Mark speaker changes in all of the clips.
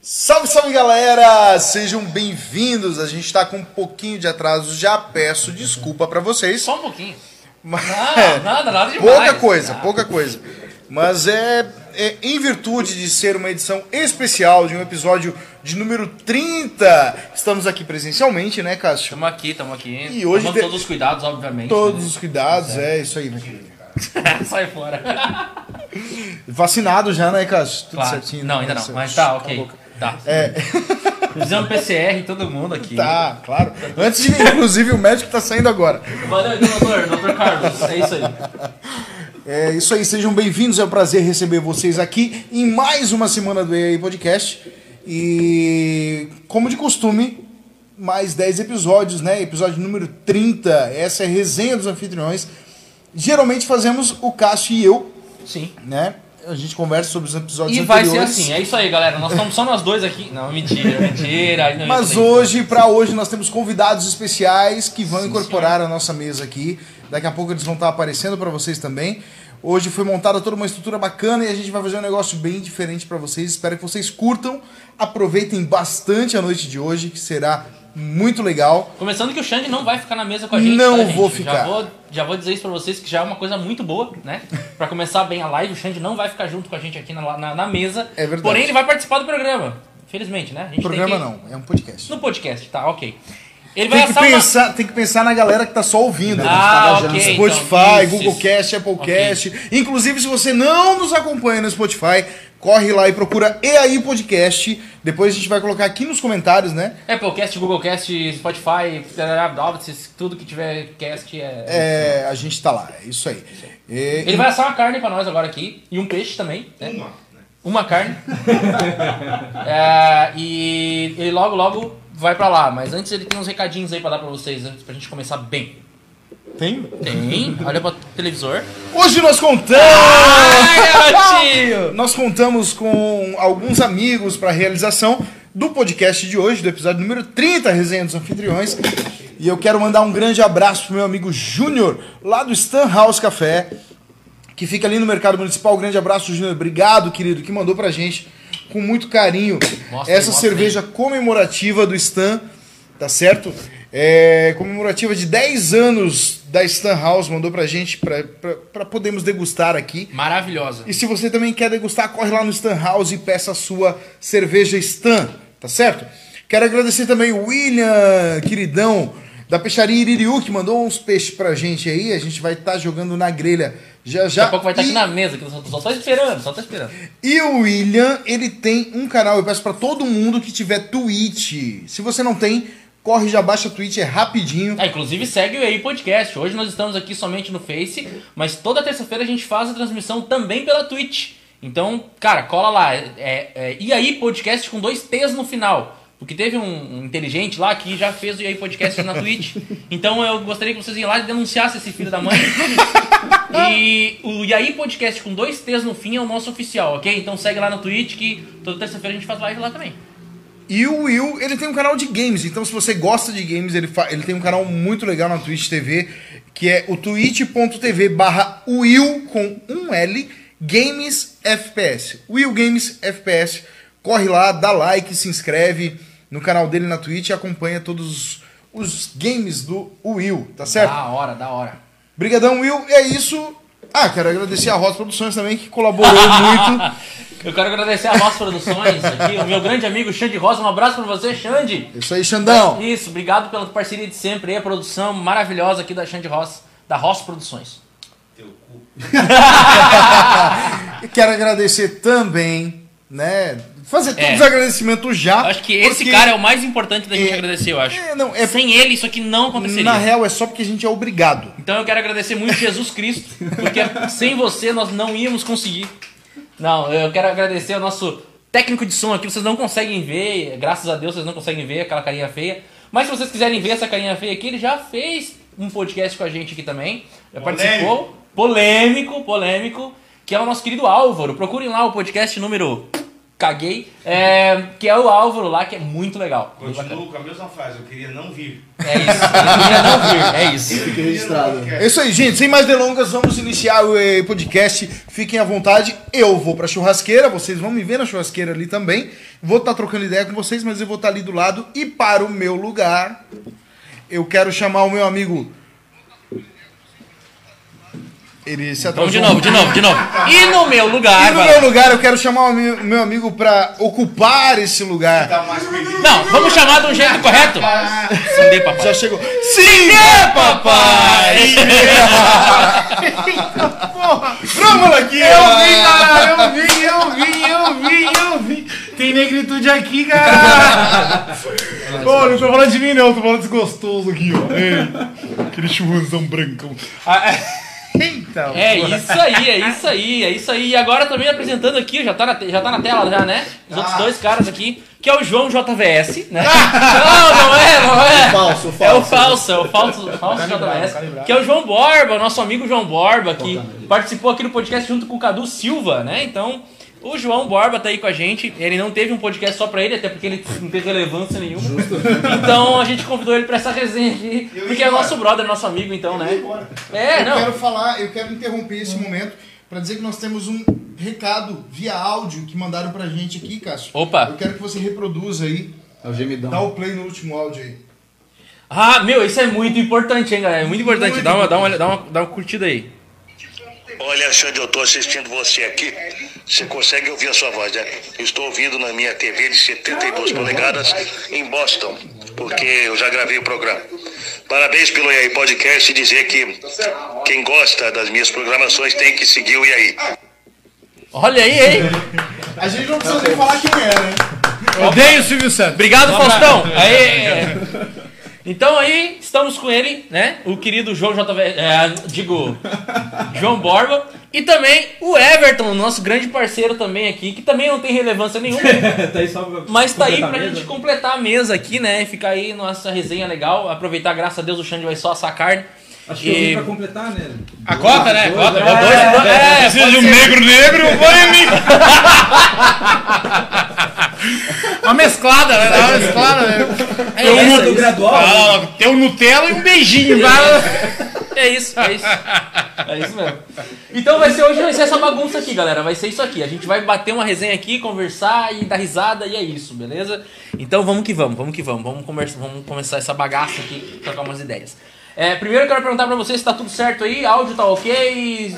Speaker 1: Salve, salve galera! Sejam bem-vindos. A gente está com um pouquinho de atraso, já peço desculpa para vocês.
Speaker 2: Só um pouquinho.
Speaker 1: Mas-
Speaker 2: Nada, nada, nada demais.
Speaker 1: É. pouca coisa,
Speaker 2: Ah,
Speaker 1: pouca coisa. Mas é, é em virtude de ser uma edição especial de um episódio de número 30. Estamos aqui presencialmente, né, Cássio?
Speaker 2: Tamo aqui, tamo aqui.
Speaker 1: E hoje
Speaker 2: Tomando
Speaker 1: de-
Speaker 2: todos os cuidados, obviamente.
Speaker 1: Todos os cuidados, é isso aí, meu querido.
Speaker 2: né? Sai fora.
Speaker 1: Vacinado já, né, Cássio? Tudo
Speaker 2: Claro.
Speaker 1: certinho. né?
Speaker 2: Não, ainda não.
Speaker 1: Cássio?
Speaker 2: Mas tá,
Speaker 1: Cala a
Speaker 2: ok.
Speaker 1: boca.
Speaker 2: Tá.
Speaker 1: É,
Speaker 2: Fizemos PCR em todo mundo aqui.
Speaker 1: tá, claro. Antes de vir, inclusive, o médico tá saindo agora.
Speaker 2: Valeu, então, doutor, doutor Carlos. É isso aí.
Speaker 1: É isso aí, sejam bem-vindos. É um prazer receber vocês aqui em mais uma semana do EAI Podcast. E, como de costume, mais 10 episódios, né? Episódio número 30. Essa é a resenha dos anfitriões. Geralmente fazemos o Cássio e eu,
Speaker 2: Sim.
Speaker 1: né? A gente conversa sobre os episódios
Speaker 2: E vai
Speaker 1: anteriores.
Speaker 2: ser assim, é isso aí, galera. Nós estamos só nós dois aqui. Não, mentira, mentira. Ainda não
Speaker 1: Mas
Speaker 2: ia fazer
Speaker 1: hoje, pra hoje, nós temos convidados especiais que vão incorporar a nossa mesa aqui. Daqui a pouco eles vão estar aparecendo pra vocês também. Hoje foi montada toda uma estrutura bacana e a gente vai fazer um negócio bem diferente pra vocês. Espero que vocês curtam, aproveitem bastante a noite de hoje, que será muito legal.
Speaker 2: isso. Começando que o Xande não vai ficar na mesa com a gente.
Speaker 1: Não
Speaker 2: tá, gente?
Speaker 1: vou
Speaker 2: Já
Speaker 1: ficar.
Speaker 2: vou- Já vou, dizer isso pra vocês que já é uma coisa muito boa, né? Pra começar bem a live, o Xande não vai ficar junto com a gente aqui na, na- na mesa.
Speaker 1: É verdade.
Speaker 2: Porém, ele vai participar do programa. Felizmente, né? A gente tem
Speaker 1: Programa
Speaker 2: que-
Speaker 1: não, é um podcast.
Speaker 2: No podcast, tá, ok. Ele vai
Speaker 1: Tem que,
Speaker 2: assar uma...
Speaker 1: pensar, tem que pensar na galera que tá só ouvindo.
Speaker 2: Ah,
Speaker 1: Tá
Speaker 2: ok,
Speaker 1: Spotify,
Speaker 2: então, isso,
Speaker 1: Google
Speaker 2: isso.
Speaker 1: Cast, Apple Cast. Inclusive, se você não nos acompanha no Spotify, corre lá e procura E aí Podcast. Depois a gente vai colocar aqui nos comentários, né?
Speaker 2: Applecast, Googlecast, Spotify, Dobbs, tudo que tiver cast é...
Speaker 1: É, a gente tá lá, é isso aí. É,
Speaker 2: Ele vai assar uma carne pra nós agora aqui, e um peixe também, né? Uma. carne. É, e ele logo, logo vai pra lá. Mas antes ele tem uns recadinhos aí pra dar pra vocês, antes pra gente começar bem.
Speaker 1: Tem?
Speaker 2: Tem, olha pro televisor.
Speaker 1: Hoje nós contamos!
Speaker 2: Ai, meu tio!
Speaker 1: Nós contamos com alguns amigos para a realização do podcast de hoje, do episódio número 30, Resenha dos Anfitriões. E eu quero mandar um grande abraço pro meu amigo Júnior, lá do Stan House Café, que fica ali no Mercado Municipal. Grande abraço, Júnior. Obrigado, querido, que mandou pra gente com muito carinho
Speaker 2: Mostra aí,
Speaker 1: essa
Speaker 2: mostra
Speaker 1: cerveja comemorativa do Stan, tá certo? É, comemorativa de 10 anos da Stan House, mandou pra gente pra- pra pra podermos degustar aqui.
Speaker 2: Maravilhosa.
Speaker 1: E se você também quer degustar, corre lá no Stan House e peça a sua cerveja Stan, tá certo? Quero agradecer também o William, queridão, da Peixaria Iririú, que mandou uns peixes pra gente aí. A gente vai estar jogando na grelha já já.
Speaker 2: Daqui a pouco vai estar
Speaker 1: e,
Speaker 2: aqui na mesa, que eu só, só tô esperando, só tô esperando.
Speaker 1: e o William, ele tem um canal. Eu peço pra todo mundo que tiver Twitch. Se você não tem, corre já baixa a Twitch, é rapidinho.
Speaker 2: Ah, inclusive segue o EI Podcast. Hoje nós estamos aqui somente no Face, mas toda terça-feira a gente faz a transmissão também pela Twitch. Então, cara, cola lá. É, é, e aí Podcast com dois T's no final. Porque teve um, um inteligente lá que já fez o EI Podcast na Twitch. Então eu gostaria que vocês iam lá e denunciassem esse filho da mãe. E o E aí Podcast com dois T's no fim é o nosso oficial, ok? Então segue lá no Twitch que toda terça-feira a gente faz live lá também.
Speaker 1: E o Will, ele tem um canal de games, então se você gosta de games, ele, fa- ele tem um canal muito legal na Twitch TV, que é o twitch.tv barra Will com um L Games FPS. Will Games FPS. Corre lá, dá like, se inscreve no canal dele na Twitch e acompanha todos os games do Will, tá certo?
Speaker 2: Da hora, da hora.
Speaker 1: Brigadão, Will, é isso. Ah, quero agradecer a Rosa Produções também, que colaborou muito.
Speaker 2: Eu quero agradecer a Voz Produções aqui, o meu grande amigo Xande Rosa. Um abraço pra você, Xande.
Speaker 1: É Isso aí, Xandão.
Speaker 2: Isso, obrigado pela parceria de sempre e a produção maravilhosa aqui da Xande Ross, da Ross Produções.
Speaker 1: E quero agradecer também, né? Fazer todos
Speaker 2: É.
Speaker 1: os agradecimentos já.
Speaker 2: Acho que esse
Speaker 1: porque,
Speaker 2: cara é o mais importante da gente
Speaker 1: É.
Speaker 2: agradecer, eu acho.
Speaker 1: É, não, é-
Speaker 2: Sem ele, isso aqui não aconteceria.
Speaker 1: Na real, é só porque a gente é obrigado.
Speaker 2: Então eu quero agradecer muito Jesus Cristo, porque sem você nós não íamos conseguir. Não, eu quero agradecer ao nosso técnico de som aqui, vocês não conseguem ver, graças a Deus vocês não conseguem ver aquela carinha feia. Mas se vocês quiserem ver essa carinha feia aqui, ele já fez um podcast com a gente aqui também. Já participou. Polêmico, polêmico, que é o nosso querido Álvaro. Procurem lá o podcast número caguei, é, que é o Álvaro lá, que é muito legal. Muito bacana.
Speaker 3: Continuo com a mesma frase, eu queria não vir.
Speaker 2: É isso. Eu queria não vir, é isso.
Speaker 4: Fica registrado.
Speaker 1: É isso aí, gente. Sem mais delongas, vamos iniciar o eh, podcast. Fiquem à vontade. Eu vou pra churrasqueira, vocês vão me ver na churrasqueira ali também. Vou estar trocando ideia com vocês, mas eu vou estar ali do lado. E para o meu lugar, eu quero chamar o meu amigo. Ele se atrasou. um
Speaker 2: Vamos de novo, de novo, de novo. E no meu
Speaker 1: E
Speaker 2: lugar,
Speaker 1: no
Speaker 2: vai
Speaker 1: meu
Speaker 2: lá.
Speaker 1: lugar, eu quero chamar o meu meu amigo pra ocupar esse lugar.
Speaker 3: Tá mais perdido.
Speaker 2: não, vamos chamar de um jeito correto? Sim, dê, papai.
Speaker 1: Já chegou. Sim!
Speaker 2: Dê, papai!
Speaker 1: Vamos aqui!
Speaker 4: cara, eu vi, eu vi, eu vi, eu vi. Tem negritude aqui, cara.
Speaker 1: Ô, não tô falando de mim, não, tô falando desse gostoso aqui, ó. Ei, aquele churrascão brancão.
Speaker 4: Então.
Speaker 2: É isso aí, é isso aí, é isso aí. E agora também apresentando aqui, já tá na, te- já tá na tela já, né? Os outros dois caras aqui, que é o João JVS, né? não, não é, não é.
Speaker 4: Falso,
Speaker 2: É o
Speaker 4: falso.
Speaker 2: falso, é o falso, falso JVS, que é o João Borba, nosso amigo João Borba, que participou aqui do podcast junto com o Cadu Silva, né? Então, o João Borba tá aí com a gente. Ele não teve um podcast só pra ele, até porque ele não tem relevância nenhuma. Então, a gente convidou ele pra essa resenha aqui,
Speaker 3: Eu ia
Speaker 2: porque é
Speaker 3: embora.
Speaker 2: nosso brother, nosso amigo, então, né? É,
Speaker 1: eu
Speaker 2: não.
Speaker 1: quero falar, eu quero interromper esse momento pra dizer que nós temos um recado via áudio que mandaram pra gente aqui, Cássio.
Speaker 2: Opa.
Speaker 1: Eu quero que você reproduza aí,
Speaker 4: É o gemidão.
Speaker 1: dá o play no último áudio aí.
Speaker 2: Ah, meu, isso é muito importante, hein, galera? É muito importante.
Speaker 1: Muito
Speaker 2: dá, uma, dá, uma, dá, uma, dá uma curtida aí.
Speaker 5: Olha, Xande, eu estou assistindo você aqui. Você consegue ouvir a sua voz, né? Estou ouvindo na minha TV de 72 polegadas em Boston, porque eu já gravei o programa. Parabéns pelo IAI Podcast e dizer que quem gosta das minhas programações tem que seguir o IAI.
Speaker 2: Olha aí, hein?
Speaker 1: A gente não
Speaker 4: Tá
Speaker 1: precisa nem falar quem é, né?
Speaker 2: Odeio o Silvio Santos. Obrigado,
Speaker 6: Um
Speaker 2: Faustão. Aê. Então aí, estamos com ele, né? O querido João JV... é, digo, João Borba. E também o Everton, nosso grande parceiro também aqui, que também não tem relevância nenhuma.
Speaker 6: tá aí só pra
Speaker 2: Mas tá aí
Speaker 6: completar
Speaker 2: pra
Speaker 6: mesmo.
Speaker 2: gente completar a mesa aqui, né? E ficar aí nossa resenha legal. Aproveitar, graças a Deus, o Xande vai só assar carne.
Speaker 6: Acho que eu
Speaker 2: E-
Speaker 6: vim pra completar, né?
Speaker 2: A cota, né? Cota.
Speaker 6: né?
Speaker 2: Dois, dois, é, pode ser.
Speaker 1: negro, vai me.
Speaker 2: Uma mesclada, né? Dá uma mesclada, né? É
Speaker 6: Eu
Speaker 2: isso,
Speaker 6: mudo
Speaker 2: é isso.
Speaker 6: gradual.
Speaker 1: Tem um Nutella e um beijinho,
Speaker 2: É isso, é isso. É isso mesmo. Então vai ser hoje, vai ser essa bagunça aqui, galera. Vai ser isso aqui. A gente vai bater uma resenha aqui, conversar e dar risada e é isso, beleza? Então vamos que vamos, vamos que vamos. Vamos, conversa, vamos começar essa bagaça aqui, trocar umas ideias. É, primeiro eu quero perguntar pra vocês se tá tudo certo aí, áudio tá ok.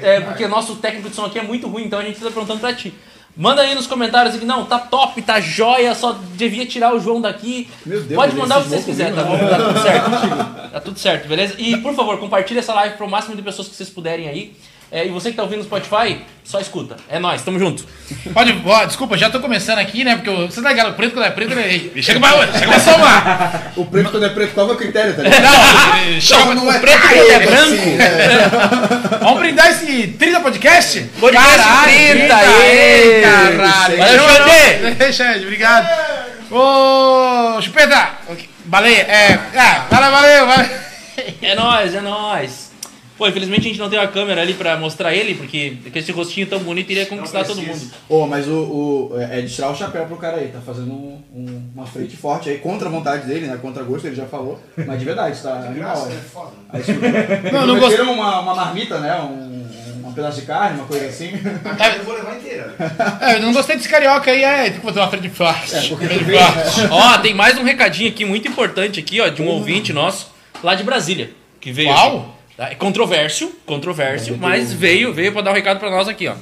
Speaker 2: É, porque nosso técnico de som aqui é muito ruim, então a gente tá perguntando pra ti. Manda aí nos comentários aqui, não, tá top, tá joia, só devia tirar o João daqui.
Speaker 4: Meu Deus,
Speaker 2: Pode mandar o que
Speaker 4: esse
Speaker 2: vocês quiserem, tá bom?
Speaker 4: né?
Speaker 2: Tá tudo certo. Tá tudo certo, beleza? E por favor, compartilha essa live pro máximo de pessoas que vocês puderem aí. É, e você que tá ouvindo no Spotify, só escuta. É nóis, tamo junto.
Speaker 7: Pode, ó, desculpa, já tô começando aqui, né? Porque eu- você tá ligado, o preto quando é preto, ele. ele Chega pra onde? Chega pra somar!
Speaker 4: O preto quando é preto, qual é o critério, tá ligado?
Speaker 7: Não, ele- ele chega pra-
Speaker 4: não é
Speaker 7: o preto quando é branco.
Speaker 4: Sim, é.
Speaker 7: Vamos brindar esse 30 podcast?
Speaker 2: Podcast 30, aê!
Speaker 7: Caralho!
Speaker 2: Valeu,
Speaker 7: Não, não,
Speaker 2: Xande!
Speaker 7: não, Xande, obrigado! Ô, Chupeta! ok, Baleia, é. Ah, valeu, valeu, valeu!
Speaker 2: É nóis, é nóis. Pô, infelizmente a gente não tem uma câmera ali pra mostrar ele, porque com esse rostinho tão bonito ele ia conquistar todo mundo.
Speaker 3: precisa.
Speaker 4: Ô, mas o, o- é é de tirar o chapéu pro cara aí, tá fazendo um- um- uma frente forte aí, contra a vontade dele, né? Contra gosto, ele já falou. Mas de verdade, tá animal.
Speaker 3: É
Speaker 4: né?
Speaker 3: foda.
Speaker 4: Aí, tipo,
Speaker 7: Não, não
Speaker 4: meteram uma, uma marmita, né? Um, um pedaço de carne, uma coisa assim.
Speaker 6: Tá.
Speaker 3: A cara eu vou levar inteira.
Speaker 7: É, eu não gostei desse carioca aí, é. Tem que botar uma frente de plástico.
Speaker 4: É, porque
Speaker 7: frente de
Speaker 4: veio,
Speaker 7: plástico.
Speaker 2: Ó, tem mais um recadinho aqui muito importante aqui, ó, de um ouvinte nosso lá de Brasília, que veio.
Speaker 7: Uau!
Speaker 2: aqui. É controvérsio, controvérsio, mas veio, veio pra dar um recado pra nós aqui, ó.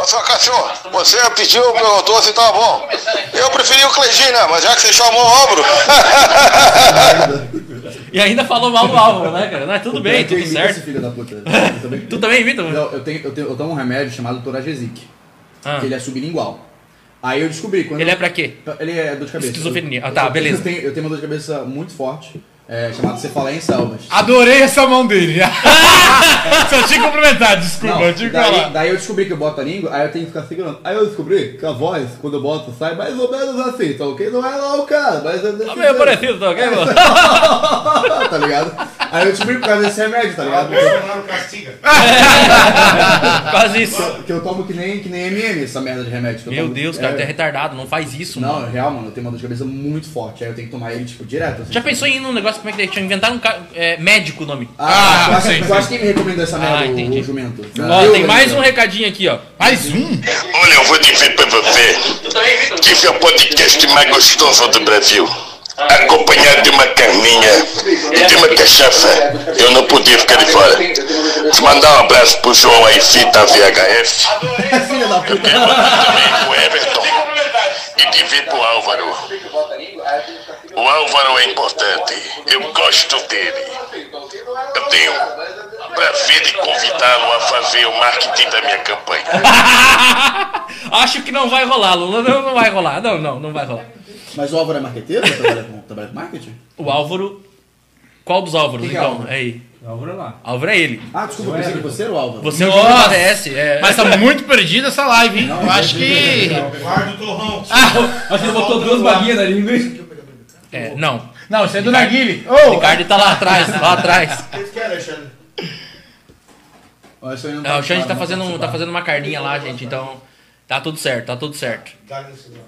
Speaker 8: Ô, seu Cachorro, você pediu, perguntou se tá bom. Eu preferi o Clegina, mas já que você chamou o ombro.
Speaker 2: E ainda falou mal do Álvaro, né, cara? Mas tudo bem, tudo
Speaker 4: Imita Esse
Speaker 2: certo.
Speaker 4: filho da puta. Eu também-
Speaker 2: Tu também, Vitor?
Speaker 4: Não, eu, tenho, eu, tenho, eu tomo um remédio chamado Torajezic,
Speaker 2: Ah.
Speaker 4: que ele é sublingual. Aí eu descobri quando.
Speaker 2: Ele é pra quê?
Speaker 4: Ele é dor de cabeça.
Speaker 2: Esquizofrenia.
Speaker 4: Eu-
Speaker 2: Ah, tá,
Speaker 4: eu-
Speaker 2: beleza.
Speaker 4: Eu tenho, eu tenho uma dor de cabeça muito forte, é, chamada cefaleia em selvas.
Speaker 7: Adorei essa mão dele. Só tinha que cumprimentar, desculpa,
Speaker 4: Não,
Speaker 7: eu tinha que
Speaker 4: daí,
Speaker 7: falar.
Speaker 4: daí eu descobri que eu boto a língua, aí eu tenho que ficar segurando. Aí eu descobri que a voz, quando eu boto, sai mais ou menos assim, tá ok? Não é lá o cara, mas é desse
Speaker 2: Tá meio
Speaker 4: jeito.
Speaker 2: parecido, tá ok, mano?
Speaker 4: tá ligado? Aí eu descobri por causa desse remédio, tá ligado? Porque
Speaker 3: Bolsonaro castiga.
Speaker 2: Quase isso.
Speaker 4: eu- Que eu tomo que nem, que nem MM, essa merda de remédio. que eu
Speaker 2: Meu
Speaker 4: tomo-
Speaker 2: Deus, cara,
Speaker 4: é,
Speaker 2: tu é retardado, não faz isso, mano.
Speaker 4: Não, é real, mano, eu tenho uma dor de cabeça muito forte. Aí eu tenho que tomar ele, tipo, direto. assim.
Speaker 2: Já pensou em ir num negócio como é que deixa? Inventaram um ca- é, médico o nome.
Speaker 4: Ah,
Speaker 7: Ah,
Speaker 4: eu acho,
Speaker 7: sei,
Speaker 4: eu
Speaker 7: sei.
Speaker 4: acho que quem me recomendou essa merda, é
Speaker 2: Ah,
Speaker 4: o,
Speaker 2: entendi.
Speaker 4: o jumento.
Speaker 2: Ó,
Speaker 4: Eu,
Speaker 2: tem
Speaker 4: eu,
Speaker 2: mais
Speaker 4: eu.
Speaker 2: um recadinho aqui, ó.
Speaker 7: Mais um?
Speaker 5: Olha, eu vou dizer para você que é o podcast mais gostoso do Brasil. Acompanhado de uma carninha e de uma cachaça, eu não podia ficar de fora. Te mandar um abraço pro João aí, fita VHS.
Speaker 4: Filha da puta.
Speaker 5: Quero mandar também pro Everton e dizer pro Álvaro. O Álvaro é importante, eu gosto dele. Eu tenho prazer de convidá-lo a fazer o marketing da minha campanha.
Speaker 2: Acho que não vai rolar, Lula. Não, não vai rolar. Não, não, não vai rolar.
Speaker 4: Mas o Álvaro é marqueteiro? Trabalha com, trabalha com marketing?
Speaker 2: O Álvaro. Qual dos Álvaros,
Speaker 4: Quem é
Speaker 2: então?
Speaker 4: Álvaro?
Speaker 2: É aí.
Speaker 6: Álvaro é lá.
Speaker 2: Álvaro é ele.
Speaker 4: Ah, desculpa, eu pensei que você era o Álvaro.
Speaker 2: Você é o
Speaker 7: Nossa.
Speaker 2: Júnior da ADS. É.
Speaker 7: Mas tá muito perdida essa live, hein?
Speaker 4: Não,
Speaker 7: eu acho que.
Speaker 3: Guarda o torrão.
Speaker 6: Acho que ele botou duas barrinhas na língua.
Speaker 2: É, não.
Speaker 7: Não, isso é do Naguile.
Speaker 2: O Ricardo tá lá atrás, lá atrás.
Speaker 3: O que tu quer, Alexandre?
Speaker 4: Olha, isso aí não
Speaker 2: É, o Xande tá
Speaker 4: não
Speaker 2: fazendo, tá
Speaker 4: participado.
Speaker 2: fazendo uma carninha lá, gente. Então. Tá tudo certo, tá tudo certo.
Speaker 3: Dá nesse lugar.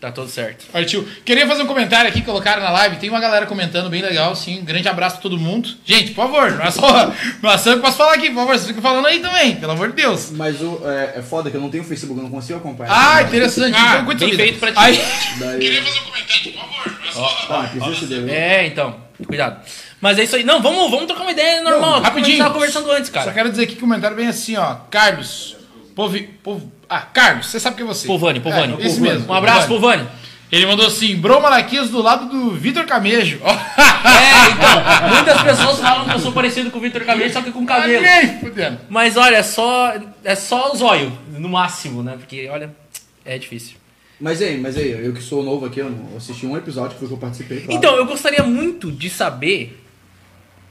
Speaker 2: Tá tudo certo.
Speaker 7: Partiu. Queria fazer um comentário aqui, colocaram na live. Tem uma galera comentando bem legal, sim. Um Grande abraço a todo mundo. Gente, por favor, não é só, não é só eu que posso falar aqui, por favor. Vocês ficam falando aí também, pelo amor de Deus.
Speaker 4: Mas o, é, é foda que eu não tenho Facebook, eu não consigo acompanhar.
Speaker 7: Ah, interessante.
Speaker 2: Ah,
Speaker 7: então, cuida,
Speaker 2: bem
Speaker 7: vida.
Speaker 2: feito pra ti.
Speaker 7: Aí,
Speaker 4: Daí... Tá, que existe deu.
Speaker 2: É, então. Cuidado. Mas é isso aí. Não, vamos, vamos trocar uma ideia normal. como a gente
Speaker 7: rapidinho.
Speaker 2: tava conversando antes,
Speaker 7: Só
Speaker 2: cara.
Speaker 7: quero dizer aqui que é- comentaram bem assim, ó. Carlos. Povi, povo, ah, Carlos, você sabe que é você.
Speaker 2: Povani, Povani.
Speaker 7: É, esse mesmo.
Speaker 2: Um abraço,
Speaker 7: Povani.
Speaker 2: Povani.
Speaker 7: Ele mandou assim, Bro Malaquias do lado do Vitor Camejo. Ó.
Speaker 2: É, então. Muitas pessoas falam que eu sou parecido com o Vitor Cabelo, só que com cabelo.
Speaker 7: Nem fudendo.
Speaker 2: Mas olha, é só, é só o zóio, no máximo, né? Porque, olha, é difícil.
Speaker 4: Mas aí, mas aí, eu que sou novo aqui, eu não assisti um episódio que foi que eu participei. claro.
Speaker 2: Então, eu gostaria muito de saber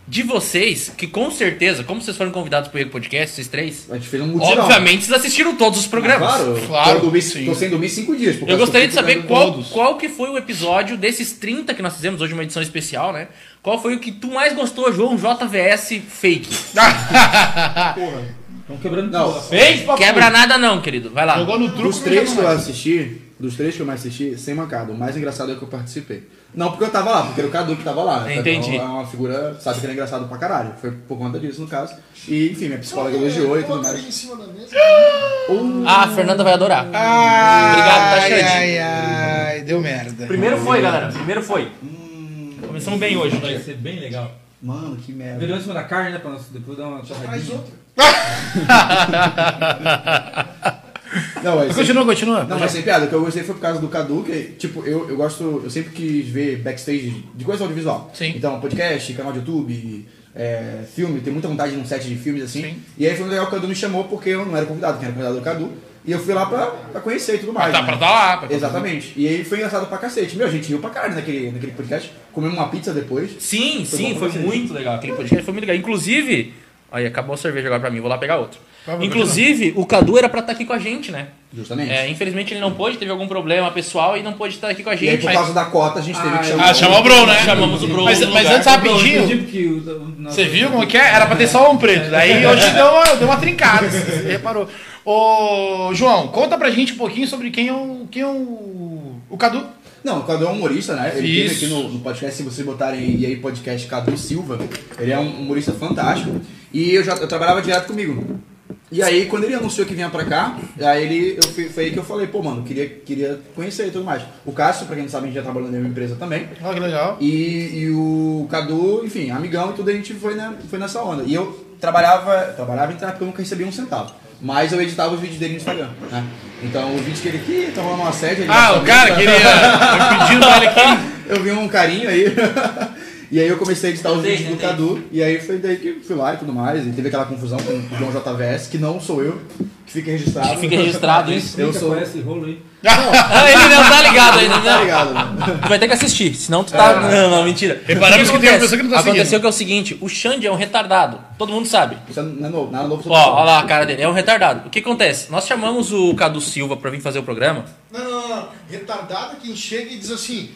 Speaker 2: de vocês, que com certeza, como vocês foram convidados pro Ego Podcast, vocês três,
Speaker 4: A gente fez um mutirão.
Speaker 2: obviamente vocês assistiram todos os programas.
Speaker 4: Claro,
Speaker 7: Claro,
Speaker 4: claro. Tô, dormi,
Speaker 7: sim.
Speaker 4: tô sem dormir cinco dias. por
Speaker 2: Eu
Speaker 4: causa
Speaker 2: gostaria de
Speaker 4: que eu fico
Speaker 2: saber
Speaker 4: vendo
Speaker 2: qual,
Speaker 4: todos.
Speaker 2: qual que foi o episódio desses 30 que nós fizemos, hoje uma edição especial, né? Qual foi o que tu mais gostou, João JVS fake?
Speaker 7: Ah,
Speaker 6: Estão quebrando
Speaker 4: Não.
Speaker 6: tudo.
Speaker 7: Fez, papo.
Speaker 2: Quebra nada não, querido. Vai lá.
Speaker 7: Jogou no truco.
Speaker 4: Dos
Speaker 7: que
Speaker 4: três que
Speaker 7: jogou
Speaker 4: eu
Speaker 7: mais.
Speaker 4: assisti, dos três que eu mais assisti, sem mancada, o mais engraçado é o que eu participei. Não porque eu tava lá, porque era o Cadu que tava lá. né?
Speaker 2: Entendi.
Speaker 4: Então, é uma figura, sabe que ele é engraçado pra caralho. Foi por conta disso, no caso. E, enfim, minha psicóloga elogiou e tudo mais.
Speaker 2: Ah, a Fernanda vai adorar. Obrigado, tá,
Speaker 7: Ah, Ai,
Speaker 2: Xande?
Speaker 7: ai, ai, deu merda.
Speaker 2: Primeiro foi, galera. Primeiro foi. Começamos bem hoje.
Speaker 6: Vai ser bem legal.
Speaker 4: Mano, que merda.
Speaker 6: Virou em cima da carne, né? Pra nós depois dar uma torradinha.
Speaker 4: Não, é isso.
Speaker 7: Continua, continua.
Speaker 4: Não, mas sem piada, o que eu gostei foi por causa do Cadu, que, tipo, eu, eu gosto, eu sempre quis ver backstage de coisa audiovisual.
Speaker 7: Sim.
Speaker 4: Então, podcast, canal de YouTube, é, filme, tem muita vontade de um set de filmes assim.
Speaker 7: Sim.
Speaker 4: E aí foi legal, o Cadu me chamou porque eu não era convidado, quem era convidado era o Cadu. E eu fui lá pra, pra conhecer e tudo mais.
Speaker 7: tá
Speaker 4: né?
Speaker 7: pra tá lá, pra tá-
Speaker 4: Exatamente. E aí foi engraçado pra cacete. Meu, a gente riu pra caralho naquele, naquele podcast, comemos uma pizza depois.
Speaker 2: Sim,
Speaker 4: Foi
Speaker 2: sim,
Speaker 4: bom
Speaker 2: foi
Speaker 4: pra vocês.
Speaker 2: muito legal. Aquele podcast foi muito legal. Inclusive. Aí, acabou a cerveja agora pra mim, vou lá pegar outro.
Speaker 4: Tá
Speaker 7: favor,
Speaker 2: Inclusive, o Cadu era pra estar aqui com a gente, né?
Speaker 4: Justamente.
Speaker 2: É, infelizmente ele não pôde, teve algum problema pessoal e não pôde estar aqui com a
Speaker 4: e aí,
Speaker 2: gente.
Speaker 4: por
Speaker 2: Mas
Speaker 4: causa da cota, a gente teve que chamar.
Speaker 7: Ah, chamou o Bruno, né?
Speaker 2: Chamamos o Bruno
Speaker 7: Mas,
Speaker 2: no
Speaker 7: mas
Speaker 2: lugar.
Speaker 7: antes, rapidinho, você
Speaker 6: Você
Speaker 7: viu como que é? Era pra ter só um preto. Daí hoje deu uma, deu uma trincada, você reparou. Ô, João, conta pra gente um pouquinho sobre quem é o... Quem é o, o Cadu.
Speaker 4: Não, o Cadu é um humorista, né? Ele
Speaker 7: Isso.
Speaker 4: teve aqui no, no podcast, se vocês botarem aí, e aí podcast Cadu Silva, ele é um humorista fantástico. E eu já eu trabalhava direto comigo. E aí, quando ele anunciou que vinha pra cá, aí ele, eu fui- foi aí que eu falei, pô, mano, queria, queria conhecer e tudo mais. O Cássio, pra quem não sabe, a gente já trabalhou na mesma empresa também.
Speaker 7: Olha que legal.
Speaker 4: E, e o Cadu, enfim, amigão e tudo, a gente foi, na, foi nessa onda. E eu trabalhava, trabalhava em tráfico, eu nunca recebia um centavo. Mas eu editava os vídeos dele no Instagram, né? Então o vídeo que ele aqui, tá rolando uma sede. ele
Speaker 7: Ah,
Speaker 4: já
Speaker 7: o
Speaker 4: sabia,
Speaker 7: cara
Speaker 4: tá?
Speaker 7: queria... Eu pedindo ele aqui.
Speaker 4: Eu vi um carinho aí. E aí eu comecei a editar os
Speaker 2: Entendi,
Speaker 4: vídeos do
Speaker 2: entendi.
Speaker 4: Cadu. E aí foi daí que fui lá e tudo mais. E teve aquela confusão com o João JVS, que não sou eu, que fica registrado.
Speaker 2: Fica registrado isso.
Speaker 4: Eu sou.
Speaker 6: esse rolo aí.
Speaker 2: Ah, ele não tá ligado ainda,
Speaker 4: Tá
Speaker 2: né?
Speaker 4: ligado, né? É.
Speaker 2: Tu vai ter que assistir, senão tu tá. Não, não, mentira.
Speaker 7: Reparamos
Speaker 2: O
Speaker 7: que tem uma pessoa que não tá
Speaker 2: Aconteceu
Speaker 7: seguindo.
Speaker 2: que é o seguinte: o Xande é um retardado. Todo mundo sabe.
Speaker 4: Isso não é novo, nada novo sobre
Speaker 2: Ó,
Speaker 4: isso.
Speaker 2: ó lá a cara dele, é um retardado. O que acontece? Nós chamamos o Cadu Silva pra vir fazer o programa.
Speaker 1: Ah,
Speaker 9: Não, não, não, não. Retardado é quem chega e diz assim: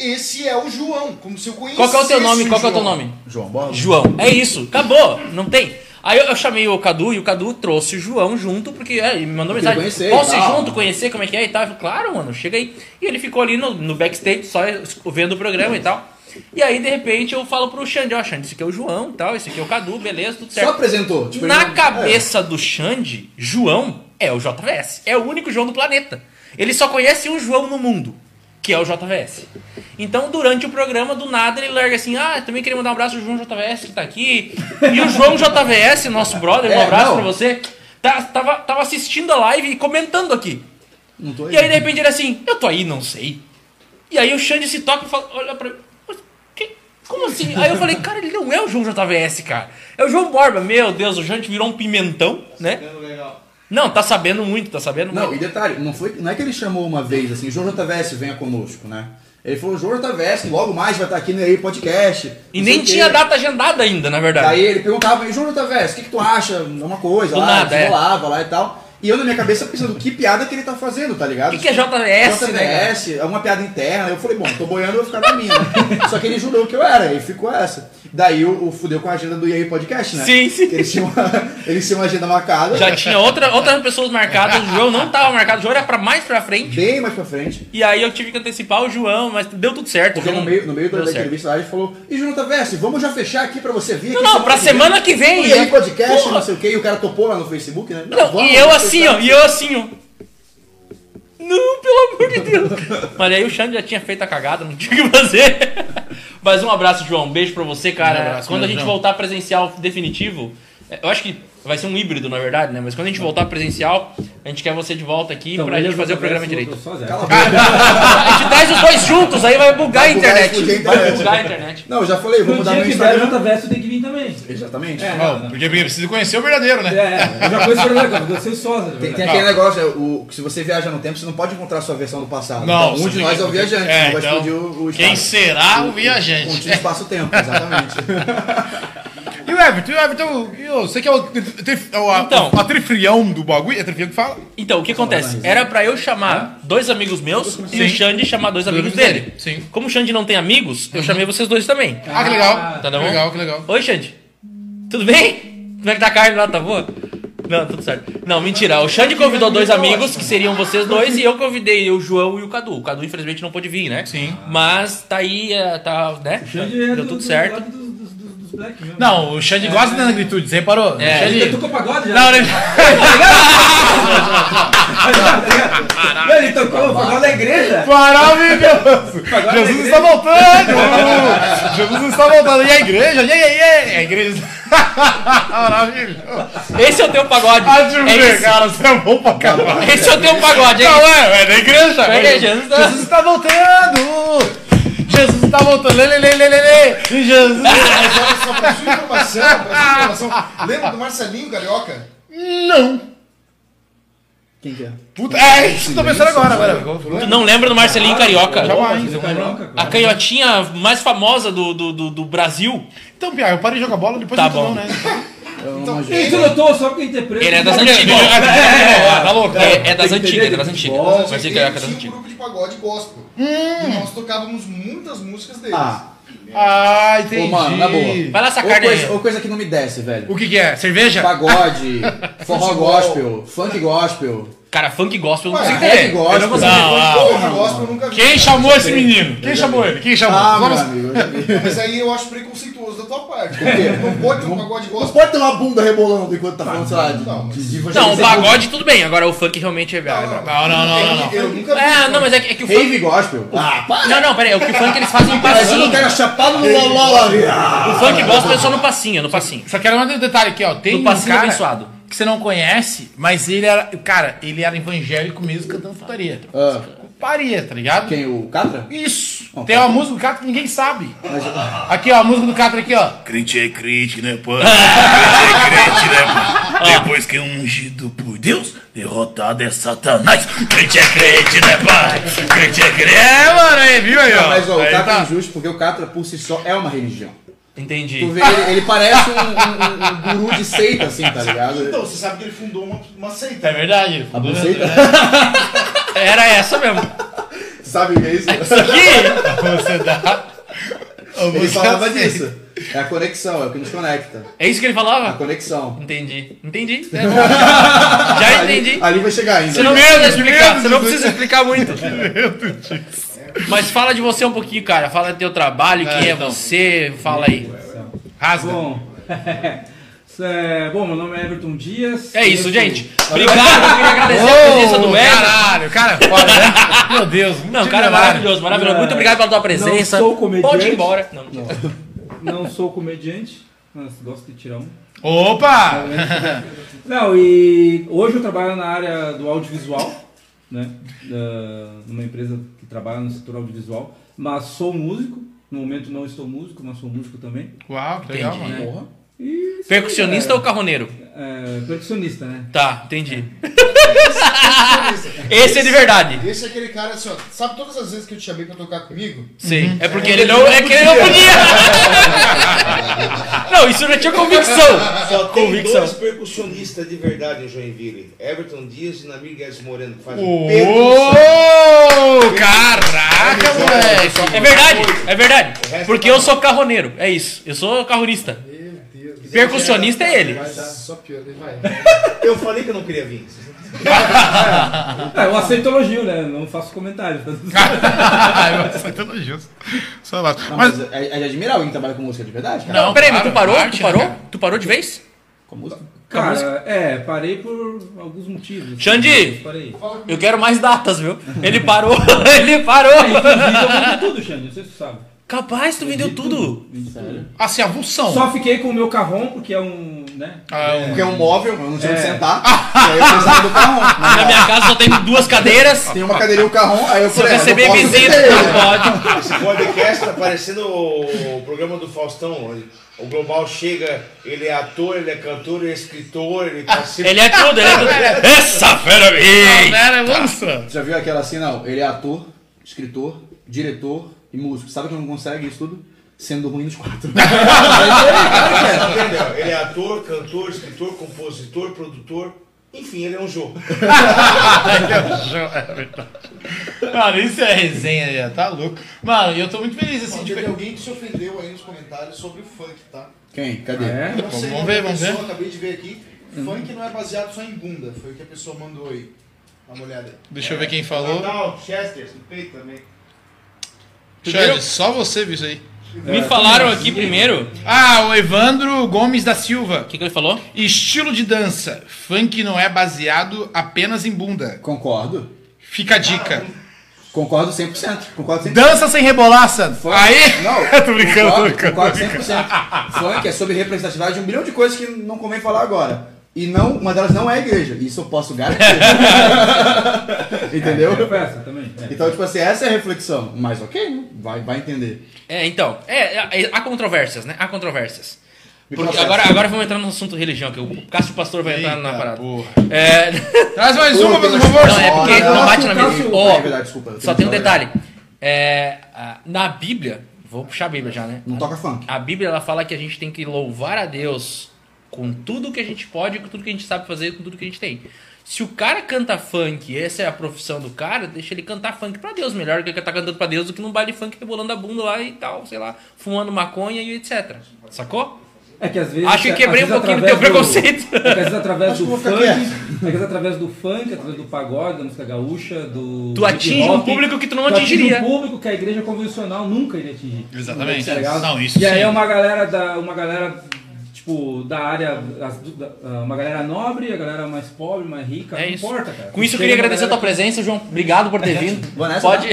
Speaker 1: Esse é o João, como se eu conhecesse.
Speaker 2: Qual que é o teu nome?
Speaker 1: o
Speaker 2: Qual que é o teu
Speaker 1: João.
Speaker 2: nome?
Speaker 4: João Borba.
Speaker 2: João. É isso, acabou, não tem. Aí eu, eu chamei o Cadu e o Cadu trouxe o João junto, porque é, ele me mandou
Speaker 4: Porque
Speaker 2: mensagem.
Speaker 4: conhecer e
Speaker 2: Posso ir
Speaker 4: tal."
Speaker 2: junto, conhecer como é que é e tal? Eu falei, claro, mano, chega aí. E ele ficou ali no, no backstage, só es- vendo o programa e tal. E aí, de repente, eu falo pro Xande, ó, Xande, esse aqui é o João e tal, esse aqui é o Cadu, beleza, tudo
Speaker 4: Só
Speaker 2: certo.
Speaker 4: apresentou. tipo, ele
Speaker 2: Na
Speaker 4: não-
Speaker 2: cabeça do Xande, João é o JVS. É o único João do planeta. Ele só conhece um João no mundo, que é o JVS. Então, durante o programa, do nada, ele larga assim: Ah, também queria mandar um abraço ao João JVS que tá aqui. E o João JVS, nosso brother, um
Speaker 4: É,
Speaker 2: abraço
Speaker 4: não.
Speaker 2: pra você. Tá- tava, tava assistindo a live e comentando aqui.
Speaker 4: É, não tô aí.
Speaker 2: E aí, de repente, ele assim, eu tô aí, não sei. E aí o Xande se toca e fala, olha pra mim, "Mas que- como assim? Aí eu falei, cara, ele não é o João JVS, cara. É o João Borba. Meu Deus, o Xande virou um pimentão, né?
Speaker 3: Legal.
Speaker 2: Não, tá sabendo muito, tá sabendo
Speaker 4: Não, e
Speaker 2: muito.
Speaker 4: detalhe, não, foi, não é que ele chamou uma vez assim, João JVS, venha conosco, né? Ele falou, João JVS, logo mais vai estar aqui no aí podcast.
Speaker 2: E
Speaker 4: não sei
Speaker 2: nem
Speaker 4: o quê.
Speaker 2: tinha data agendada ainda, na verdade.
Speaker 4: Daí ele perguntava, e João JVS, o que, que tu acha? É Uma coisa,
Speaker 2: Tá. Do
Speaker 4: lá,
Speaker 2: nada, é.
Speaker 4: desenrolava lá e tal. E eu na minha cabeça pensando, que piada que ele tá fazendo, tá ligado?
Speaker 2: O que, que é JVS, né? cara?
Speaker 4: JVS, é uma piada interna. Eu falei, bom, tô boiando, eu vou ficar na minha. Só que ele jurou que eu era, e ficou essa. Daí o, o fudeu com a agenda do EA Podcast, né?
Speaker 2: Sim, sim.
Speaker 4: Que Eles tinham uma, eles tinham uma agenda marcada,
Speaker 2: Já tinha outra, outras pessoas marcadas, o João não tava marcado, o João era pra mais pra frente.
Speaker 4: bem mais pra frente.
Speaker 2: E aí eu tive que antecipar o João, mas deu tudo certo.
Speaker 4: Porque
Speaker 2: o João
Speaker 4: no meio, no meio da,
Speaker 2: deu
Speaker 4: da
Speaker 2: certo.
Speaker 4: entrevista lá ele falou, e Jonathan Veste, vamos já fechar aqui pra você vir
Speaker 2: Não,
Speaker 4: aqui.
Speaker 2: não, pra semana que vem. né?
Speaker 4: E aí podcast,
Speaker 2: Porra.
Speaker 4: não sei o que, e o cara topou lá no Facebook, né?
Speaker 2: Não,
Speaker 4: vamos,
Speaker 2: e eu
Speaker 4: vamos
Speaker 2: assim,
Speaker 4: fechar.
Speaker 2: ó, e eu assim, ó. Não, pelo amor de Deus. Mas aí o Xande já tinha feito a cagada, não tinha o que fazer. Mas um abraço, João. Um beijo pra você, cara.
Speaker 7: Um abraço,
Speaker 2: quando a
Speaker 7: meu
Speaker 2: gente
Speaker 7: João.
Speaker 2: voltar presencial definitivo, é, eu acho que vai ser um híbrido, na verdade, né? Mas quando a gente voltar presencial, a gente quer você de volta aqui pra gente fazer o programa direito.
Speaker 4: Cala a boca,
Speaker 2: A gente traz os dois juntos, aí vai bugar a
Speaker 4: Vai bugar,
Speaker 2: internet.
Speaker 4: explodir a
Speaker 2: Vai
Speaker 4: internet.
Speaker 2: bugar a internet.
Speaker 4: Não, eu já falei, vou
Speaker 6: No
Speaker 4: mudar
Speaker 6: dia
Speaker 4: meu
Speaker 6: que der Jonathan
Speaker 4: Instagram.
Speaker 6: Verso tem que vir também.
Speaker 4: Exatamente.
Speaker 7: Bom, porque precisa conhecer o verdadeiro, né?
Speaker 6: É, eu já conheço o Fernando, eu conheci o Sosa.
Speaker 4: Tem, tem aquele negócio, é, o, que se você viaja no tempo, você não pode encontrar a sua versão do passado.
Speaker 7: Não,
Speaker 4: então, um
Speaker 7: você
Speaker 4: de
Speaker 7: tem
Speaker 4: nós
Speaker 7: que-
Speaker 4: é o viajante,
Speaker 7: é,
Speaker 4: não vai
Speaker 7: então,
Speaker 4: explodir o, o
Speaker 7: Quem
Speaker 4: espaço.
Speaker 7: será o
Speaker 4: Contigo
Speaker 7: viajante?
Speaker 4: espaço-tempo, exatamente.
Speaker 7: E o Everton, e o Everton, e o- você que é o, tri- tri- o- a,
Speaker 2: Então.
Speaker 7: a trifrião do bagulho, é trifrião que fala?
Speaker 2: Então, o que acontece? Era pra eu chamar dois amigos meus e o
Speaker 7: Sim.
Speaker 2: Xande chamar dois amigos
Speaker 7: amigos
Speaker 2: dele.
Speaker 7: dele, sim. Uhum.
Speaker 2: Como o Xande não tem amigos, eu chamei vocês dois também.
Speaker 7: Ah, que legal.
Speaker 2: Tá bom?
Speaker 7: Que legal, que legal.
Speaker 2: Oi, Xande. Tudo bem? Como é que tá a carne lá? Tá boa? Não, tudo certo. Não, mentira. O Xande convidou dois amigos, que seriam vocês dois, e eu convidei o João e o Cadu. O Cadu, infelizmente, não pôde vir, né?
Speaker 7: Sim. é
Speaker 2: Mas tá aí, eh, tá, né? Deu tudo certo.
Speaker 7: Não, o Xande gosta da negritude, você reparou?
Speaker 2: É.
Speaker 7: O Xande-
Speaker 6: Ele tocou pagode já?
Speaker 7: Não, ele...
Speaker 6: Não, ele tocou pagode da igreja?
Speaker 7: Maravilhoso!
Speaker 6: Agora
Speaker 7: Jesus
Speaker 6: na
Speaker 7: está voltando! Jesus está voltando! E a igreja? E aí, e aí? A igreja... Maravilhoso!
Speaker 2: Esse é o teu pagode.
Speaker 7: Ah, deixa eu
Speaker 2: É
Speaker 7: ver,
Speaker 2: esse.
Speaker 7: cara, você é bom pra caralho!
Speaker 2: Esse é o teu pagode, hein?
Speaker 7: Não, é, é da igreja!
Speaker 2: É, Jesus tá-
Speaker 7: Jesus está voltando! Jesus está voltando! Lê, lê, lê, lê, lê, lê. E Jesus...
Speaker 1: Só, só pra sua informação, pra sua informação. Lembra do Marcelinho Carioca?
Speaker 7: Não!
Speaker 4: Quem que é?
Speaker 7: Puta, é isso que eu tô pensando agora, agora.
Speaker 2: Tu não lembra do Marcelinho Carioca?
Speaker 7: Jamais. eu não lembro.
Speaker 2: A canhotinha mais famosa do, do, do, do Brasil.
Speaker 7: Então, Pia, eu parei de jogar bola, depois
Speaker 2: Tá
Speaker 7: eu tô
Speaker 2: bom.
Speaker 7: não, né?
Speaker 4: Eu não imagino.
Speaker 6: Ele notou só porque interpreta.
Speaker 2: Ele é das
Speaker 6: Não,
Speaker 2: antigas.
Speaker 7: é, é, é,
Speaker 2: Tá louco? É é das
Speaker 6: tem que
Speaker 2: antigas, é
Speaker 6: entender
Speaker 2: das
Speaker 6: de
Speaker 2: antigas.
Speaker 6: futebol,
Speaker 2: Marcelinho
Speaker 1: Ele
Speaker 2: Carioca é das
Speaker 1: tinha um
Speaker 2: antigas.
Speaker 1: grupo de pagode gospel. E nós tocávamos muitas músicas deles.
Speaker 4: Ah,
Speaker 7: Ah, entendi.
Speaker 4: pô, mano, na boa.
Speaker 2: Vai lá essa
Speaker 4: ou
Speaker 2: carne
Speaker 4: coisa,
Speaker 2: aí.
Speaker 4: ou coisa que não me desce, velho.
Speaker 7: O que que é? Cerveja?
Speaker 4: Pagode, forró gospel, funk gospel,
Speaker 2: Cara, funk gospel eu não
Speaker 1: Ué,
Speaker 2: consigo
Speaker 4: rap
Speaker 2: entender.
Speaker 4: gospel.
Speaker 7: não consigo- Não, ah,
Speaker 1: Porra, gospel eu nunca vi.
Speaker 7: Quem chamou esse menino? Quem chamou ele? Quem chamou?
Speaker 4: Ah,
Speaker 7: Vamos-
Speaker 4: meu amigo, eu já vi.
Speaker 1: Mas aí eu acho preconceituoso da tua parte.
Speaker 4: quê?
Speaker 1: Não pode ter um pagode
Speaker 4: Não
Speaker 1: gospel.
Speaker 4: pode ter uma bunda rebolando enquanto tá falando, sei lá, de,
Speaker 1: não, mas-
Speaker 4: de, de
Speaker 2: Não, o
Speaker 4: de-
Speaker 2: pagode tudo bem, agora o funk realmente é.
Speaker 7: Não, não, não, não, não.
Speaker 1: Eu nunca vi.
Speaker 2: Ah, não, mas é que, é que o funk.
Speaker 4: Rave gospel. Ah, para!
Speaker 2: Não, não, pera aí, o que o funk eles fazem no
Speaker 4: Imagina o
Speaker 2: passinho.
Speaker 4: cara chapado no loló lá, viu?
Speaker 2: O funk gospel é só no passinho, é no passinho.
Speaker 7: Só quero mandar um detalhe aqui, ó. Tem
Speaker 2: No
Speaker 7: um
Speaker 2: passinho
Speaker 7: cara
Speaker 2: abençoado.
Speaker 7: que você não conhece, mas ele era. Cara, ele era evangélico mesmo cantando putaria.
Speaker 4: Ah,
Speaker 7: Putaria, tá ligado?
Speaker 4: quem, o Catra?
Speaker 7: Isso!
Speaker 4: Não, tá
Speaker 7: Tem uma música do Catra que ninguém sabe. Aqui, ó, a música do Catra aqui, ó.
Speaker 9: Crente é crente, né, pô? Crente é crente, né, pô? Depois que é ungido por Deus, derrotado é Satanás. Crente é crente, né, pai? Crente é crente.
Speaker 7: É, mano, aí, viu aí, ó.
Speaker 4: Mas ó, o
Speaker 7: Aí
Speaker 4: Catra é
Speaker 7: tá.
Speaker 4: injusto porque o Catra por si só é uma religião. Tu
Speaker 2: Entendi.
Speaker 4: vê, ele, ele parece um, um- um- um guru de seita, assim, tá ligado?
Speaker 1: Então, você sabe que ele
Speaker 3: né?
Speaker 1: fundou uma, uma seita.
Speaker 7: É verdade.
Speaker 4: A buceita?
Speaker 2: Era essa mesmo.
Speaker 4: Sabe o que é isso?
Speaker 7: Você dá.
Speaker 4: Ele falava disso. É a conexão, é o que nos conecta.
Speaker 2: É isso que ele
Speaker 4: A
Speaker 2: falava?
Speaker 4: conexão.
Speaker 2: Entendi. Entendi. É bom. Já entendi.
Speaker 4: Ali, ali vai chegar ainda.
Speaker 2: Você não precisa explicar, você não precisa explicar muito. Mas fala de você um pouquinho, cara. Fala do teu trabalho, quem é você, fala aí.
Speaker 7: Rasga.
Speaker 6: Bom, é, bom, meu nome é Everton Dias.
Speaker 2: É isso,
Speaker 6: Eu-
Speaker 2: gente. Obrigado, eu queria agradecer a presença do Everton.
Speaker 7: Caralho, cara, foda, né? Meu Deus.
Speaker 2: Não, o cara é maravilhoso, maravilhoso. Muito obrigado pela tua presença.
Speaker 6: sou comediante.
Speaker 2: Pode ir embora. Não, não.
Speaker 6: Não sou comediante, mas gosto de tirar um.
Speaker 7: Opa!
Speaker 6: Não, e hoje eu trabalho na área do audiovisual, né? da- numa empresa que trabalha no setor audiovisual, mas sou músico. No momento não estou músico, mas sou músico também.
Speaker 7: Uau, que legal,
Speaker 2: Entendi.
Speaker 7: mano.
Speaker 6: Porra. E
Speaker 2: Percussionista ou carroneiro?
Speaker 6: é, percussionista, né?
Speaker 2: Tá, entendi. Esse é de verdade.
Speaker 1: Esse é aquele cara assim, ó. Sabe todas as vezes que eu te chamei pra tocar comigo?
Speaker 2: Sim. É porque ele não. É que ele não podia! Não, isso já tinha
Speaker 6: Ah,
Speaker 2: convicção.
Speaker 3: Só tem
Speaker 2: Convicção.
Speaker 3: dois percussionistas de verdade em Joinville. Everton Dias e Namir Guedes Moreno, que fazem percussão.
Speaker 7: Ô, caraca, moleque.
Speaker 2: É verdade, é verdade. Porque eu sou carroneiro, é isso. Eu sou carronista.
Speaker 1: Meu Deus.
Speaker 2: Percussionista é ele.
Speaker 1: Vai dar Ah, só pior, ele vai.
Speaker 3: Eu falei que eu não queria vir.
Speaker 6: Ah, eu aceito elogio, né? Não faço comentários.
Speaker 7: Ai, Foi todo justo. Só lá.
Speaker 4: Não,
Speaker 7: Mas,
Speaker 4: mas é, é de admirar alguém que trabalha com música de verdade, cara.
Speaker 2: Não, peraí, mas tu
Speaker 7: claro,
Speaker 2: parou?
Speaker 7: arte,
Speaker 2: Tu parou?
Speaker 7: né, cara?
Speaker 2: Tu parou de vez?
Speaker 4: Com música.
Speaker 6: Cara, é, parei por alguns motivos. assim,
Speaker 2: Xandi!
Speaker 6: Parei.
Speaker 2: Eu quero mais datas, viu? Ele parou, ele parou.
Speaker 6: Vendi tudo, Xande, não sei se tu sabe.
Speaker 2: Capaz, tu vendeu tudo.
Speaker 6: Vendi tudo.
Speaker 7: assim, avulsão.
Speaker 6: Só fiquei com o meu carrão, porque é um. né?
Speaker 7: Ah, um-
Speaker 4: Porque é um móvel, eu não tinha onde
Speaker 6: É.
Speaker 4: sentar. e aí eu precisava do carrão.
Speaker 2: Na minha casa só tem duas cadeiras.
Speaker 4: Tem uma cadeirinha e o carrão, aí eu
Speaker 2: Se eu
Speaker 4: falei, ah,
Speaker 2: receber
Speaker 4: não posso
Speaker 2: visita,
Speaker 4: ter ele.
Speaker 2: não pode.
Speaker 3: Esse podcast tá parecendo o, o programa do Faustão. onde O Global chega, ele é ator, ele é cantor, ele é escritor, ele participa.
Speaker 2: Ele é tudo, ele é tudo. Essa fera é aí!
Speaker 7: Galera, lança.
Speaker 4: Já viu aquela assim, não? Ele é ator, escritor, diretor e músico. Sabe que não consegue isso tudo? Sendo ruim nos quatro.
Speaker 3: Entendeu? Ele é ator, cantor, escritor, compositor, produtor. Enfim, ele é um jogo.
Speaker 7: É verdade. Mano, isso é resenha já, tá louco. Mano, eu tô muito feliz assim. de-
Speaker 1: Teve alguém que se ofendeu aí nos comentários sobre o funk, tá?
Speaker 4: Quem? Cadê?
Speaker 6: É.
Speaker 1: Eu sei,
Speaker 7: vamos ver,
Speaker 1: uma
Speaker 7: vamos
Speaker 1: pessoa,
Speaker 7: ver.
Speaker 1: Acabei de ver aqui. Funk não é baseado só em bunda. Foi o que a pessoa mandou aí. Dá uma olhada aí.
Speaker 7: Deixa eu ver quem falou.
Speaker 3: Não, Chester, no peito também.
Speaker 7: Xande, só você viu isso aí.
Speaker 4: É.
Speaker 2: Me falaram aqui primeiro. O
Speaker 7: Ah, o Evandro Gomes da Silva.
Speaker 2: que, que ele falou?
Speaker 7: Estilo de dança. Funk não é baseado apenas em bunda.
Speaker 4: Concordo.
Speaker 7: Fica a dica.
Speaker 4: Concordo 100%. Concordo 100%.
Speaker 7: Dança sem rebolar, Santo. Aí!
Speaker 4: Não,
Speaker 7: tô brincando, tô
Speaker 4: concordo,
Speaker 7: brincando.
Speaker 4: concordo 100%. Funk é sobre representatividade de um milhão de coisas que não convém falar agora. E não, uma delas não é a igreja. Isso eu posso garantir. Entendeu?
Speaker 6: Eu peço também. é.
Speaker 4: Então, tipo assim, essa é a reflexão. Mas ok, né? vai, vai entender.
Speaker 2: É, então. É, é, há controvérsias, né? Há controvérsias.
Speaker 4: Me
Speaker 2: Porque
Speaker 4: processa.
Speaker 2: agora, agora vamos entrar no assunto religião, que o Cássio Pastor vai entrar na
Speaker 7: Eita,
Speaker 2: parada.
Speaker 7: porra.
Speaker 2: É,
Speaker 7: Traz mais
Speaker 4: Pô,
Speaker 7: uma,
Speaker 4: tem
Speaker 7: por
Speaker 4: mais-
Speaker 7: favor.
Speaker 2: não, é porque
Speaker 4: Olha,
Speaker 2: não bate na
Speaker 6: Cássio-
Speaker 2: mesa.
Speaker 4: Ah, é
Speaker 2: Ó,
Speaker 4: verdade, desculpa. eu
Speaker 2: só tem
Speaker 4: tenho
Speaker 2: um
Speaker 4: que
Speaker 2: detalhe. É, a- na Bíblia, vou puxar a Bíblia já, né?
Speaker 4: Não tá toca funk.
Speaker 2: A Bíblia ela fala que a gente tem que louvar a Deus com tudo que a gente pode, com tudo que a gente sabe fazer, com tudo que a gente tem. Se o cara canta funk, e essa é a profissão do cara, deixa ele cantar funk pra Deus, melhor que ele tá cantando pra Deus do que num baile funk rebolando a bunda lá e tal, sei lá, fumando maconha e etc. Sacou?
Speaker 6: É que às vezes.
Speaker 2: Acho que
Speaker 6: às
Speaker 2: quebrei
Speaker 6: vezes
Speaker 2: um pouquinho do teu
Speaker 6: através
Speaker 2: preconceito.
Speaker 6: É que às vezes através
Speaker 4: Acho
Speaker 6: do
Speaker 4: que vou ficar
Speaker 6: funk.
Speaker 4: quieto.
Speaker 6: É que às vezes através do funk, através do pagode, da música gaúcha, do.
Speaker 2: Tu
Speaker 6: hip
Speaker 2: atinge
Speaker 6: hop,
Speaker 2: um público que tu não
Speaker 6: tu atinge
Speaker 2: atingiria.
Speaker 6: um público que a igreja convencional nunca iria atingir.
Speaker 7: Exatamente.
Speaker 6: Tá ligado?
Speaker 7: Não, isso
Speaker 6: E aí
Speaker 7: sim.
Speaker 6: é uma galera da. Uma galera, tipo, da área. as du- da- ah, Uma galera nobre, a galera mais pobre, mais rica.
Speaker 2: É
Speaker 6: não
Speaker 2: isso.
Speaker 6: importa, cara.
Speaker 2: Com isso eu
Speaker 6: Tem
Speaker 2: queria
Speaker 6: uma
Speaker 2: agradecer a tua
Speaker 6: galera-
Speaker 2: presença, João. Obrigado por ter vindo.
Speaker 4: Boa nessa, né?
Speaker 2: Pode.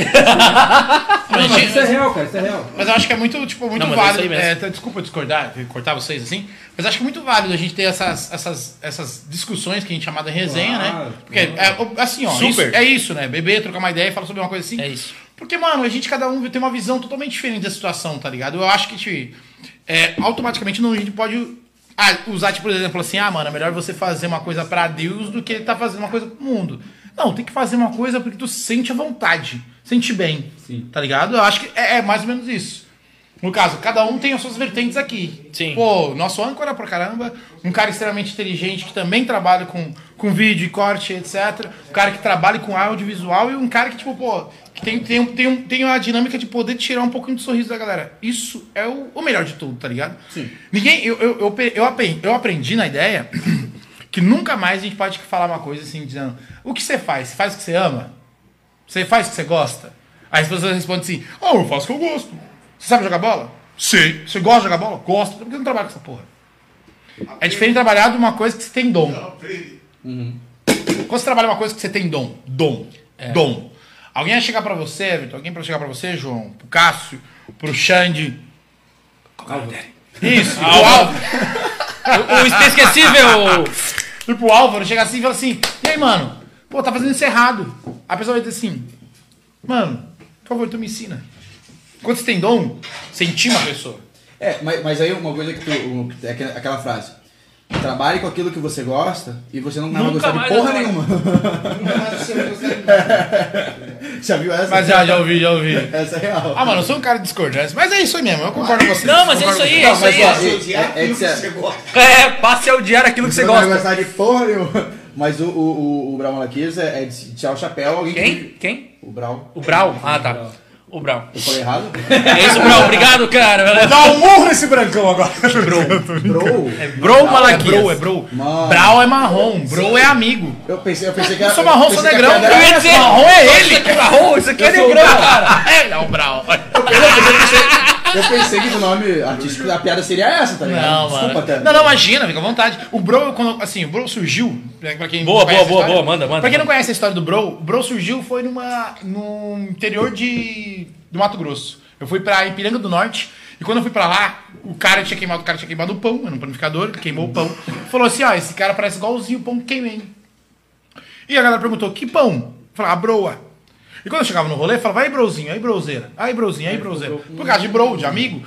Speaker 7: Mas,
Speaker 6: Não, mas isso é
Speaker 7: gente,
Speaker 6: real, cara, isso é real.
Speaker 7: Mas eu acho que é muito, tipo, muito
Speaker 2: Não, mas é isso aí
Speaker 7: válido.
Speaker 2: mesmo.
Speaker 7: é, tá, desculpa discordar, cortar vocês assim. Mas acho que é muito válido a gente ter essas, essas, essas discussões que a gente chama de resenha,
Speaker 6: Claro,
Speaker 7: né? Porque é, assim, ó,
Speaker 2: Super.
Speaker 7: isso- é isso, né? Beber, trocar uma ideia e falar sobre uma coisa assim.
Speaker 2: É isso.
Speaker 7: Porque, mano, a gente cada um tem uma visão totalmente diferente da situação, tá ligado? Eu acho que te, é, automaticamente não, a gente pode ah, usar, tipo, por exemplo, assim, ah, mano, é melhor você fazer uma coisa pra Deus do que ele tá fazendo uma coisa pro mundo. Não, tem que fazer uma coisa porque tu sente a vontade, sente bem,
Speaker 6: Sim.
Speaker 7: tá ligado? Eu acho que é, é mais ou menos isso. No caso, cada um tem as suas vertentes aqui.
Speaker 2: Sim.
Speaker 7: Pô, nosso âncora pra caramba, um cara extremamente inteligente que também trabalha com, com vídeo e corte, etc. Um cara que trabalha com audiovisual e um cara que, tipo, pô, que tem, tem, um- tem, um- tem uma dinâmica de poder tirar um pouquinho do sorriso da galera. Isso é o, o melhor de tudo, tá ligado? Sim. Ninguém. Eu, eu, eu, pe- eu, apen- eu aprendi na ideia que nunca mais a gente pode falar uma coisa assim, dizendo: o que você faz? Você faz o que você ama? Você faz o que você gosta? Aí as pessoas respondem assim: Ah, eu faço o que eu gosto. Você sabe jogar bola? Sei. Você gosta de jogar bola? Gosto. Então Por que eu não trabalho com essa porra? É diferente trabalhar de uma coisa que você tem dom. Quando você trabalha uma coisa que você tem dom, dom, dom. Alguém vai chegar pra você, Vitor, alguém pra chegar pra você, João, pro Cássio, pro Xande. Isso, pro Álvaro.
Speaker 2: O inesquecível.
Speaker 7: E pro Álvaro chega assim e fala assim: E aí, mano? Pô, tá fazendo isso errado. A pessoa vai dizer assim: Mano, por favor, tu me ensina. Quando você tem dom, você intima a pessoa.
Speaker 4: É, mas, mas aí uma coisa que tu. um- é aquela, aquela frase. Trabalhe com aquilo que você gosta e você não vai
Speaker 2: Nunca
Speaker 4: gostar de
Speaker 2: mais
Speaker 4: porra
Speaker 2: eu-
Speaker 4: nenhuma. Já viu essa?
Speaker 7: Mas já, já ouvi, já ouvi.
Speaker 4: Essa é real.
Speaker 7: Ah, mano, eu sou um cara discordante, mas é isso aí mesmo, eu concordo com você.
Speaker 2: Não, mas é isso aí, é isso
Speaker 4: mas
Speaker 2: aí.
Speaker 4: ó,
Speaker 2: é-
Speaker 4: é, é, é que você-
Speaker 2: É, passe a odiar aquilo que você
Speaker 4: Você não vai
Speaker 2: gosta.
Speaker 4: gostar de porra nenhuma. Mas o, o, o, o Brau Malaquias é, é de tirar o chapéu. Alguém
Speaker 2: Quem?
Speaker 4: que-
Speaker 2: Quem?
Speaker 4: O Brau.
Speaker 2: O Brau? Ah, tá. O Brau.
Speaker 4: Eu falei errado?
Speaker 2: É isso, Brau. Obrigado, cara. Valeu.
Speaker 7: Dá um murro nesse brancão agora.
Speaker 4: Bro.
Speaker 7: Bro Malaquias. É bro, é bro.
Speaker 4: Mano.
Speaker 7: Brau é marrom, bro é amigo.
Speaker 4: Eu pensei, eu pensei que
Speaker 7: Eu
Speaker 4: era.
Speaker 7: sou marrom, sou
Speaker 2: é
Speaker 4: pensei que a
Speaker 7: negrão.
Speaker 4: piada
Speaker 7: Eu
Speaker 4: era-
Speaker 7: ia dizer, marrom é ele.
Speaker 2: Brau, isso aqui é
Speaker 7: sou o
Speaker 2: negrão.
Speaker 7: É, não, Brau.
Speaker 4: Eu pensei que o nome artístico da piada seria essa, tá ligado?
Speaker 7: Não,
Speaker 4: Desculpa,
Speaker 7: mano.
Speaker 4: até.
Speaker 7: Não, não, imagina, fica à vontade. O Bro, quando, assim, o Bro surgiu. né, Pra quem
Speaker 2: Boa,
Speaker 7: não
Speaker 2: boa, boa,
Speaker 7: conhece a história-
Speaker 2: boa, manda, manda,
Speaker 7: Pra quem não
Speaker 2: manda.
Speaker 7: conhece a história do Bro, o Bro surgiu foi numa, no interior de, do Mato Grosso. Eu fui pra Ipiranga do Norte. E quando eu fui pra lá, o cara tinha queimado, o cara tinha queimado o pão, era um panificador, ele queimou o pão. Falou assim, ó, esse cara parece igualzinho o pão que queimei. E a galera perguntou, que pão? Eu Falava, "Ah, broa. E quando eu chegava no rolê, eu falava, aí, brozinho, aí, brozeira, aí, brozinho, aí, brozeira. Por causa de bro, de amigo.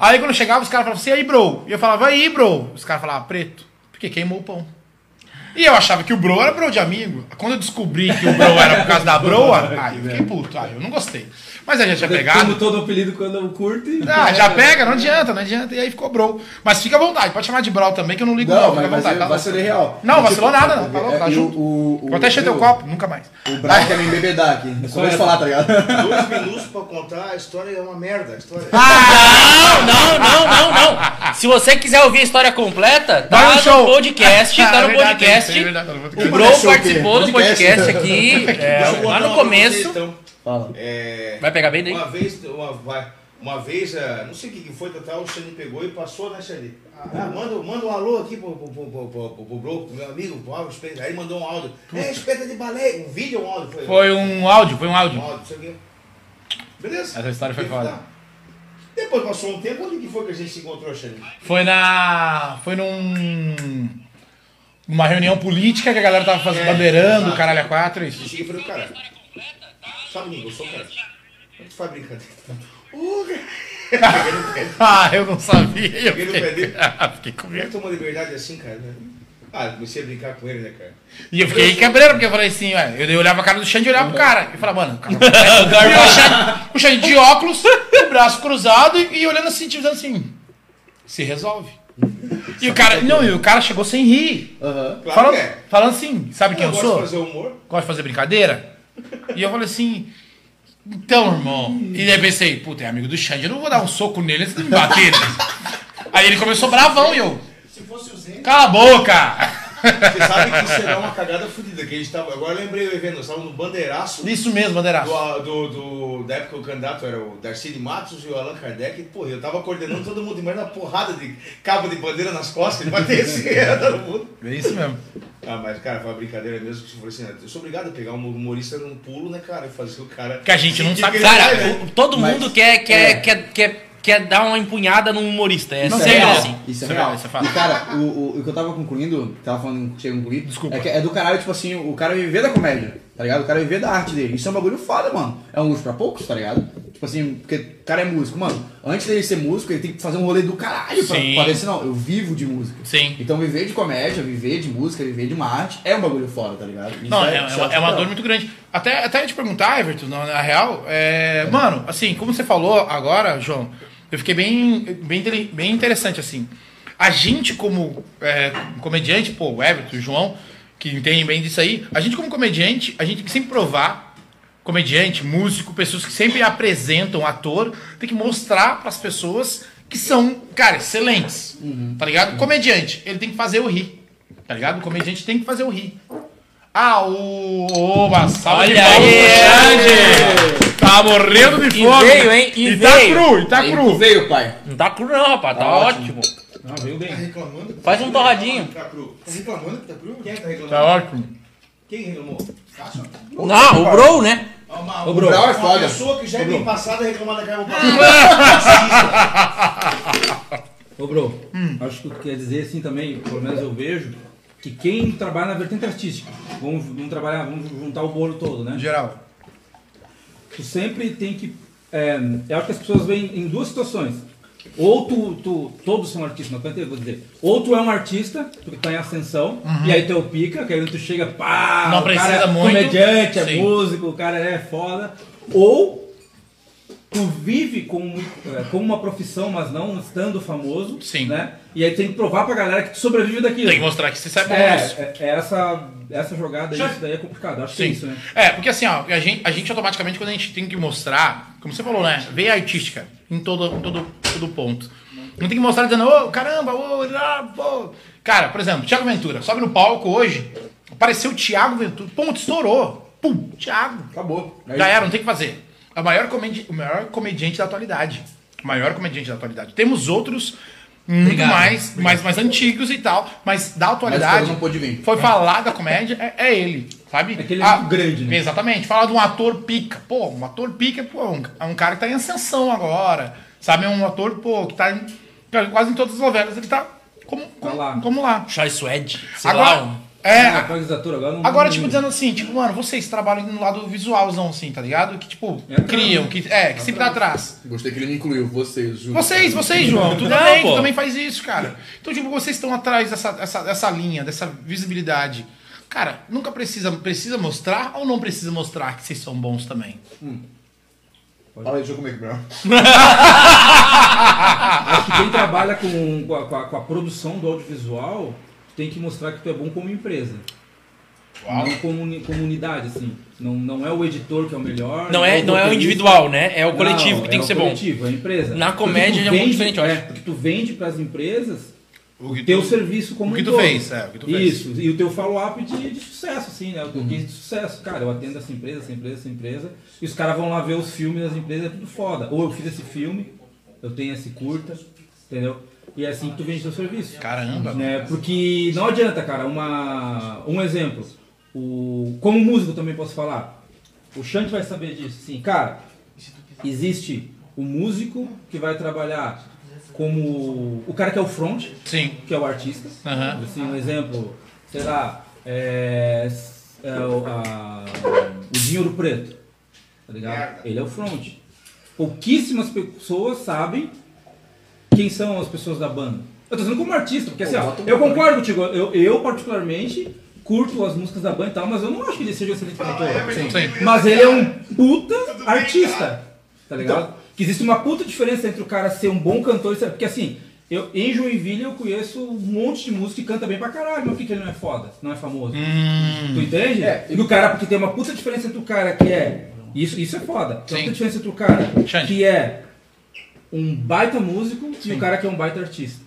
Speaker 7: Aí quando eu chegava, os caras falavam assim, aí, bro. E eu falava, aí, bro. Os caras falavam, "Ah, preto, porque queimou o pão. E eu achava que o bro era bro de amigo. Quando eu descobri que o bro era por causa da broa, aí eu fiquei puto, aí eu não gostei. Mas a gente tinha pegado.
Speaker 6: Como todo apelido quando eu curto e.
Speaker 7: Ah,
Speaker 2: né?
Speaker 7: já pega, não adianta, não adianta. E aí ficou bro. Mas fica à vontade, pode chamar de bro também, que eu não ligo, não.
Speaker 4: Não,
Speaker 7: Fica à
Speaker 4: mas, é mas
Speaker 7: vontade.
Speaker 4: eu
Speaker 7: tá?
Speaker 4: vacilei real.
Speaker 7: Não, vacilou
Speaker 4: Tipo,
Speaker 7: nada, não. Tá louco, tá
Speaker 4: e o-
Speaker 7: junto.
Speaker 4: o- o-
Speaker 7: Eu até enchei teu
Speaker 4: o-
Speaker 7: copo, nunca mais.
Speaker 4: O Brau quer me embebedar aqui. Eu Só vou te falar, tá ligado?
Speaker 3: Dois minutos pra contar, a história é uma merda. A história
Speaker 2: Não, não, não, não, não. Se você quiser ouvir a história completa, tá
Speaker 7: Vai no
Speaker 2: no
Speaker 7: show. É
Speaker 2: podcast, tá no
Speaker 7: Verdade,
Speaker 2: podcast.
Speaker 7: tem, tem verdade, tem verdade.
Speaker 2: O Bro
Speaker 4: Show o quê?
Speaker 2: participou do
Speaker 4: Podcast.
Speaker 2: podcast aqui, é,
Speaker 3: Deixa
Speaker 2: lá
Speaker 3: eu contar
Speaker 2: no
Speaker 3: uma pra vocês,
Speaker 2: começo.
Speaker 3: então.
Speaker 4: Fala.
Speaker 3: É,
Speaker 2: Vai pegar bem
Speaker 7: Né?
Speaker 2: daí?
Speaker 3: uma vez, uma, vai- uma vez, ah, não sei o que, que foi, Tatá, o Xane pegou e passou, né, Xane? Ah, manda, manda um alô aqui pro, pro, pro, pro, pro, pro, pro Bro, pro meu amigo, pro Álvaro Espeta. Aí mandou um áudio. É, espeta de baleia, um vídeo ou um áudio? Foi,
Speaker 7: Foi um áudio, foi um
Speaker 3: um
Speaker 7: áudio.
Speaker 3: áudio, não sei o quê. Beleza?
Speaker 7: Essa história foi
Speaker 3: Tem que
Speaker 7: foda.
Speaker 3: dar. Depois passou um tempo, onde que foi que a gente se encontrou, Xane?
Speaker 7: Foi na. Foi num. Uma reunião política que a galera tava
Speaker 2: É,
Speaker 7: fazendo bandeirando, o caralho a quatro, isso.
Speaker 3: Cheguei e falei, cara, sabe, amigo, eu sou o cara. Não faz brincadeira. Ô, cara.
Speaker 7: Ah, eu não sabia. Eu
Speaker 3: Ele não
Speaker 7: fiquei, Ah, fiquei com
Speaker 3: Eu
Speaker 7: medo.
Speaker 3: tomo liberdade assim, cara. né? Ah, comecei a brincar com ele, né, cara?
Speaker 7: E eu fiquei quebreiro, porque eu falei assim, ué, eu eu olhava a cara do Xande e olhava pro cara. E falava, mano, o cara. E o Xande- o Xande de óculos, o braço cruzado e e olhando assim, tipo dizendo assim. Se resolve. E o cara. Não, e o cara chegou sem rir.
Speaker 4: Aham.
Speaker 3: Claro
Speaker 7: Falando,
Speaker 3: que é.
Speaker 7: falando assim, sabe quem eu
Speaker 3: gosto de
Speaker 7: sou?
Speaker 3: fazer um humor.
Speaker 7: gosta de fazer brincadeira? E eu falei assim, então, irmão. E daí eu pensei, puta, é amigo do Xande, eu não vou dar um soco nele antes de me bater. né? Aí ele começou bravão e eu. Se fosse o Zen. Cala a boca!
Speaker 3: Você sabe que isso é uma cagada fodida. Que a gente tava. Agora eu lembrei o evento, nós estávamos no Bandeiraço.
Speaker 7: Isso mesmo, Bandeiraço.
Speaker 3: Do, do, do- da época que o candidato era o Darcy de Matos e o Allan Kardec, e, porra, eu tava coordenando todo mundo, mas na porrada de cabo de bandeira nas costas, ele bater assim, era todo mundo.
Speaker 7: É isso mesmo.
Speaker 3: Ah, mas cara, foi uma brincadeira mesmo, que você falou assim, né, eu sou obrigado a pegar um humorista num pulo, né, cara, e fazer o cara...
Speaker 7: Que a gente não
Speaker 3: sentir
Speaker 7: sabe-
Speaker 3: que ele vai,
Speaker 2: Cara,
Speaker 3: né?
Speaker 2: o- todo mundo quer, quer, quer, quer, quer dar uma empunhada num humorista. É
Speaker 4: Isso é,
Speaker 2: sempre
Speaker 4: real.
Speaker 2: assim.
Speaker 4: Isso é
Speaker 7: Isso é
Speaker 4: real.
Speaker 7: real, isso é fato.
Speaker 4: E cara, o, o, o que eu tava concluindo, tava falando que chega a concluir,
Speaker 7: Desculpa.
Speaker 4: é que é do caralho, tipo assim, o cara viver da comédia, tá ligado? O cara viver da arte dele. Isso é um bagulho foda, mano. É um luxo pra poucos, tá ligado? Tipo assim, porque o cara é músico, mano. Antes dele ser músico, ele tem que fazer um rolê do caralho pra,
Speaker 7: Sim.
Speaker 4: pra ver se não, eu vivo de música.
Speaker 7: Sim.
Speaker 4: Então viver de comédia, viver de música, viver de uma arte é um bagulho foda, tá ligado? Isso
Speaker 7: Não, é, é
Speaker 4: isso
Speaker 7: uma, é uma dor muito grande. Até, até eu te perguntar, Everton, na, na real, é, mano, assim, como você falou agora, João, Eu fiquei bem, bem, intele- bem interessante, assim. A gente, como é, comediante, pô, o Everton, o João, que entendem bem disso aí, a gente, como comediante, a gente tem que sempre provar. Comediante, músico, pessoas que sempre apresentam, ator, tem que mostrar pras pessoas que são, cara, excelentes. Tá ligado? Comediante, ele tem que fazer eu rir. Tá ligado? O comediante tem que fazer eu rir. Ah, o. Oba, salve de
Speaker 2: Olha
Speaker 7: palmas
Speaker 2: aí,
Speaker 7: pra Andy. Tá morrendo de
Speaker 2: E
Speaker 7: fome.
Speaker 2: veio, hein? E
Speaker 7: tá
Speaker 2: veio.
Speaker 7: cru, e tá cru.
Speaker 4: Veio, pai.
Speaker 2: Não tá cru não, rapaz. Tá, ótimo.
Speaker 6: Não, veio bem.
Speaker 1: Tá Reclamando?
Speaker 2: Faz um torradinho.
Speaker 3: Tá cru.
Speaker 1: Tá reclamando que tá cru?
Speaker 3: Quem é que tá reclamando?
Speaker 7: Tá ótimo.
Speaker 3: Quem reclamou?
Speaker 2: Não, o bro, né?
Speaker 3: Uma,
Speaker 4: Ô, bro, é
Speaker 3: uma
Speaker 4: foda.
Speaker 3: pessoa que já é bem passada reclamando
Speaker 10: um
Speaker 3: da Carol Passada.
Speaker 6: Ô, bro, acho que tu quer dizer assim também, pelo menos eu vejo, que quem trabalha na vertente artística, vamos, vamos trabalhar, vamos juntar o bolo todo, né?
Speaker 7: Geral.
Speaker 6: tu sempre tem que. É, eu acho que as pessoas vêm em duas situações. Ou tu, tu todos são artistas, não adianta eu vou dizer. Ou tu é um artista, tu que tá em ascensão, e aí tu é o pica, que aí tu chega, pá,
Speaker 7: Uhum. Não
Speaker 6: o cara
Speaker 7: precisa
Speaker 6: é
Speaker 7: muito.
Speaker 6: comediante, é
Speaker 7: Sim.
Speaker 6: músico, o cara é foda. Ou tu vive como, é, como uma profissão, mas não estando famoso,
Speaker 7: Sim.
Speaker 6: né? E aí tem que provar pra galera que tu sobrevive daquilo.
Speaker 7: Tem que mostrar que você sabe bom
Speaker 6: é,
Speaker 7: disso.
Speaker 6: é, é essa, essa jogada aí, isso daí é complicado, acho que é isso, né?
Speaker 7: É, porque assim, ó, a gente, a gente automaticamente, quando a gente tem que mostrar, como você falou, né? Veia artística em todo, todo, todo ponto. Não tem que mostrar dizendo, ô, caramba, ô, lá, pô. Cara, por exemplo, Thiago Ventura, sobe no palco hoje, apareceu o Thiago Ventura, ponto, estourou. Pum, Thiago.
Speaker 4: Acabou. Aí-
Speaker 7: Já era, não tem o que fazer. A maior comedi o maior comediante da atualidade. O maior comediante da atualidade. Temos outros muito mais, mais, mais antigos e tal, mas da atualidade.
Speaker 4: não pôde vir.
Speaker 7: Foi falar da comédia, é, é ele, sabe?
Speaker 6: É que ele é muito grande, né?
Speaker 7: Ah, Exatamente. Falar de um ator pica. Pô, um ator pica pô, é um- é um cara que tá em ascensão agora. Sabe? É um ator, pô, que tá em- quase em todas as novelas. Ele tá como, como,
Speaker 6: lá.
Speaker 7: como lá.
Speaker 2: Chai Suede. Sei
Speaker 7: Agora,
Speaker 2: lá, um-
Speaker 7: é,
Speaker 6: Ah, faz ator agora não
Speaker 7: Agora,
Speaker 6: não
Speaker 7: tipo,
Speaker 6: lembro.
Speaker 7: dizendo assim, tipo, mano, vocês trabalham no lado visualzão, assim, tá ligado? Que, tipo,
Speaker 6: É atrás,
Speaker 7: criam,
Speaker 6: né?
Speaker 7: que, é, que sempre tá atrás.
Speaker 4: Gostei que ele me incluiu, vocês, Ju.
Speaker 7: Vocês, vocês, João, tu
Speaker 2: Não,
Speaker 7: também,
Speaker 2: pô.
Speaker 7: tu também faz isso, cara. Então, tipo, vocês estão atrás dessa, dessa, dessa linha, dessa visibilidade. Cara, nunca precisa, precisa mostrar ou não precisa mostrar que vocês são bons também?
Speaker 4: Fala aí, deixa eu comer aqui, Brown.
Speaker 6: Acho É que quem trabalha com, com, a, com a- com a produção do audiovisual tem que mostrar que tu é bom como empresa. Não como uni- comunidade, assim. Não, não é o editor que é o melhor.
Speaker 2: Não é, não é o
Speaker 6: roteirista.
Speaker 2: individual, né? É o
Speaker 6: Não,
Speaker 2: coletivo que tem
Speaker 6: é
Speaker 2: que
Speaker 6: o
Speaker 2: ser bom.
Speaker 6: coletivo, é a empresa.
Speaker 2: Na
Speaker 6: Porque
Speaker 2: comédia
Speaker 6: tu
Speaker 2: é muito diferente, eu acho.
Speaker 6: é, Porque tu vende para as empresas
Speaker 7: O que
Speaker 6: teu serviço como
Speaker 7: o que
Speaker 6: um
Speaker 7: tu
Speaker 6: todo.
Speaker 7: fez, é, o que tu fez.
Speaker 6: Isso, e o teu follow-up de, de sucesso, assim, né? O teu case de sucesso. Cara, eu atendo essa empresa, essa empresa, essa empresa, e os caras vão lá ver os filmes das empresas, é tudo foda. Ou eu fiz esse filme, eu tenho esse curta, entendeu? E é assim que tu vende teu serviço.
Speaker 7: Caramba.
Speaker 6: Né? Porque não adianta, cara, uma, um exemplo. O, como músico também posso falar. O Xande vai saber disso, sim. Cara, existe o músico que vai trabalhar como o cara que é o front,
Speaker 7: Sim.
Speaker 6: que é o artista.
Speaker 7: Aham.
Speaker 6: Assim, um exemplo, sei lá, é, s- é o, a- o Dinheiro Preto, tá ligado? Ele é o front. Pouquíssimas pessoas sabem quem são as pessoas da banda. Eu tô dizendo como artista, porque assim, ó, eu concordo contigo, eu, eu particularmente curto as músicas da banda e tal, mas eu não acho que ele seja um excelente
Speaker 3: é
Speaker 6: cantor.
Speaker 7: Sim.
Speaker 6: Mas ele é um puta artista, tá ligado? que existe uma puta diferença entre o cara ser um bom cantor e ser... Porque assim, eu, em Joinville eu conheço um monte de músico que canta bem pra caralho, mas por que, que ele não é foda? Não é famoso?
Speaker 7: Hum.
Speaker 6: Tu entende?
Speaker 4: É,
Speaker 6: E o cara, porque tem uma puta diferença entre o cara que é... Isso, isso é foda. Tem uma
Speaker 7: Sim.
Speaker 6: puta diferença entre o cara
Speaker 7: Xande.
Speaker 6: que é um baita músico e o cara que é um baita artista.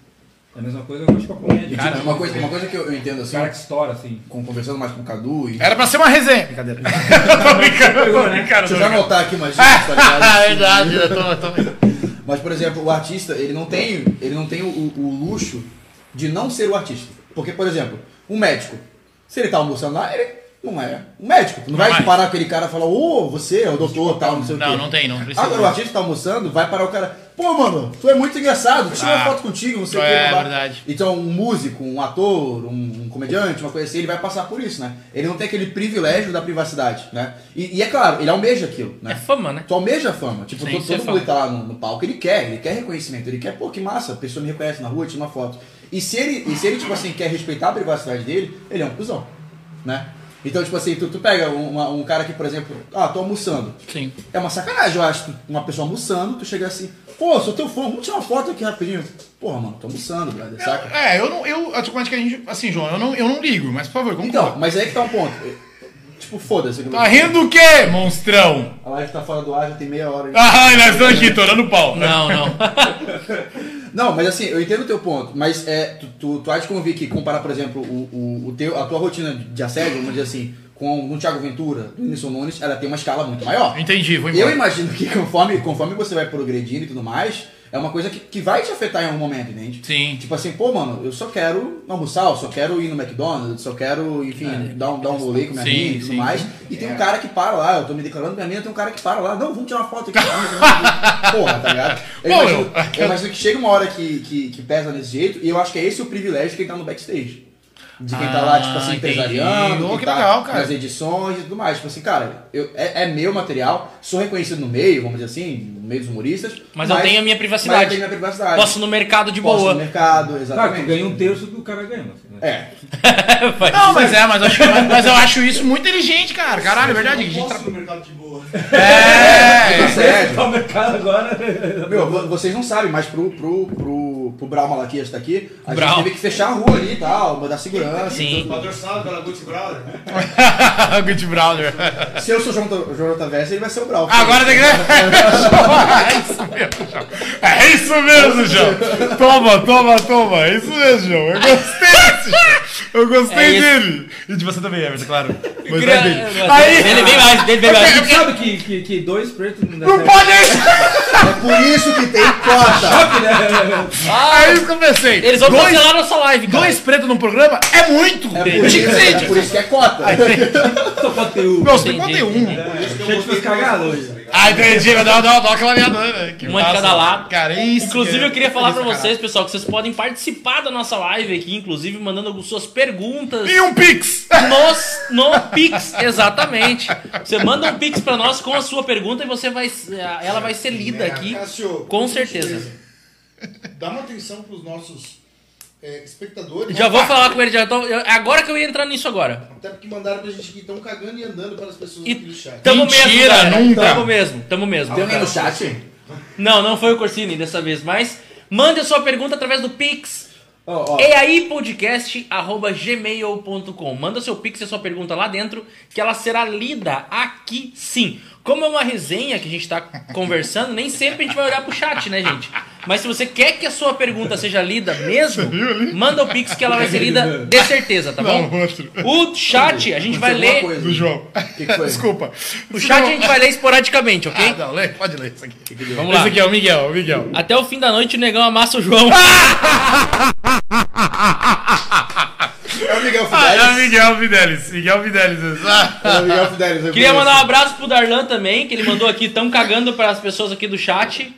Speaker 6: É a mesma coisa eu acho com a comédia.
Speaker 4: Cara, tipo, É uma coisa, uma coisa que eu eu entendo
Speaker 6: o
Speaker 4: assim,
Speaker 6: cara que estoura, assim.
Speaker 4: com- conversando mais com o Cadu e.
Speaker 7: Era pra ser uma resenha. Brincadeira. tô brincando, tô
Speaker 4: Deixa
Speaker 7: brincando.
Speaker 6: né?
Speaker 7: tô
Speaker 4: eu já
Speaker 7: brincando.
Speaker 4: anotar aqui umas dicas, tá ligado?
Speaker 7: Ah, verdade, eu tô, eu tô vendo.
Speaker 4: Mas, por exemplo, o artista, ele não tem, ele não tem o, o luxo de não ser o artista. Porque, por exemplo, um médico, se ele tá almoçando lá, ele não é um médico. Tu não vai
Speaker 7: mais.
Speaker 4: parar aquele cara e falar, ô, você é o doutor, tal, não sei o quê.
Speaker 7: Não, não tem, não precisa.
Speaker 4: Agora o artista tá almoçando, vai parar o cara. Pô, mano, tu é muito engraçado, tira uma
Speaker 7: Ah,
Speaker 4: foto contigo, não sei o que.
Speaker 7: é
Speaker 4: blá, blá.
Speaker 7: verdade.
Speaker 4: Então, um músico, um ator, um, um comediante, uma coisa assim, ele vai passar por isso, né? Ele não tem aquele privilégio da privacidade, né? E, e é claro, ele almeja aquilo,
Speaker 2: É
Speaker 4: né?
Speaker 2: fama, né?
Speaker 4: Tu almeja a fama. Tipo,
Speaker 2: Sim,
Speaker 4: todo,
Speaker 2: isso é
Speaker 4: todo mundo que tá lá no, no palco, ele quer, ele quer reconhecimento, ele quer, pô, que massa, a pessoa me reconhece na rua, tira uma foto. E se ele, e se ele tipo assim, quer respeitar a privacidade dele, ele é um cuzão, né? Então, tipo assim, tu, tu pega um, uma- um cara que, por exemplo, ah, tô almoçando.
Speaker 7: Sim.
Speaker 4: É uma sacanagem, eu acho. Uma pessoa almoçando, tu chega assim, pô, sou teu fã, vamos tirar uma foto aqui rapidinho. Porra, mano, tô almoçando, brother, saca?
Speaker 7: É, eu não. Eu, automaticamente, assim, João, eu não, eu não ligo, mas por favor, concorda.
Speaker 4: Então, mas aí que tá um ponto. Tipo, foda-se.
Speaker 7: Tá rindo do quê, monstrão?
Speaker 4: A live tá fora do ar, já tem meia hora.
Speaker 7: Ah, nós estamos aqui, torando o pau.
Speaker 2: Não, não.
Speaker 4: Não, mas assim, eu entendo o teu ponto, mas é, tu, tu, tu há de convir que comparar, por exemplo, o, o, o teu, a tua rotina de assédio, vamos dizer assim, com o Thiago Ventura, do Nilson Nunes, ela tem uma escala muito maior.
Speaker 7: Entendi, vou
Speaker 4: Eu
Speaker 7: embora.
Speaker 4: imagino que conforme, conforme você vai progredindo e tudo mais, é uma coisa que, que vai te afetar em algum momento, entende?
Speaker 7: Sim.
Speaker 4: Tipo assim, pô, mano, eu só quero almoçar, eu só quero ir no McDonald's, eu só quero, enfim, dar, um, dar um rolê com minha
Speaker 7: Sim,
Speaker 4: mina e tudo
Speaker 7: sim.
Speaker 4: mais. E tem um cara que para lá, eu tô me declarando pra minha mina, tem um cara que para lá, não, vamos tirar uma foto aqui. Porra, tá ligado? Eu,
Speaker 7: Bom,
Speaker 4: imagino,
Speaker 7: eu-
Speaker 4: eu imagino que chega uma hora que, que, que pesa desse jeito, e eu acho que é esse o privilégio de quem tá no backstage. De quem tá lá, tipo
Speaker 7: Ah,
Speaker 4: assim,
Speaker 7: entendi.
Speaker 4: empresariando,
Speaker 7: Oh,
Speaker 4: quem
Speaker 7: que
Speaker 4: tá
Speaker 7: legal, cara.
Speaker 4: nas edições e tudo mais. Tipo assim, cara, eu, é, é meu material, sou reconhecido no meio, vamos dizer assim, no meio dos humoristas.
Speaker 2: Mas eu tenho a minha privacidade.
Speaker 4: Mas eu tenho a minha privacidade.
Speaker 2: Posso ir no mercado de
Speaker 4: Posso
Speaker 2: boa.
Speaker 4: no mercado,
Speaker 6: Tá, tu
Speaker 4: exatamente.
Speaker 6: ganha um terço do que o cara ganha. Mas, né?
Speaker 4: É.
Speaker 7: Não, mas é, mas eu, acho, mas eu acho isso muito inteligente, cara. Caralho, é verdade. que a gente
Speaker 10: Posso
Speaker 7: tra-
Speaker 10: ir no mercado de boa.
Speaker 4: Tá
Speaker 7: É,
Speaker 4: certo.
Speaker 6: O mercado agora.
Speaker 4: Meu, vo- vocês não sabem, mas pro, pro, pro, pro Brau Malaquias tá aqui, a
Speaker 2: Brau.
Speaker 4: gente teve que fechar a rua ali e tal, mandar segurança.
Speaker 2: Sim.
Speaker 10: Patrocinado pela Gucci né? Brother.
Speaker 7: Good né? Browser.
Speaker 4: Se eu sou o Jonathan, Jonathan Vest, ele vai ser o Brau.
Speaker 7: Agora tem que. É isso mesmo, João. É isso mesmo, João. Toma, toma, toma. É isso mesmo, João. Eu gostei desse, João. Eu
Speaker 2: É
Speaker 7: gostei
Speaker 2: isso.
Speaker 7: dele. E de você também, Everton, claro. Mas
Speaker 2: Queria-
Speaker 7: é dele.
Speaker 2: eu-
Speaker 7: Aí. é
Speaker 2: Dele bem mais, dele bem mais.
Speaker 6: Tu sabe que, que, que dois pretos não dá
Speaker 7: Não
Speaker 6: certo.
Speaker 7: pode deixar.
Speaker 4: É por isso que tem cota.
Speaker 7: Aí eu comecei.
Speaker 2: Eles vão
Speaker 7: dois,
Speaker 2: cancelar nossa live, cara.
Speaker 7: dois pretos num programa é muito.
Speaker 4: É por, isso,
Speaker 7: Tinha que ser,
Speaker 4: é por isso que é cota.
Speaker 6: Só pode ter um.
Speaker 7: Meu, você
Speaker 2: Entendi,
Speaker 7: pode um.
Speaker 6: Gente, fez cagada hoje.
Speaker 7: Ah, entendi. Vai dar uma- dar uma- dar uma clareadora. né? Que
Speaker 2: Uma de
Speaker 7: massa.
Speaker 2: cada lado.
Speaker 7: Cara, isso.
Speaker 2: Inclusive,
Speaker 7: cara.
Speaker 2: eu queria falar
Speaker 7: Isso,
Speaker 2: pra
Speaker 7: cara.
Speaker 2: vocês, pessoal, que vocês podem participar da nossa live aqui, inclusive mandando algumas suas perguntas
Speaker 7: E um Pix.
Speaker 2: nos, no Pix, exatamente. Você manda um Pix pra nós com a sua pergunta e você vai, ela vai ser lida aqui,
Speaker 1: Cássio,
Speaker 2: com certeza.
Speaker 1: Dá uma atenção pros nossos é, espectadores.
Speaker 2: Já vou falar com ele, já tô, eu- agora que eu ia entrar nisso agora.
Speaker 1: Até porque mandaram pra gente que estão cagando e andando para as pessoas
Speaker 2: E
Speaker 1: aqui no chat.
Speaker 2: tamo mesmo,
Speaker 7: Mentira,
Speaker 2: galera.
Speaker 7: nunca.
Speaker 2: Tamo mesmo, tamo mesmo.
Speaker 4: Tem alguém no chat?
Speaker 2: Não, não foi o Corsini dessa vez, mas mande a sua pergunta através do Pix.
Speaker 4: Ó, ó.
Speaker 2: E aí, podcast.gmail.com. Manda seu pix e sua pergunta lá dentro, que ela será lida aqui sim. Como é uma resenha que a gente tá conversando, nem sempre a gente vai olhar pro chat, né, gente? Mas se você quer que a sua pergunta seja lida mesmo, manda o pix que ela vai ser lida de certeza, tá
Speaker 7: Não,
Speaker 2: bom?
Speaker 7: monstro.
Speaker 2: O chat a gente vai
Speaker 4: Alguma
Speaker 2: ler.
Speaker 4: coisa.
Speaker 7: Do João.
Speaker 4: que que foi?
Speaker 7: Desculpa.
Speaker 2: O chat a gente vai ler esporadicamente, ok?
Speaker 7: Ah, não, lê, pode ler isso aqui.
Speaker 2: Vamos lá.
Speaker 7: Esse aqui é o Miguel, o Miguel.
Speaker 2: Até o fim da noite o negão amassa o João.
Speaker 4: É o Miguel
Speaker 7: Ah, é o
Speaker 4: Fidelis.
Speaker 7: Miguel Fidelis. Miguel Fidelis. Ah.
Speaker 4: É o Miguel Fidelis. eu
Speaker 2: Queria
Speaker 4: conheço.
Speaker 2: mandar um abraço pro Darlan também, que ele mandou aqui, tão cagando para as pessoas aqui do chat.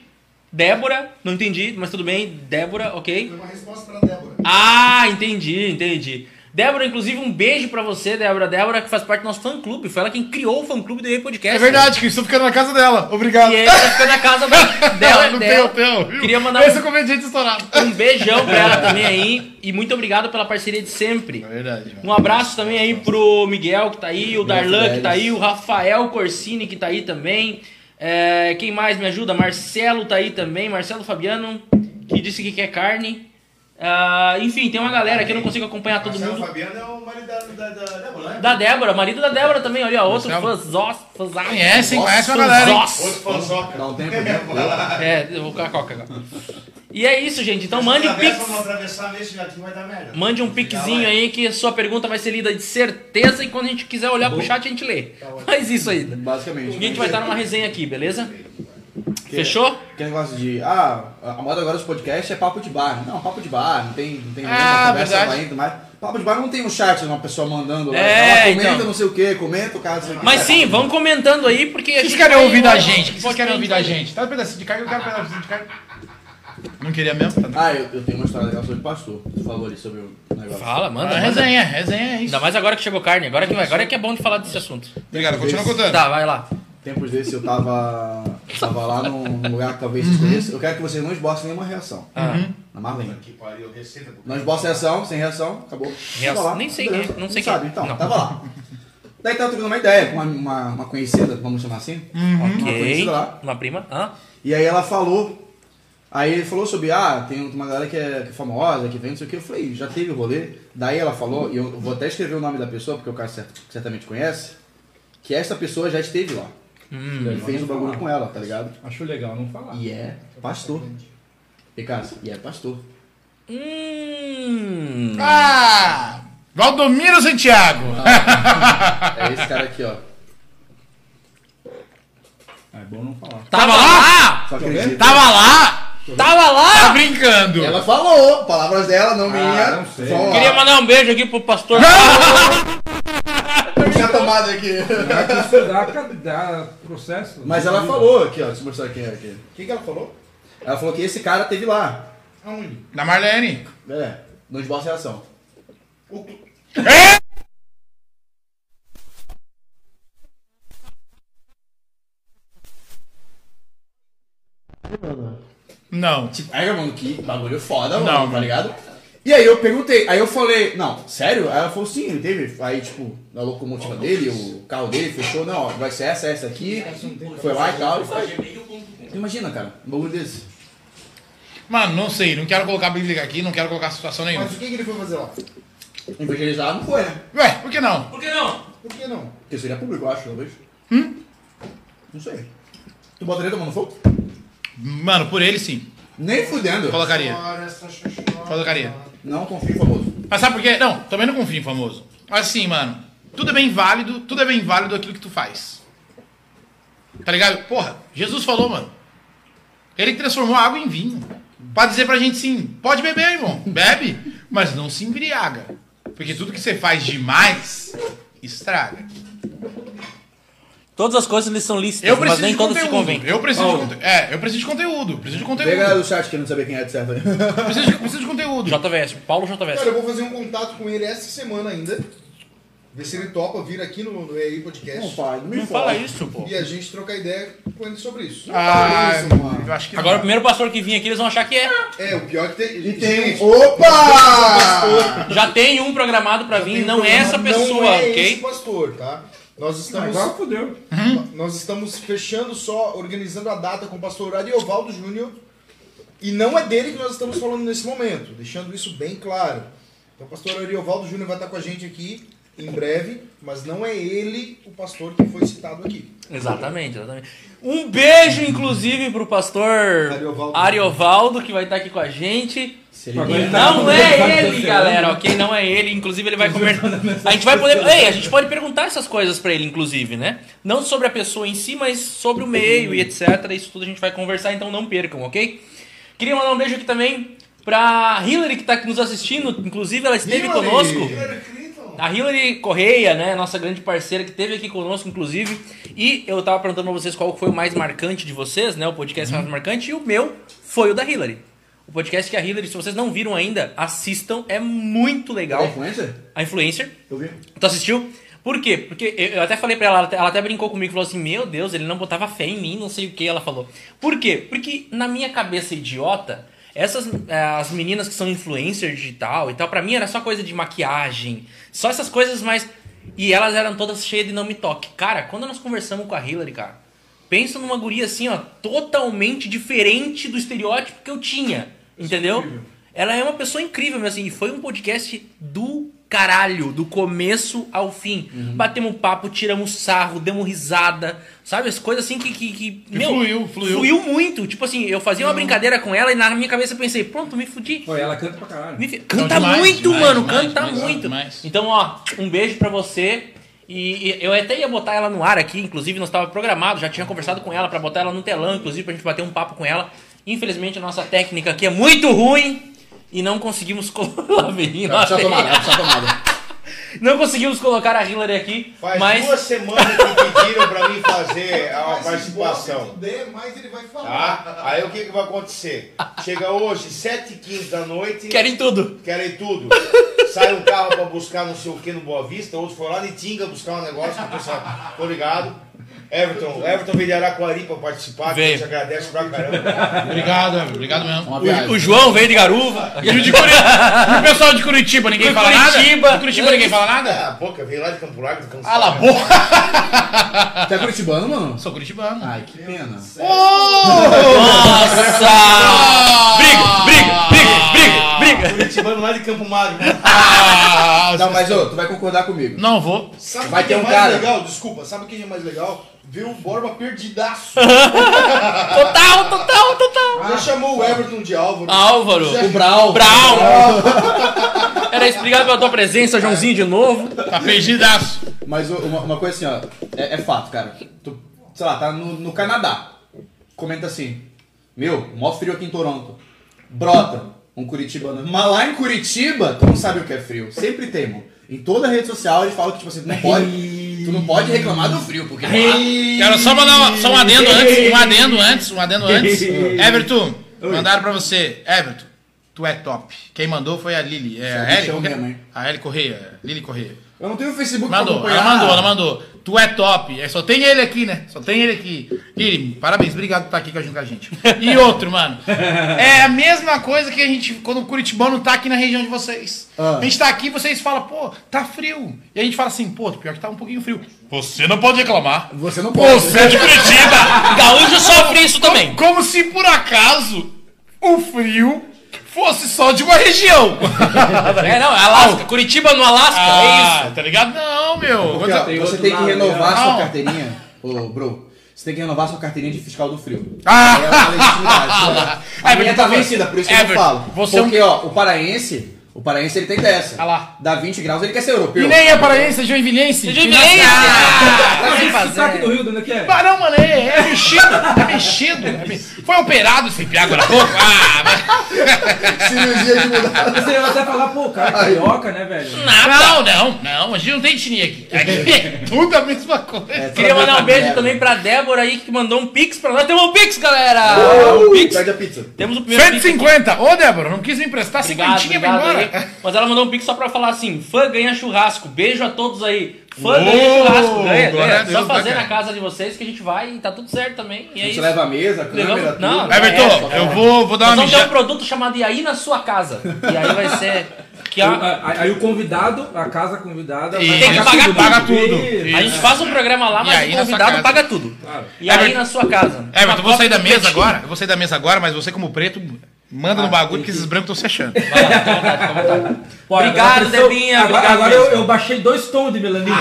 Speaker 2: Débora, não entendi, mas tudo bem, Débora, ok?
Speaker 1: Uma resposta pra Débora.
Speaker 2: Ah, entendi, entendi. Débora, inclusive, um beijo pra você, Débora. Débora, que faz parte do nosso fã-clube. Foi ela quem criou o fã-clube do Ei Podcast.
Speaker 7: É verdade, que estou ficando na casa dela. Obrigado.
Speaker 2: E ele tá ficando na casa da- dela.
Speaker 7: não
Speaker 2: é dela.
Speaker 7: tem hotel, viu?
Speaker 2: Queria mandar
Speaker 7: Esse é
Speaker 2: um,
Speaker 7: o comediante estourado.
Speaker 2: um beijão pra ela também aí. E muito obrigado pela parceria de sempre.
Speaker 7: É verdade, mano.
Speaker 2: Um abraço também aí pro Miguel que tá aí, o Darlan que tá aí,
Speaker 4: Fidélis.
Speaker 2: o Rafael Corsini que tá aí também. É, quem mais me ajuda? Marcelo tá aí também, Marcelo Fabiano, que disse que quer carne. Ah, enfim, tem uma galera que eu não consigo acompanhar tá todo
Speaker 10: Marcelo
Speaker 2: mundo.
Speaker 10: Fabiano é o marido da, da, da Débora, né?
Speaker 2: Da Débora, marido da Débora também, olha, ó, outro
Speaker 7: Marcelo.
Speaker 2: fãzós, fãzão.
Speaker 7: Conhecem, conhecem
Speaker 2: Fãzós.
Speaker 7: a galera, hein?
Speaker 10: Outro fanzoca.
Speaker 4: Dá um tempo, né?
Speaker 2: É, eu vou colocar a coca agora. E é isso, gente. Então mande um
Speaker 10: Atravessa
Speaker 2: pix.
Speaker 10: ou não atravessar nesse aqui vai dar merda.
Speaker 2: Mande um piquezinho aí que sua pergunta vai ser lida de certeza e quando a gente quiser olhar
Speaker 7: Tá
Speaker 2: pro chat a gente lê. Faz isso ainda.
Speaker 4: Basicamente.
Speaker 2: A gente vai estar numa resenha aqui, beleza? Fechou?
Speaker 4: Aquele negócio de, ah, a moda agora dos podcasts é papo de bar. Não, papo de bar, não tem, não tem
Speaker 7: Ah, verdade.
Speaker 4: vai indo, mas papo de bar não tem um chat de uma pessoa mandando lá.
Speaker 2: É,
Speaker 4: ela comenta
Speaker 2: então.
Speaker 4: não sei o que, comenta o caso.
Speaker 2: Mas sim, vão comentando aí, porque a
Speaker 7: Vocês
Speaker 2: gente
Speaker 7: querem
Speaker 2: vai-
Speaker 7: ouvir da gente? O que vocês
Speaker 2: Pode-
Speaker 7: querem ouvir da gente? Tá um pedacinho de carne, eu quero um pedacinho de carne. Não queria mesmo? Tá.
Speaker 4: Ah, eu, eu tenho uma história legal sobre o pastor. Tu falou ali sobre o negócio.
Speaker 2: Fala, manda,
Speaker 7: Ah,
Speaker 2: manda.
Speaker 7: resenha, resenha é isso.
Speaker 2: Ainda mais agora que chegou carne, agora que, agora que é bom de falar desse assunto.
Speaker 1: Obrigado, continua
Speaker 7: Uhum.
Speaker 1: contando.
Speaker 2: Tá, vai lá.
Speaker 4: Tempos desses eu tava, eu tava lá num num lugar que talvez vocês conheçam. Eu quero que vocês não esboçem nenhuma reação.
Speaker 2: Ah.
Speaker 4: Na Marlene.
Speaker 10: Que pariu, receita.
Speaker 4: Não esboça reação, sem reação, acabou.
Speaker 2: Reação,
Speaker 4: Tava lá,
Speaker 2: nem sei
Speaker 4: beleza.
Speaker 2: quem é, não sei quem é.
Speaker 4: sabe, então,
Speaker 2: Não.
Speaker 4: tava lá. Daí tava trocando uma ideia com uma, uma, uma conhecida, vamos chamar assim.
Speaker 7: Uhum.
Speaker 4: Uma
Speaker 2: Ok.
Speaker 4: conhecida lá.
Speaker 2: Uma prima. Hã?
Speaker 4: E aí ela falou. Aí ele falou sobre, ah, tem uma galera que é, que é famosa, que vem, não sei o que. Eu falei, já teve rolê. Daí ela falou, e eu vou até escrever o nome da pessoa, porque o cara cer- certamente conhece, que essa pessoa já esteve lá. e fez o bagulho com ela, tá ligado?
Speaker 6: Hum, Acho legal não falar.
Speaker 4: E é pastor. E cara, e é pastor.
Speaker 2: Hum.
Speaker 7: Ah! Valdomiro Santiago!
Speaker 2: Ah.
Speaker 4: É esse cara aqui, ó.
Speaker 6: Ah, É bom não falar.
Speaker 2: Tava lá?
Speaker 4: Só acredita.
Speaker 7: Tava lá!
Speaker 2: Tava lá?
Speaker 7: Tá brincando!
Speaker 4: Ela falou, palavras dela, não minha.
Speaker 6: não sei.
Speaker 4: Vamos lá.
Speaker 2: Queria mandar um beijo aqui pro pastor.
Speaker 4: Tinha tomado aqui.
Speaker 6: Vai que isso dá, dá processo.
Speaker 4: Mas ela falou aqui, ó. Deixa eu mostrar quem é aqui.
Speaker 1: O que, que ela falou?
Speaker 4: Ela falou que esse cara teve lá.
Speaker 1: Aonde?
Speaker 7: Na Marlene!
Speaker 4: É, não esboça a reação.
Speaker 7: Não.
Speaker 4: Tipo, aí, mano, que bagulho foda,
Speaker 7: Não,
Speaker 4: mano, tá
Speaker 7: mano.
Speaker 4: ligado? E aí eu perguntei, aí eu falei, não, sério? Aí ela falou, sim, ele teve. Aí, tipo, na locomotiva dele, o carro dele fechou, não, ó, vai ser essa, essa aqui. Foi lá e tal. Eu falei, imagina, cara, um bagulho desse.
Speaker 7: Mano, não sei, não quero colocar a Bíblia aqui, não quero colocar situação nenhuma.
Speaker 1: Mas o que, que ele foi fazer lá?
Speaker 4: Evangelizar não foi, né?
Speaker 7: Ué, por que não?
Speaker 2: Por que não?
Speaker 1: Por que não?
Speaker 4: Porque seria público, eu acho, talvez. Hum? Não sei. Tu botaria tomando fogo?
Speaker 7: Mano, por ele sim.
Speaker 4: Nem fudendo.
Speaker 7: Colocaria.
Speaker 10: Olha essa xoxota.
Speaker 7: Colocaria.
Speaker 4: Não confio em famoso.
Speaker 7: Mas sabe por quê? Não, também não confio em famoso. Mas assim, mano, tudo é bem válido, tudo é bem válido aquilo que tu faz. Tá ligado? Porra, Jesus falou, mano. Ele que transformou a água em vinho. Pra dizer pra gente sim, pode beber, irmão. Bebe, mas não se embriaga. Porque tudo que você faz demais, estraga.
Speaker 2: Todas as coisas eles são lícitas,
Speaker 7: Eu
Speaker 2: mas
Speaker 7: preciso
Speaker 2: nem
Speaker 7: de
Speaker 2: todas se Oh.
Speaker 7: conteúdo.
Speaker 2: convêm.
Speaker 7: Eu preciso de
Speaker 6: Paulo.
Speaker 7: conteúdo. É, eu preciso de conteúdo. Preciso de
Speaker 4: Vem a galera
Speaker 7: conteúdo.
Speaker 4: do chat querendo saber quem é de certo. aí.
Speaker 7: Preciso de, preciso de conteúdo.
Speaker 2: JVS, Paulo
Speaker 1: Cara,
Speaker 2: JVS.
Speaker 1: eu vou fazer um contato com ele essa semana ainda. Ver se ele topa vir aqui no, no EI
Speaker 4: Não tá
Speaker 1: Podcast.
Speaker 4: fala, não me
Speaker 2: Não fala isso, pô.
Speaker 1: E a gente trocar ideia com ele sobre isso.
Speaker 7: Ah,
Speaker 1: Isso, mano.
Speaker 7: eu acho que
Speaker 2: Agora o
Speaker 7: não.
Speaker 2: primeiro pastor que vir aqui, eles vão achar que é.
Speaker 1: É, o pior que tem.
Speaker 4: E tem
Speaker 1: Gente,
Speaker 4: um. Opa!
Speaker 2: Já tem um programado pra vir,
Speaker 1: tem
Speaker 2: não
Speaker 1: um
Speaker 2: é essa
Speaker 1: problema,
Speaker 2: pessoa,
Speaker 1: não é esse
Speaker 2: ok?
Speaker 1: pastor, tá? Nós estamos, Uhum.
Speaker 6: Agora fudeu.
Speaker 1: nós estamos fechando só, organizando a data com o pastor Ariovaldo Júnior. E não é dele que nós estamos falando nesse momento, deixando isso bem claro. Então, o pastor Ariovaldo Júnior vai estar com a gente aqui em breve, mas não é ele o pastor que foi citado aqui.
Speaker 2: Exatamente, exatamente. Um beijo, inclusive, pro pastor
Speaker 1: Ariovaldo.
Speaker 2: Ariovaldo, que vai estar aqui com a gente.
Speaker 4: Se ele
Speaker 6: Agora ele tá
Speaker 2: Não
Speaker 6: falando, ele tá
Speaker 2: é ele,
Speaker 6: cancelando.
Speaker 2: galera, ok? Não é ele. Inclusive, ele vai comer. A gente vai poder. Ei, a gente pode perguntar essas coisas pra ele, inclusive, né? Não sobre a pessoa em si, mas sobre o meio e etc. Isso tudo a gente vai conversar, então não percam, ok? Queria mandar um beijo aqui também pra Hillary, que tá aqui nos assistindo. Inclusive, ela esteve
Speaker 1: Hillary!
Speaker 2: conosco. A Hillary Correia, né, nossa grande parceira que esteve aqui conosco, inclusive. E eu tava perguntando pra vocês qual foi o mais marcante de vocês, né? O podcast mais marcante. E o meu foi o da Hillary. O podcast que a Hillary, se vocês não viram ainda, assistam. É muito legal.
Speaker 4: É influencer?
Speaker 2: A influencer.
Speaker 4: Eu vi.
Speaker 2: Tu assistiu? Por quê? Porque eu eu até falei pra ela, ela até- ela até brincou comigo, falou assim, meu Deus, ele não botava fé em mim, não sei o que, ela falou. Por quê? Porque na minha cabeça idiota, essas eh, as meninas que são influencer digital e tal, pra mim era só coisa de maquiagem, só essas coisas mais... E elas eram todas cheias de não me toque. Cara, quando nós conversamos com a Hillary, cara, pensa numa guria assim, ó, totalmente diferente do estereótipo que eu tinha,
Speaker 7: é
Speaker 2: entendeu? Ela é uma pessoa incrível, meu assim. E foi um podcast do caralho, do começo ao fim.
Speaker 7: Uhum.
Speaker 2: Batemos um papo, tiramos sarro, demos risada, sabe? As coisas assim que. que, que, meu,
Speaker 7: fluiu, fluiu. Uhum.
Speaker 2: muito. Tipo assim, eu fazia uma brincadeira com ela e na minha cabeça eu pensei, pronto, me fudi.
Speaker 6: Pô, ela canta pra caralho.
Speaker 2: Me fi- Canta
Speaker 7: demais,
Speaker 2: muito,
Speaker 7: demais,
Speaker 2: mano,
Speaker 7: demais,
Speaker 2: canta
Speaker 7: demais,
Speaker 2: muito.
Speaker 7: demais.
Speaker 2: Então, ó, um beijo pra você. E e eu até ia botar ela no ar aqui, inclusive nós estava programado, já tinha conversado com ela pra botar ela no telão, inclusive pra gente bater um papo com ela. Infelizmente a nossa técnica aqui é muito ruim e não conseguimos colocar
Speaker 4: Ela precisa tomar, ela precisa tomar.
Speaker 2: Não conseguimos colocar a Hillary aqui,
Speaker 10: Faz
Speaker 2: mas
Speaker 10: duas semanas que pediram pra mim fazer a participação.
Speaker 1: der, mais ele vai falar.
Speaker 10: Tá? Aí o que, que vai acontecer? Chega hoje, 7h15 da noite,
Speaker 2: querem tudo.
Speaker 10: querem tudo. Sai um carro pra buscar não sei o que no Boa Vista, outro foi lá em Tinga buscar um negócio que o pessoal, tô ligado. Everton, Everton veio de Araquari pra participar, que a
Speaker 2: Veio.
Speaker 10: gente agradece pra caramba.
Speaker 7: Obrigado, Everton. Obrigado mesmo.
Speaker 4: Uma viagem.
Speaker 2: O João veio de garuva.
Speaker 7: E o, de Curi... e o pessoal de Curitiba, ninguém
Speaker 2: De
Speaker 7: fala
Speaker 2: Curitiba.
Speaker 7: nada? De Curitiba, ninguém fala nada?
Speaker 10: Ah, a boca veio lá de Campo Largo, do Campo
Speaker 7: Cala a boca.
Speaker 4: Tá curitibano, mano?
Speaker 7: Sou curitibano.
Speaker 4: Ai, que pena.
Speaker 2: Nossa! Ah, Briga, briga, briga, briga, briga.
Speaker 10: Curitibano lá de Campo Magro.
Speaker 7: Ah,
Speaker 4: Não, mas ô, tu vai concordar comigo.
Speaker 7: Não vou.
Speaker 10: Sabe
Speaker 4: Vai
Speaker 10: o que
Speaker 4: ter
Speaker 10: é
Speaker 4: um
Speaker 10: mais
Speaker 4: cara.
Speaker 10: legal? Desculpa, sabe quem é mais legal? Viu o Borba perdidaço.
Speaker 2: Total, total, total.
Speaker 10: Já chamou o Everton de Álvaro.
Speaker 2: Álvaro.
Speaker 4: O Brau.
Speaker 2: Brau. Era isso, obrigado pela tua presença, Joãozinho, de novo.
Speaker 7: Tá perdidaço.
Speaker 4: Mas ô, uma, uma coisa assim, ó. É, é fato, cara. Tu, sei lá, tá no, no Canadá. Comenta assim. Meu, mó frio aqui em Toronto. Brota um curitibano. Mas lá em Curitiba, tu não sabe o que é frio. Sempre tem, mano. Em toda rede social eles falam que, tipo assim, tu não pode, tu não pode reclamar do frio, porque lá...
Speaker 7: Quero só mandar uma- só um adendo antes, um adendo antes, um adendo antes. Everton, mandaram pra você. Everton, tu é top. Quem mandou foi a Lili. É,
Speaker 4: é
Speaker 7: a Eli
Speaker 4: bichão
Speaker 7: Correia.
Speaker 4: mesmo, hein?
Speaker 7: A Eli Correia. Lili Correia.
Speaker 4: Eu não tenho Facebook
Speaker 7: Mandou,
Speaker 4: pra
Speaker 7: ela
Speaker 4: acompanhar.
Speaker 7: mandou, ela mandou. Tu é top. É, só tem ele aqui, né? Só tem ele aqui. Lili, parabéns, obrigado por estar aqui com a gente. E outro, mano. É a mesma coisa que a gente, quando o Curitibano tá aqui na região de vocês.
Speaker 4: Ah.
Speaker 7: A gente tá aqui, vocês falam, pô, tá frio. E a gente fala assim, pô, pior que tá um pouquinho frio. Você não pode reclamar.
Speaker 4: Você não pode. né?
Speaker 2: Você é de Curitiba. Gaúcho sofre isso também.
Speaker 7: Como se por acaso o frio fosse só de uma região.
Speaker 2: É, não, é Alasca. Curitiba no Alasca, é isso.
Speaker 7: tá ligado? Não, meu.
Speaker 4: Porque, ó,
Speaker 7: Outra-
Speaker 4: você
Speaker 6: outro
Speaker 4: tem que
Speaker 6: lado,
Speaker 4: renovar
Speaker 7: né?
Speaker 4: sua
Speaker 7: Não.
Speaker 4: carteirinha, ô, bro. Você tem que renovar sua carteirinha de fiscal do frio.
Speaker 7: Ah!
Speaker 4: é uma legitimidade.
Speaker 2: É,
Speaker 4: A
Speaker 7: Everton,
Speaker 4: minha tá
Speaker 7: por favor.
Speaker 4: vencida, por isso que eu
Speaker 7: Everton,
Speaker 4: não falo.
Speaker 7: você é um-
Speaker 4: Porque, ó, o paraense, o paraense ele tem dessa.
Speaker 7: Ah lá.
Speaker 4: Dá 20 graus, ele quer ser europeu.
Speaker 7: E nem é paraense, é joinvilense.
Speaker 2: De Vilense.
Speaker 6: Mas
Speaker 2: Ah,
Speaker 6: esse
Speaker 2: fazer.
Speaker 6: sotaque do Rio, de onde é que é?
Speaker 7: Ah, não, mano, é, é mexido, é mexido. é me- Foi operado esse piago na boca. Ah, mas...
Speaker 4: Cirurgia de mudar.
Speaker 6: Você vai até falar, pô, o cara é carioca, né, velho?
Speaker 7: Não, não, não, a gente não tem etnia aqui. Aqui é tudo a mesma coisa.
Speaker 4: É, tá.
Speaker 2: Queria mandar um beijo
Speaker 4: Débora.
Speaker 2: também pra Débora aí, que mandou um pix pra nós. Temos um pix, galera.
Speaker 4: Uh, pede a pizza.
Speaker 2: Temos o primeiro pix.
Speaker 7: 150. Ô, Débora, não quis me emprestar
Speaker 2: Obrigado,
Speaker 7: 50 pra ir
Speaker 2: obrigado aí.
Speaker 7: embora.
Speaker 2: Mas ela mandou um pix só pra falar assim: fã ganha churrasco. Beijo a todos aí. Fã ganha churrasco. Ganha,
Speaker 7: glória a
Speaker 2: ganha.
Speaker 7: Deus,
Speaker 2: Só fazer
Speaker 7: bacana.
Speaker 2: na casa de vocês que a gente vai e tá tudo certo também. E
Speaker 4: A
Speaker 2: é
Speaker 4: gente
Speaker 2: isso.
Speaker 4: leva a mesa, a câmera,
Speaker 2: Levamos-
Speaker 4: tudo.
Speaker 2: não, é
Speaker 7: Everton, É, eu vou, vou
Speaker 2: Nós
Speaker 7: dar uma
Speaker 2: vamos ter um
Speaker 7: mijada.
Speaker 2: produto chamado E aí na sua casa. E aí vai ser. Que
Speaker 6: Aí-
Speaker 2: a,
Speaker 6: Aí, aí o convidado, a casa convidada, vai
Speaker 7: Isso.
Speaker 2: Tem que pagar
Speaker 7: Paga
Speaker 6: né?
Speaker 7: tudo.
Speaker 6: Ih,
Speaker 2: a gente faz um programa lá,
Speaker 7: E
Speaker 2: mas
Speaker 7: aí
Speaker 2: o
Speaker 7: na sua
Speaker 2: convidado
Speaker 7: casa. É
Speaker 2: paga tudo.
Speaker 6: Claro.
Speaker 2: E aí
Speaker 7: Everton-
Speaker 2: na sua casa.
Speaker 7: Everton, É, eu vou
Speaker 2: Uma
Speaker 7: sair da
Speaker 2: copa de
Speaker 7: mesa
Speaker 2: petisco.
Speaker 7: agora. Eu vou sair da mesa agora, mas você como preto, manda no bagulho que esses brancos estão se achando.
Speaker 6: Pô, agora
Speaker 2: Obrigado,
Speaker 6: apareceu-
Speaker 2: Debinha,
Speaker 6: Agora,
Speaker 2: obrigado
Speaker 6: agora
Speaker 2: mesmo.
Speaker 6: eu, eu baixei dois tons de melanina.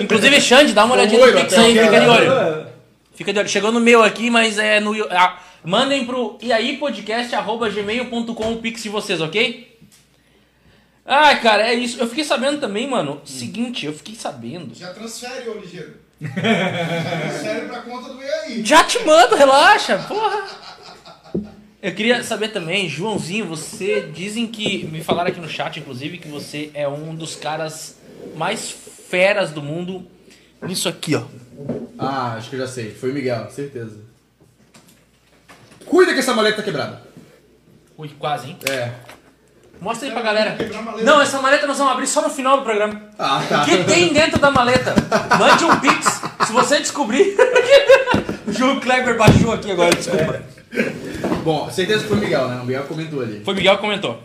Speaker 2: Inclusive, Xande, dá uma olhadinha no Pix aí, fica de olho. Fica de olho. Chegou no meu aqui, mas é no. ah, mandem pro e aí podcast@gmail.com o pix de vocês, ok? Ah, cara, é isso. Eu fiquei sabendo também, mano. Seguinte, eu fiquei sabendo.
Speaker 10: Já transfere, ô ligeiro. transfere pra conta do E aí.
Speaker 2: Já te mando, relaxa, porra. Eu queria saber também, Joãozinho, você dizem que me falaram aqui no chat, inclusive, que você é um dos caras mais feras do mundo nisso aqui, ó.
Speaker 4: Ah, acho que eu já sei. Foi o Miguel, certeza. Cuida que essa maleta tá quebrada.
Speaker 2: Ui, quase, hein?
Speaker 4: É.
Speaker 2: Mostra aí pra galera. Não, essa maleta nós vamos abrir só no final do programa.
Speaker 4: Ah,
Speaker 2: O
Speaker 4: tá.
Speaker 2: que tem dentro da maleta? Mande um pix se você descobrir. o João Kleber baixou aqui agora, desculpa.
Speaker 4: Bom, certeza que foi o Miguel, né? O Miguel comentou ali.
Speaker 2: Foi o Miguel que comentou.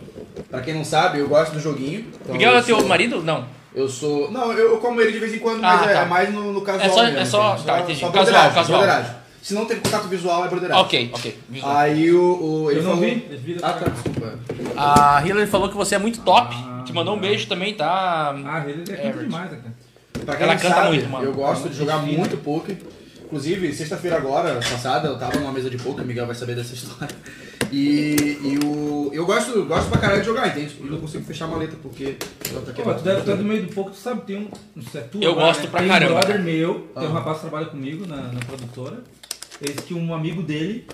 Speaker 4: Pra quem não sabe, eu gosto do joguinho. Então
Speaker 2: Miguel
Speaker 4: eu
Speaker 2: é teu
Speaker 4: sou-
Speaker 2: marido? Não.
Speaker 4: Eu sou. Não, eu, eu como ele de vez em quando, mas
Speaker 2: Ah,
Speaker 4: é,
Speaker 2: tá.
Speaker 4: é mais no, no casual.
Speaker 2: É só-
Speaker 4: mesmo,
Speaker 2: é só-
Speaker 4: gente.
Speaker 2: tá, entendi.
Speaker 4: Só
Speaker 2: Casual,
Speaker 4: broderagem,
Speaker 2: casual.
Speaker 4: broderagem. Se não tem contato visual, é broderagem.
Speaker 2: Ok, ok.
Speaker 4: Aí o. o- ele
Speaker 6: Eu não
Speaker 4: falou...
Speaker 6: vi, eles viram
Speaker 4: Ah,
Speaker 6: pra
Speaker 4: tá, desculpa.
Speaker 2: A Hillary falou que você é muito top. Te mandou um beijo também, tá?
Speaker 6: Ah, ele é canta demais, né, cara.
Speaker 4: Pra quem
Speaker 2: Ela
Speaker 4: não
Speaker 2: canta
Speaker 4: sabe,
Speaker 2: muito, mano.
Speaker 4: Eu gosto de
Speaker 6: é
Speaker 4: jogar muito poker. Inclusive, sexta-feira agora, passada, eu tava numa mesa de poker, o Miguel vai saber dessa história. E, e o. Eu gosto, gosto pra caralho de jogar, entende? Eu não consigo fechar a maleta porque ela tá
Speaker 6: Pô, tu
Speaker 4: quebrada.
Speaker 6: deve estar no meio do pouco, tu sabe, tem um. Não sei, é tu,
Speaker 2: Eu
Speaker 6: agora,
Speaker 2: gosto pra
Speaker 6: tem
Speaker 2: caramba,
Speaker 6: Um brother
Speaker 2: cara.
Speaker 6: meu, tem um
Speaker 4: Ah.
Speaker 6: rapaz que trabalha comigo na, na produtora. Ele disse que um amigo dele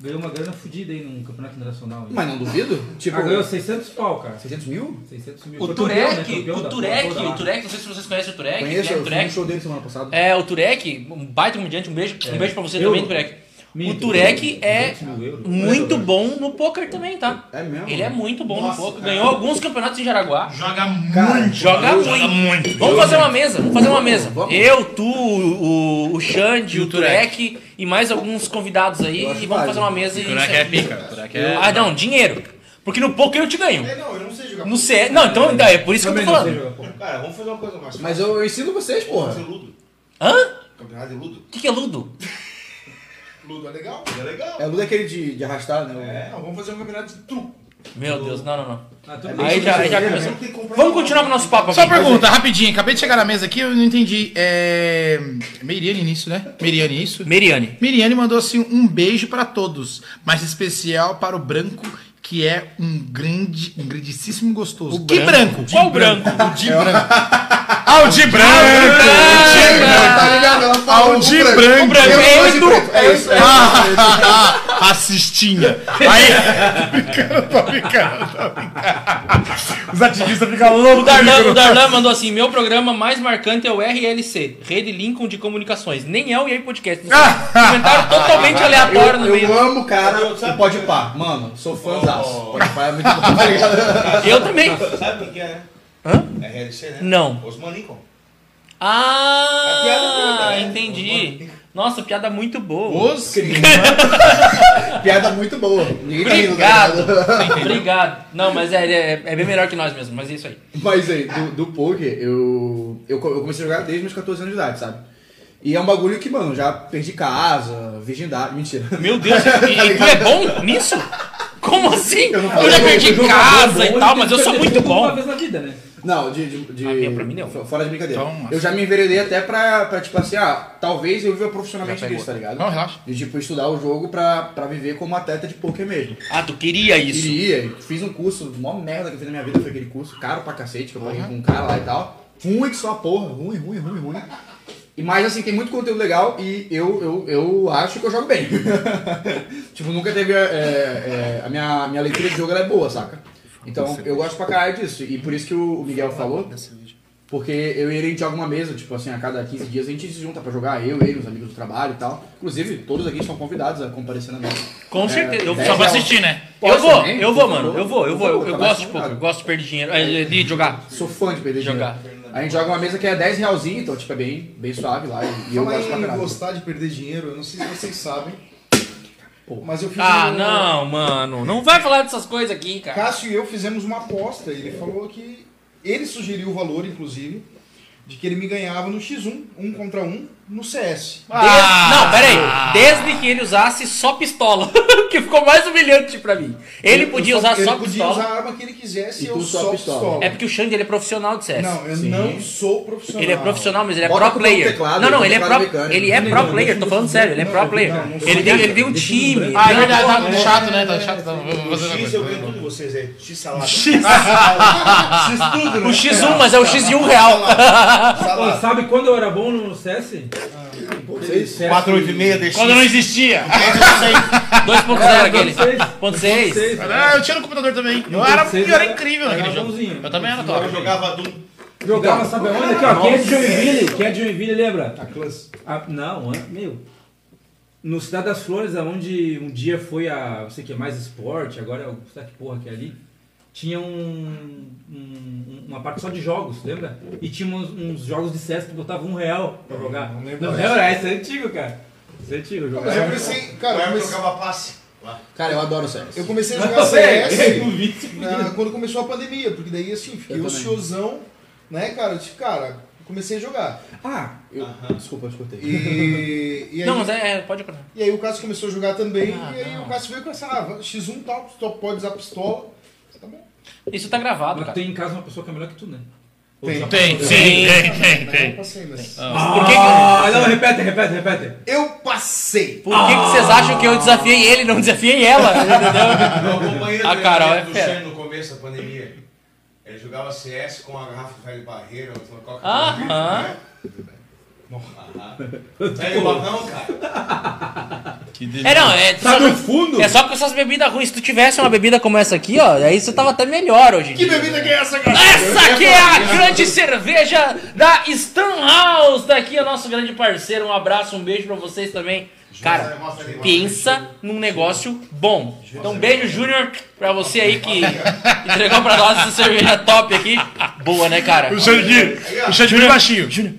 Speaker 6: ganhou uma grana fodida aí num campeonato internacional. aí.
Speaker 4: Mas não duvido? Tipo,
Speaker 6: ah, ganhou 600 pau, cara.
Speaker 4: 600 mil?
Speaker 6: 600 mil.
Speaker 2: O
Speaker 6: Foi campeão, né,
Speaker 2: Turek,
Speaker 6: campeão
Speaker 2: o
Speaker 6: da-
Speaker 2: Turek,
Speaker 6: da- da-
Speaker 2: o Turek, não sei se vocês conhecem o Turek.
Speaker 4: Conheço,
Speaker 2: né,
Speaker 4: eu
Speaker 2: o
Speaker 4: fui no
Speaker 2: Turek.
Speaker 4: show dele semana passada.
Speaker 2: É, o Turek, um baita comediante, um beijo, um beijo pra você
Speaker 6: Eu-
Speaker 2: também, Turek. O Turek é
Speaker 6: 200 né? mil euros.
Speaker 2: muito bom no poker também, tá?
Speaker 4: É mesmo?
Speaker 2: Ele é muito bom no poker. Ganhou alguns campeonatos em Jaraguá.
Speaker 1: Joga muito.
Speaker 2: Joga
Speaker 9: Joga
Speaker 2: muito.
Speaker 9: muito.
Speaker 2: Vamos fazer
Speaker 6: né?
Speaker 2: uma mesa, vamos fazer uma mesa.
Speaker 4: Vamos.
Speaker 2: Eu, tu, o, o Xande, o Turek e mais alguns convidados aí.
Speaker 4: acho
Speaker 2: E vamos
Speaker 4: válido.
Speaker 2: fazer uma mesa e.
Speaker 10: Buraco é pica. Buraco é.
Speaker 2: Ah, não, dinheiro. Porque no poker eu te ganho.
Speaker 3: É, Não, eu não sei jogar.
Speaker 2: No CS. Não, então então, é por isso que eu tô
Speaker 6: Também não sei
Speaker 2: falando.
Speaker 6: jogar poker.
Speaker 3: Cara, vamos fazer uma coisa mais.
Speaker 4: Mas eu, eu ensino vocês, porra.
Speaker 3: Fazer ludo.
Speaker 2: Hã?
Speaker 3: Campeonato de ludo.
Speaker 2: O que, que é Ludo?
Speaker 1: Ludo é legal?
Speaker 3: É legal.
Speaker 4: É o Ludo é aquele de, de arrastar, né?
Speaker 3: É, não, vamos fazer um campeonato de truco.
Speaker 2: Meu Deus, não, não, não.
Speaker 6: Ah, tu-
Speaker 2: Aí já, aí já começou.
Speaker 6: um
Speaker 2: Vamos continuar com o nosso papo aqui. então.
Speaker 7: Só uma pergunta, rapidinho. Acabei de chegar na mesa aqui, eu não entendi. É. é Meriane nisso, né? Meriane isso?
Speaker 2: Meriane.
Speaker 7: Miriane mandou assim um beijo pra todos, mas especial para o branco, que é um grande, um grandíssimo gostoso. que branco? Ah,
Speaker 2: Qual o branco?
Speaker 7: De branco.
Speaker 9: Aldi Branco!
Speaker 1: Tá ligado? Ela falou
Speaker 9: Aldi
Speaker 1: branco.
Speaker 9: Branco!
Speaker 2: branco é
Speaker 1: Eu gosto de
Speaker 2: do-
Speaker 1: preto. É isso.
Speaker 7: Assistinha.
Speaker 9: Os ativistas ficam loucos.
Speaker 2: O Darlan, o Darlan mandou assim: meu programa mais marcante é o RLC, Rede Lincoln de Comunicações. Nem é o EA Podcast. Comentário totalmente aleatório no
Speaker 4: Eu,
Speaker 2: meio.
Speaker 4: eu amo, cara, o Pode Pá. Mano, sou
Speaker 6: Oh.
Speaker 4: fãzaço. Pode Pá é muito bom, tá ligado?
Speaker 2: Eu também.
Speaker 3: Sabe o que que é, né? É RLC, né?
Speaker 2: Não.
Speaker 3: Osman Lincoln.
Speaker 2: Ah, entendi. Nossa, piada muito boa.
Speaker 4: Piada muito boa. Ninguém tá rindo, tá
Speaker 2: Obrigado.
Speaker 1: né?
Speaker 4: ligado?
Speaker 2: Obrigado. Não, mas é, é, é bem melhor que nós mesmo, mas é isso aí.
Speaker 4: Mas aí, do, do poker, eu, eu, co- eu comecei a jogar desde meus 14 anos de idade, sabe? E é um bagulho que, mano, já perdi casa, virgindade, mentira.
Speaker 2: Meu Deus, e,
Speaker 7: tá
Speaker 2: e tu é bom nisso? Como assim? Eu,
Speaker 4: falo,
Speaker 2: já
Speaker 4: eu-
Speaker 2: perdi
Speaker 4: eu jogo
Speaker 2: casa
Speaker 6: Bom,
Speaker 2: e
Speaker 6: hoje
Speaker 2: tal,
Speaker 6: tem
Speaker 2: mas
Speaker 6: que
Speaker 2: eu sou
Speaker 6: perder
Speaker 2: muito
Speaker 6: tudo Uma
Speaker 2: bom.
Speaker 6: vez na vida, né?
Speaker 4: Não, de. de, de-
Speaker 2: Ah, minha pra mim não. assim.
Speaker 4: fo- Fora de brincadeira.
Speaker 7: Então,
Speaker 4: eu já me enveredei até pra, pra, tipo assim, ah, talvez eu viva profissionalmente
Speaker 2: Já pegou.
Speaker 4: disso, tá ligado?
Speaker 7: Não, relaxa.
Speaker 4: De, tipo, estudar o jogo pra, pra viver como atleta de poker mesmo.
Speaker 2: Ah, tu queria isso.
Speaker 4: Queria, e fiz um curso, a maior merda que eu fiz na minha vida foi aquele curso, caro pra cacete, que eu paguei com um cara lá e tal. Ruim que só porra, ruim, ruim, ruim, ruim. E, mas assim, tem muito conteúdo legal e eu, eu, eu acho que eu jogo bem. tipo, nunca teve. é, é, a minha, minha leitura de jogo ela é boa, saca? Então eu gosto pra caralho disso. E por isso que o o Miguel falou. Porque eu e ele a gente joga uma mesa, tipo assim, a cada 15 dias a gente se junta pra jogar, eu, ele, os amigos do trabalho e tal. Inclusive, todos aqui estão convidados a comparecer na mesa.
Speaker 1: É,
Speaker 2: Com certeza. Eu,
Speaker 4: dez
Speaker 2: só pra
Speaker 4: reais.
Speaker 2: assistir, né?
Speaker 4: Pode
Speaker 2: eu vou,
Speaker 4: também,
Speaker 2: eu vou,
Speaker 4: por
Speaker 2: mano.
Speaker 4: favor.
Speaker 2: Eu vou, eu
Speaker 4: Por
Speaker 2: vou. Eu,
Speaker 4: favor,
Speaker 2: eu
Speaker 4: tá
Speaker 2: gosto
Speaker 1: assim,
Speaker 2: de
Speaker 4: mais
Speaker 2: poker,
Speaker 4: convidado.
Speaker 2: gosto de perder dinheiro. é, De jogar.
Speaker 4: Sou fã de perder
Speaker 2: Jogar.
Speaker 4: dinheiro. A gente joga uma mesa que é 10 realzinho, então tipo, é bem, bem suave lá. E, e eu
Speaker 1: Fala
Speaker 4: gosto pra
Speaker 1: em
Speaker 4: caralho.
Speaker 1: gostar de perder dinheiro, eu não sei se vocês sabem. Mas eu fiz
Speaker 2: Ah,
Speaker 1: um-
Speaker 2: não, mano. Não vai falar dessas coisas aqui, cara.
Speaker 1: Cássio e eu fizemos uma aposta. Ele falou que. Ele sugeriu o valor, inclusive, de que ele me ganhava no X1, um contra um, no CS.
Speaker 2: Des- Não, peraí. Desde que ele usasse só pistola. que ficou mais humilhante pra mim. Ele
Speaker 1: Eu
Speaker 2: podia usar
Speaker 1: ele
Speaker 2: só
Speaker 1: podia
Speaker 2: pistola.
Speaker 1: usar a arma que ele quisesse
Speaker 4: E
Speaker 1: eu
Speaker 4: tu só
Speaker 1: só
Speaker 4: pistola.
Speaker 1: pistola.
Speaker 2: É porque o Xande ele é profissional de CS.
Speaker 1: Não, eu
Speaker 4: Sim.
Speaker 1: não sou profissional.
Speaker 2: Ele é profissional, mas ele é
Speaker 4: Bota
Speaker 2: pro
Speaker 4: com o
Speaker 2: player.
Speaker 4: teclado,
Speaker 2: não, não, ele é
Speaker 4: teclado
Speaker 2: pro,
Speaker 4: mecânico.
Speaker 2: ele é pro player, tô falando sério, ele é pro player.
Speaker 1: não, não sou
Speaker 2: Ele tem, ele tem um time.
Speaker 7: Ah, é verdade, tá chato, né? Tá chato. Tá, vou fazer outra
Speaker 3: X
Speaker 7: coisa.
Speaker 3: eu ganho tudo de vocês aí. X salada.
Speaker 2: O X1, mas é o X de um real.
Speaker 4: Tá
Speaker 6: Pô, sabe quando eu era bom no CS?
Speaker 4: Ah, Vocês-
Speaker 10: 486 deixa.
Speaker 7: Quando não existia.
Speaker 2: 2.0 aquele.
Speaker 6: um. É, Seis.
Speaker 2: Ponto seis.
Speaker 6: Seis,
Speaker 7: Ah, eu tinha no computador também. Eu era, eu era incrível naquele
Speaker 6: Era
Speaker 7: jogo.
Speaker 6: bonzinho.
Speaker 7: Eu também era top.
Speaker 3: Eu jogava Doom.
Speaker 6: Jogava, sabe aonde? Aqui, ó. Quem é de Joinville? Quem é de Joinville, lembra? A Clans. não, an- meu. No Cidade das Flores, aonde um dia foi a. Não sei o que, mais esporte, agora é o. Sabe que porra que é ali? Tinha um, um- uma parte só de jogos, lembra? E tinha uns, uns jogos de CS que botava um real pra jogar. Não lembro. Não lembra? Esse é antigo, cara. Esse é antigo. eu
Speaker 1: Mas eu
Speaker 6: Jogava.
Speaker 1: comecei,
Speaker 3: Eu
Speaker 1: cara, eu comecei,
Speaker 3: jogava passe.
Speaker 4: Cara, eu adoro séries.
Speaker 1: eu comecei a jogar
Speaker 6: Não, velho,
Speaker 1: CS
Speaker 6: eu vi isso.
Speaker 1: na- quando começou a pandemia, porque daí assim, fiquei
Speaker 4: Eu também.
Speaker 1: ociosão, né, cara? Eu Tipo, cara, comecei a jogar.
Speaker 4: Ah, eu... desculpa, eu te cortei.
Speaker 1: E, e aí,
Speaker 2: Não, mas é, é, pode parar.
Speaker 1: e aí o Cássio começou a jogar também,
Speaker 2: Ah,
Speaker 1: e aí
Speaker 2: não.
Speaker 1: o Cássio veio com essa ah, X1 e tal, tu pode usar pistola. Tá bom.
Speaker 2: Isso tá gravado,
Speaker 6: Mas
Speaker 2: cara.
Speaker 6: tem em casa uma pessoa que é melhor que tu, né? Ou
Speaker 1: Tem.
Speaker 6: já-
Speaker 7: Tem.
Speaker 9: Sim, tem, tem,
Speaker 1: Não, eu
Speaker 9: tem.
Speaker 1: passei, mas.
Speaker 2: Por que que,
Speaker 6: Ah, não, repete, repete, repete.
Speaker 1: Eu passei!
Speaker 2: por que que vocês acham que eu desafiei ele, não desafiei ela?
Speaker 1: Ah,
Speaker 2: Entendeu?
Speaker 3: Eu acompanhei
Speaker 2: A Carol é
Speaker 3: do
Speaker 2: fera.
Speaker 3: Xande no começo da pandemia. Ele jogava CS com a garrafa de velho barreira, uma coca
Speaker 2: Aham.
Speaker 3: Aham. Velho balão, cara.
Speaker 10: Que
Speaker 9: Que delícia.
Speaker 2: É, não, é
Speaker 6: Tá
Speaker 2: só,
Speaker 6: no fundo?
Speaker 2: é só com essas bebidas ruins. Se tu tivesse uma bebida como essa aqui, ó, aí você tava até melhor hoje. em
Speaker 1: Que
Speaker 2: dia.
Speaker 1: bebida que é essa, cara?
Speaker 2: Essa aqui é a grande cerveja da Stanhouse, daqui é nosso grande parceiro. Um abraço, um beijo pra vocês também. Cara, pensa num negócio bom. Então, um beijo, Júnior, pra você aí que entregou pra nós essa cerveja top aqui. Boa, né, cara?
Speaker 1: O Xandinho, o Xandinho de baixinho. Júnior,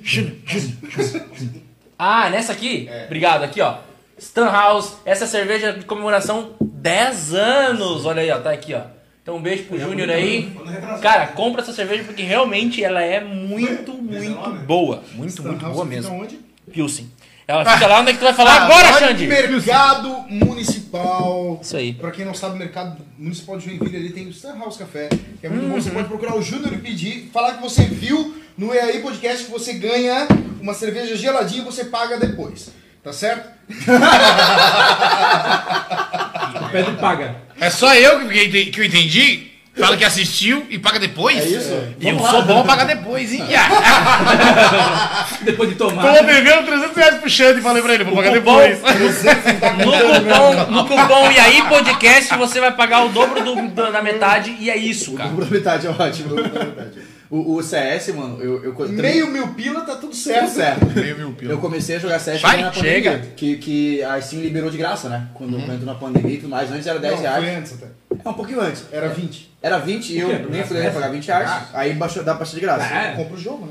Speaker 2: Ah, nessa aqui?
Speaker 7: É.
Speaker 2: Obrigado, aqui, ó. Stanhouse, essa é a cerveja de comemoração 10 anos. Olha aí, ó, tá aqui, ó. Então um beijo
Speaker 7: É
Speaker 2: pro Júnior aí. Cara, compra essa cerveja porque realmente ela é muito,
Speaker 7: né?
Speaker 2: muito boa. Muito, muito boa mesmo.
Speaker 7: um
Speaker 2: Pilsen. Ela fica lá onde é que tu vai
Speaker 7: Ah,
Speaker 2: falar agora, Xande?
Speaker 1: Mercado Municipal.
Speaker 2: Isso aí.
Speaker 1: Pra quem não sabe, o mercado municipal de Joinville ali tem o Stan House Café, que é muito bom. Você
Speaker 10: Uhum.
Speaker 1: pode procurar o Júnior e pedir, falar que você viu no EAI Podcast que você ganha uma cerveja geladinha e você paga depois. Tá certo?
Speaker 6: O Pedro paga.
Speaker 7: É só eu que entendi- que eu entendi. Fala que assistiu e paga depois. É
Speaker 4: né?
Speaker 7: isso. E eu sou bom pagar depois, hein?
Speaker 6: Depois de tomar.
Speaker 7: Tô devendo 300 reais pro Xande e falei pra ele, vou pagar depois.
Speaker 2: No cupom, no cupom e aí podcast você vai pagar o dobro do- da, da metade e é isso,
Speaker 7: Tá.
Speaker 2: cara.
Speaker 4: Dobro da metade é ótimo. dobro da metade. O, o CS, mano, eu, eu também-
Speaker 1: Meio mil pila, tá tudo certo.
Speaker 4: Tudo certo.
Speaker 7: Meio mil pila.
Speaker 4: Eu comecei a jogar CS
Speaker 7: Vai,
Speaker 4: na pandemia,
Speaker 7: chega. Uhum.
Speaker 4: Que, que a Steam liberou de graça, né? Quando eu entro na pandemia e tudo mais. Antes era 10
Speaker 1: Não, foi É,
Speaker 4: reais.
Speaker 1: antes até.
Speaker 4: É um pouquinho antes.
Speaker 1: Era 20.
Speaker 4: Era 20 e eu nem falei, ia pagar 20 reais.
Speaker 7: Ah.
Speaker 4: Aí baixou, dá pra ser de graça.
Speaker 6: É.
Speaker 1: Compra o jogo,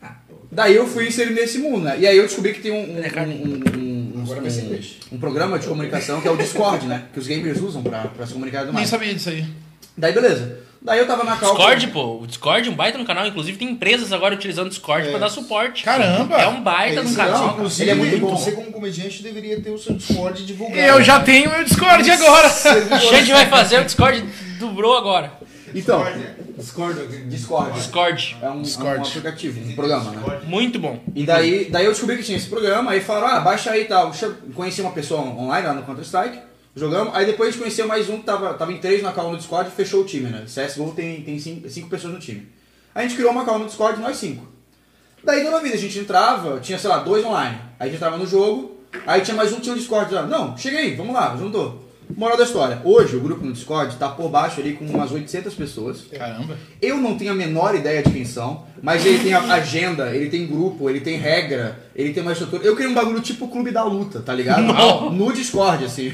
Speaker 1: né?
Speaker 4: Daí eu fui inserido nesse mundo, né? E aí eu descobri que tem um, um, um, um, um,
Speaker 1: Agora vai ser peixe.
Speaker 4: um programa de comunicação que é o Discord, né? Que os gamers usam pra, pra se comunicar e tudo
Speaker 7: Nem
Speaker 4: mais.
Speaker 7: sabia disso aí.
Speaker 4: Daí beleza. Daí eu tava na calça.
Speaker 2: Discord, pô. O Discord é um baita no canal. Inclusive, tem empresas agora utilizando o Discord pra dar suporte.
Speaker 7: Caramba!
Speaker 2: É um baita no
Speaker 1: Esse
Speaker 2: canal.
Speaker 1: não, inclusive,
Speaker 4: Ele é muito bom.
Speaker 1: Você, como comediante, deveria ter o seu Discord divulgado.
Speaker 7: Eu já tenho meu Discord agora.
Speaker 2: A gente vai fazer o Discord dobrou agora.
Speaker 4: Então,
Speaker 6: Discordo.
Speaker 4: Discord.
Speaker 2: Discord.
Speaker 4: É um,
Speaker 1: Discord.
Speaker 4: é um aplicativo, um programa, né?
Speaker 2: Muito bom.
Speaker 4: E daí, daí eu descobri que tinha esse programa, aí falaram, ah, baixa aí e tal. Che- Conheci uma pessoa on- online lá no Counter-Strike, jogamos, aí depois a gente conheceu mais um que tava, tava em três na call no Discord e fechou o time, né? CSGO tem, tem cinco, cinco pessoas no time. Aí a gente criou uma call no Discord, nós cinco. Daí toda vez a gente entrava, tinha, sei lá, dois online. Aí a gente entrava no jogo, aí tinha mais um tinha o Discord lá. Não, chega aí, vamos lá, juntou. Moral da história, hoje o grupo no Discord tá por baixo ali com umas 800 pessoas.
Speaker 7: Caramba.
Speaker 4: Eu não tenho a menor ideia de quem são, mas ele tem a- agenda, ele tem grupo, ele tem regra, ele tem uma estrutura. Eu queria um bagulho tipo Clube da Luta, tá ligado? No Discord, assim.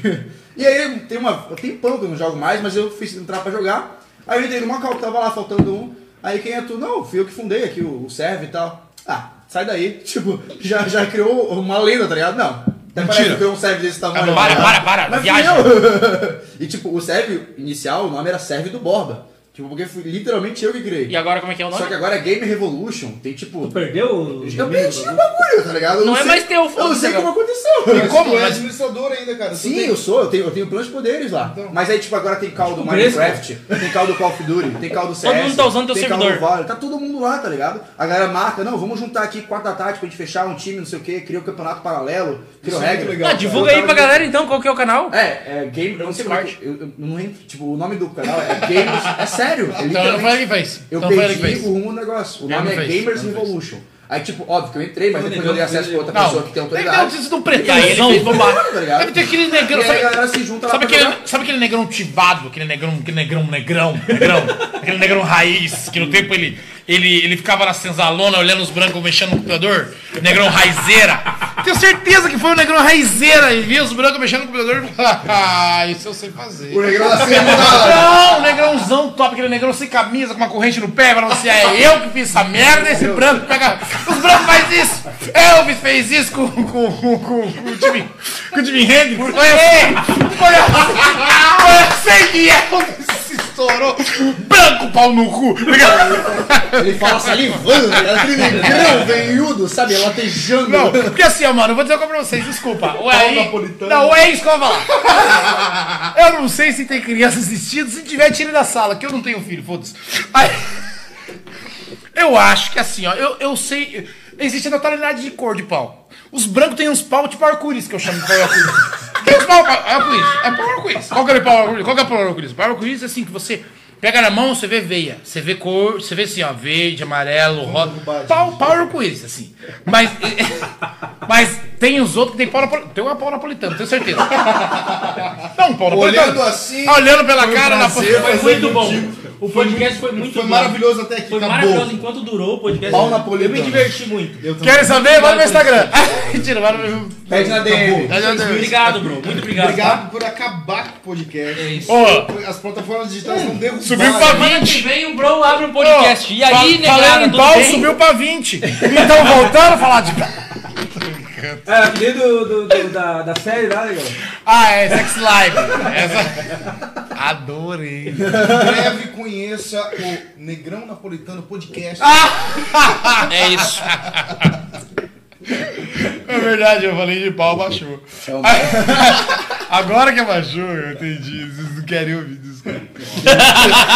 Speaker 4: E aí tem uma. Tem pão que eu não jogo mais, mas eu fiz entrar pra jogar. Aí eu entrei numa cal que tava lá faltando um. Aí quem é tu? Não, fui eu que fundei aqui o, o serve e tal. Ah, sai daí. Tipo, já, já criou uma lenda, tá ligado? Não. Até parece que criou um serve desse tamanho.
Speaker 2: Para, para, para,
Speaker 4: Mas fui
Speaker 2: viagem.
Speaker 4: eu. e tipo, o serve inicial, o nome era serve do Borba. Tipo, porque foi literalmente eu que criei.
Speaker 2: E agora como é que é o
Speaker 4: Só que
Speaker 2: nome?
Speaker 4: agora é Game Revolution. Tem tipo.
Speaker 6: Tu perdeu o.
Speaker 4: Eu perdi o bagulho, tá ligado? Eu
Speaker 2: Não é
Speaker 4: sei-
Speaker 2: mais teu,
Speaker 4: Eu não
Speaker 2: foda-se
Speaker 4: sei como
Speaker 2: agora.
Speaker 4: aconteceu.
Speaker 1: E como? Tu é administrador ainda, cara. Tu
Speaker 4: Sim,
Speaker 1: tem-
Speaker 4: eu sou, eu tenho, eu tenho planos de poderes lá.
Speaker 1: Então.
Speaker 4: Mas aí, tipo, agora tem call do Minecraft, tem call do Call of Duty, tem call do CS.
Speaker 2: mundo tá usando teu
Speaker 4: tem call do
Speaker 2: servidor.
Speaker 4: Vale, tá todo mundo lá, tá ligado? A galera marca, não, vamos juntar aqui quatro da tarde pra gente fechar um time, não sei o quê, cria o campeonato paralelo, cria
Speaker 1: Isso
Speaker 4: o
Speaker 1: é muito
Speaker 4: regra.
Speaker 1: legal,
Speaker 2: Ah,
Speaker 1: cara.
Speaker 2: divulga aí pra galera então qual que é o canal.
Speaker 4: É, é Game. Eu não sei como é que. Eu, eu não entro. Tipo, o nome do canal é Games. É sério. É
Speaker 7: Então não
Speaker 4: literalmente-
Speaker 7: foi ele que fez.
Speaker 4: eu
Speaker 7: Então foi ele que
Speaker 4: perdi
Speaker 7: fez.
Speaker 4: o rumo do negócio. O
Speaker 7: Eu
Speaker 4: nome
Speaker 7: não
Speaker 4: é
Speaker 7: fiz,
Speaker 4: Gamers
Speaker 7: eu não fiz.
Speaker 4: Revolution. Aí, tipo, óbvio que eu entrei, mas
Speaker 6: Não,
Speaker 4: depois eu dei
Speaker 6: não,
Speaker 4: acesso pra outra
Speaker 7: Não,
Speaker 4: pessoa que tem
Speaker 7: tem que ter um
Speaker 4: autoridade.
Speaker 7: título não
Speaker 2: aí ele
Speaker 7: pretensão de
Speaker 2: fez
Speaker 7: bombar.
Speaker 4: Tá ligado?
Speaker 7: Deve ter aquele
Speaker 4: E
Speaker 7: negrão,
Speaker 4: aí a
Speaker 7: sabe?
Speaker 4: galera se junta lá
Speaker 7: Sabe
Speaker 4: pra jogar.
Speaker 7: aquele, sabe aquele negrão tivado, aquele negrão, aquele negrão, negrão, negrão, aquele negrão raiz, que no tempo ele, ele, ele ficava na senzalona olhando os brancos mexendo no computador? Negrão raizeira. Tenho certeza que foi o negrão raizeira. Ele via os brancos mexendo no computador e falava, ah, isso eu sei fazer.
Speaker 4: O negrão da cena.
Speaker 7: Não, negrãozão top, aquele negrão sem camisa, com uma corrente no pé, falando assim, é eu que fiz essa merda, esse branco pega. Os brancos faz isso! Elvis fez isso com, com, com, com, com o Jimi com o Jimi Hendrix. Foi eu, foi eu, foi eu sei que Elvis se estourou. Branco, pau no cu.
Speaker 4: Ele fala salivando, tá ligado? aquele negrão veiudo, sabe? Latejando.
Speaker 7: Não, porque assim, ó, mano, eu vou dizer uma coisa pra vocês, desculpa. O EI.
Speaker 4: napolitano.
Speaker 7: Não, o EI, isso que eu vou falar. Eu não sei se tem criança assistindo, se tiver, tire da sala, que eu não tenho filho, foda-se. Aí- Eu acho que assim, ó, eu, eu sei. Existe a totalidade de cor de pau. Os brancos têm uns pau tipo arco-íris, que eu chamo de pau arco-íris. Tem uns pau arco-íris, é pau arco-íris. Qual que é o pau arco-íris? Qual que é o pau arco-íris? Pau arco-íris é assim que você Pega na mão, você vê veia. Você vê cor, você vê assim, ó, verde, amarelo, rosa. Pau, pau é arco-íris, assim. Mas, mas tem os outros que tem pau napolitano. Tem uma pau napolitano, tenho certeza. Não, pau napolitano.
Speaker 10: Olhando assim,
Speaker 7: Olhando Ah, pela cara, na
Speaker 10: prazer,
Speaker 2: Foi
Speaker 10: Mas
Speaker 2: muito
Speaker 10: é
Speaker 2: bom.
Speaker 10: antigo.
Speaker 2: O podcast foi muito
Speaker 10: foi
Speaker 2: bom.
Speaker 10: maravilhoso até aqui.
Speaker 2: Foi maravilhoso
Speaker 10: acabou.
Speaker 2: enquanto durou o podcast.
Speaker 10: Pau
Speaker 2: eu me
Speaker 10: napolitano.
Speaker 2: diverti muito.
Speaker 7: Querem saber? Vai no meu Instagram. Mentira, vai no meu.
Speaker 4: Pede na DM.
Speaker 7: Vai no meu-
Speaker 2: Obrigado, bro. Muito obrigado.
Speaker 10: Obrigado por acabar com o podcast.
Speaker 2: É isso.
Speaker 7: Ô,
Speaker 10: As plataformas digitais não derrubaram.
Speaker 7: subiu pra
Speaker 2: Semana
Speaker 7: 20.
Speaker 2: que vem o bro abre um é podcast. E aí,
Speaker 7: Fa-
Speaker 2: negada,
Speaker 7: Falando em
Speaker 2: tudo
Speaker 7: pau,
Speaker 2: bem?
Speaker 7: subiu pra 20. Então, voltando a falar de.
Speaker 6: Era É, que nem do, do- do- da, da série lá, né, galera?
Speaker 7: Ah, é Sex Live. Essa... Adorei.
Speaker 10: Em breve conheça o Negrão Napolitano Podcast.
Speaker 2: É isso.
Speaker 7: É verdade, eu falei de pau, baixou. Agora que abaixou, eu entendi. Vocês não querem ouvir disso, cara.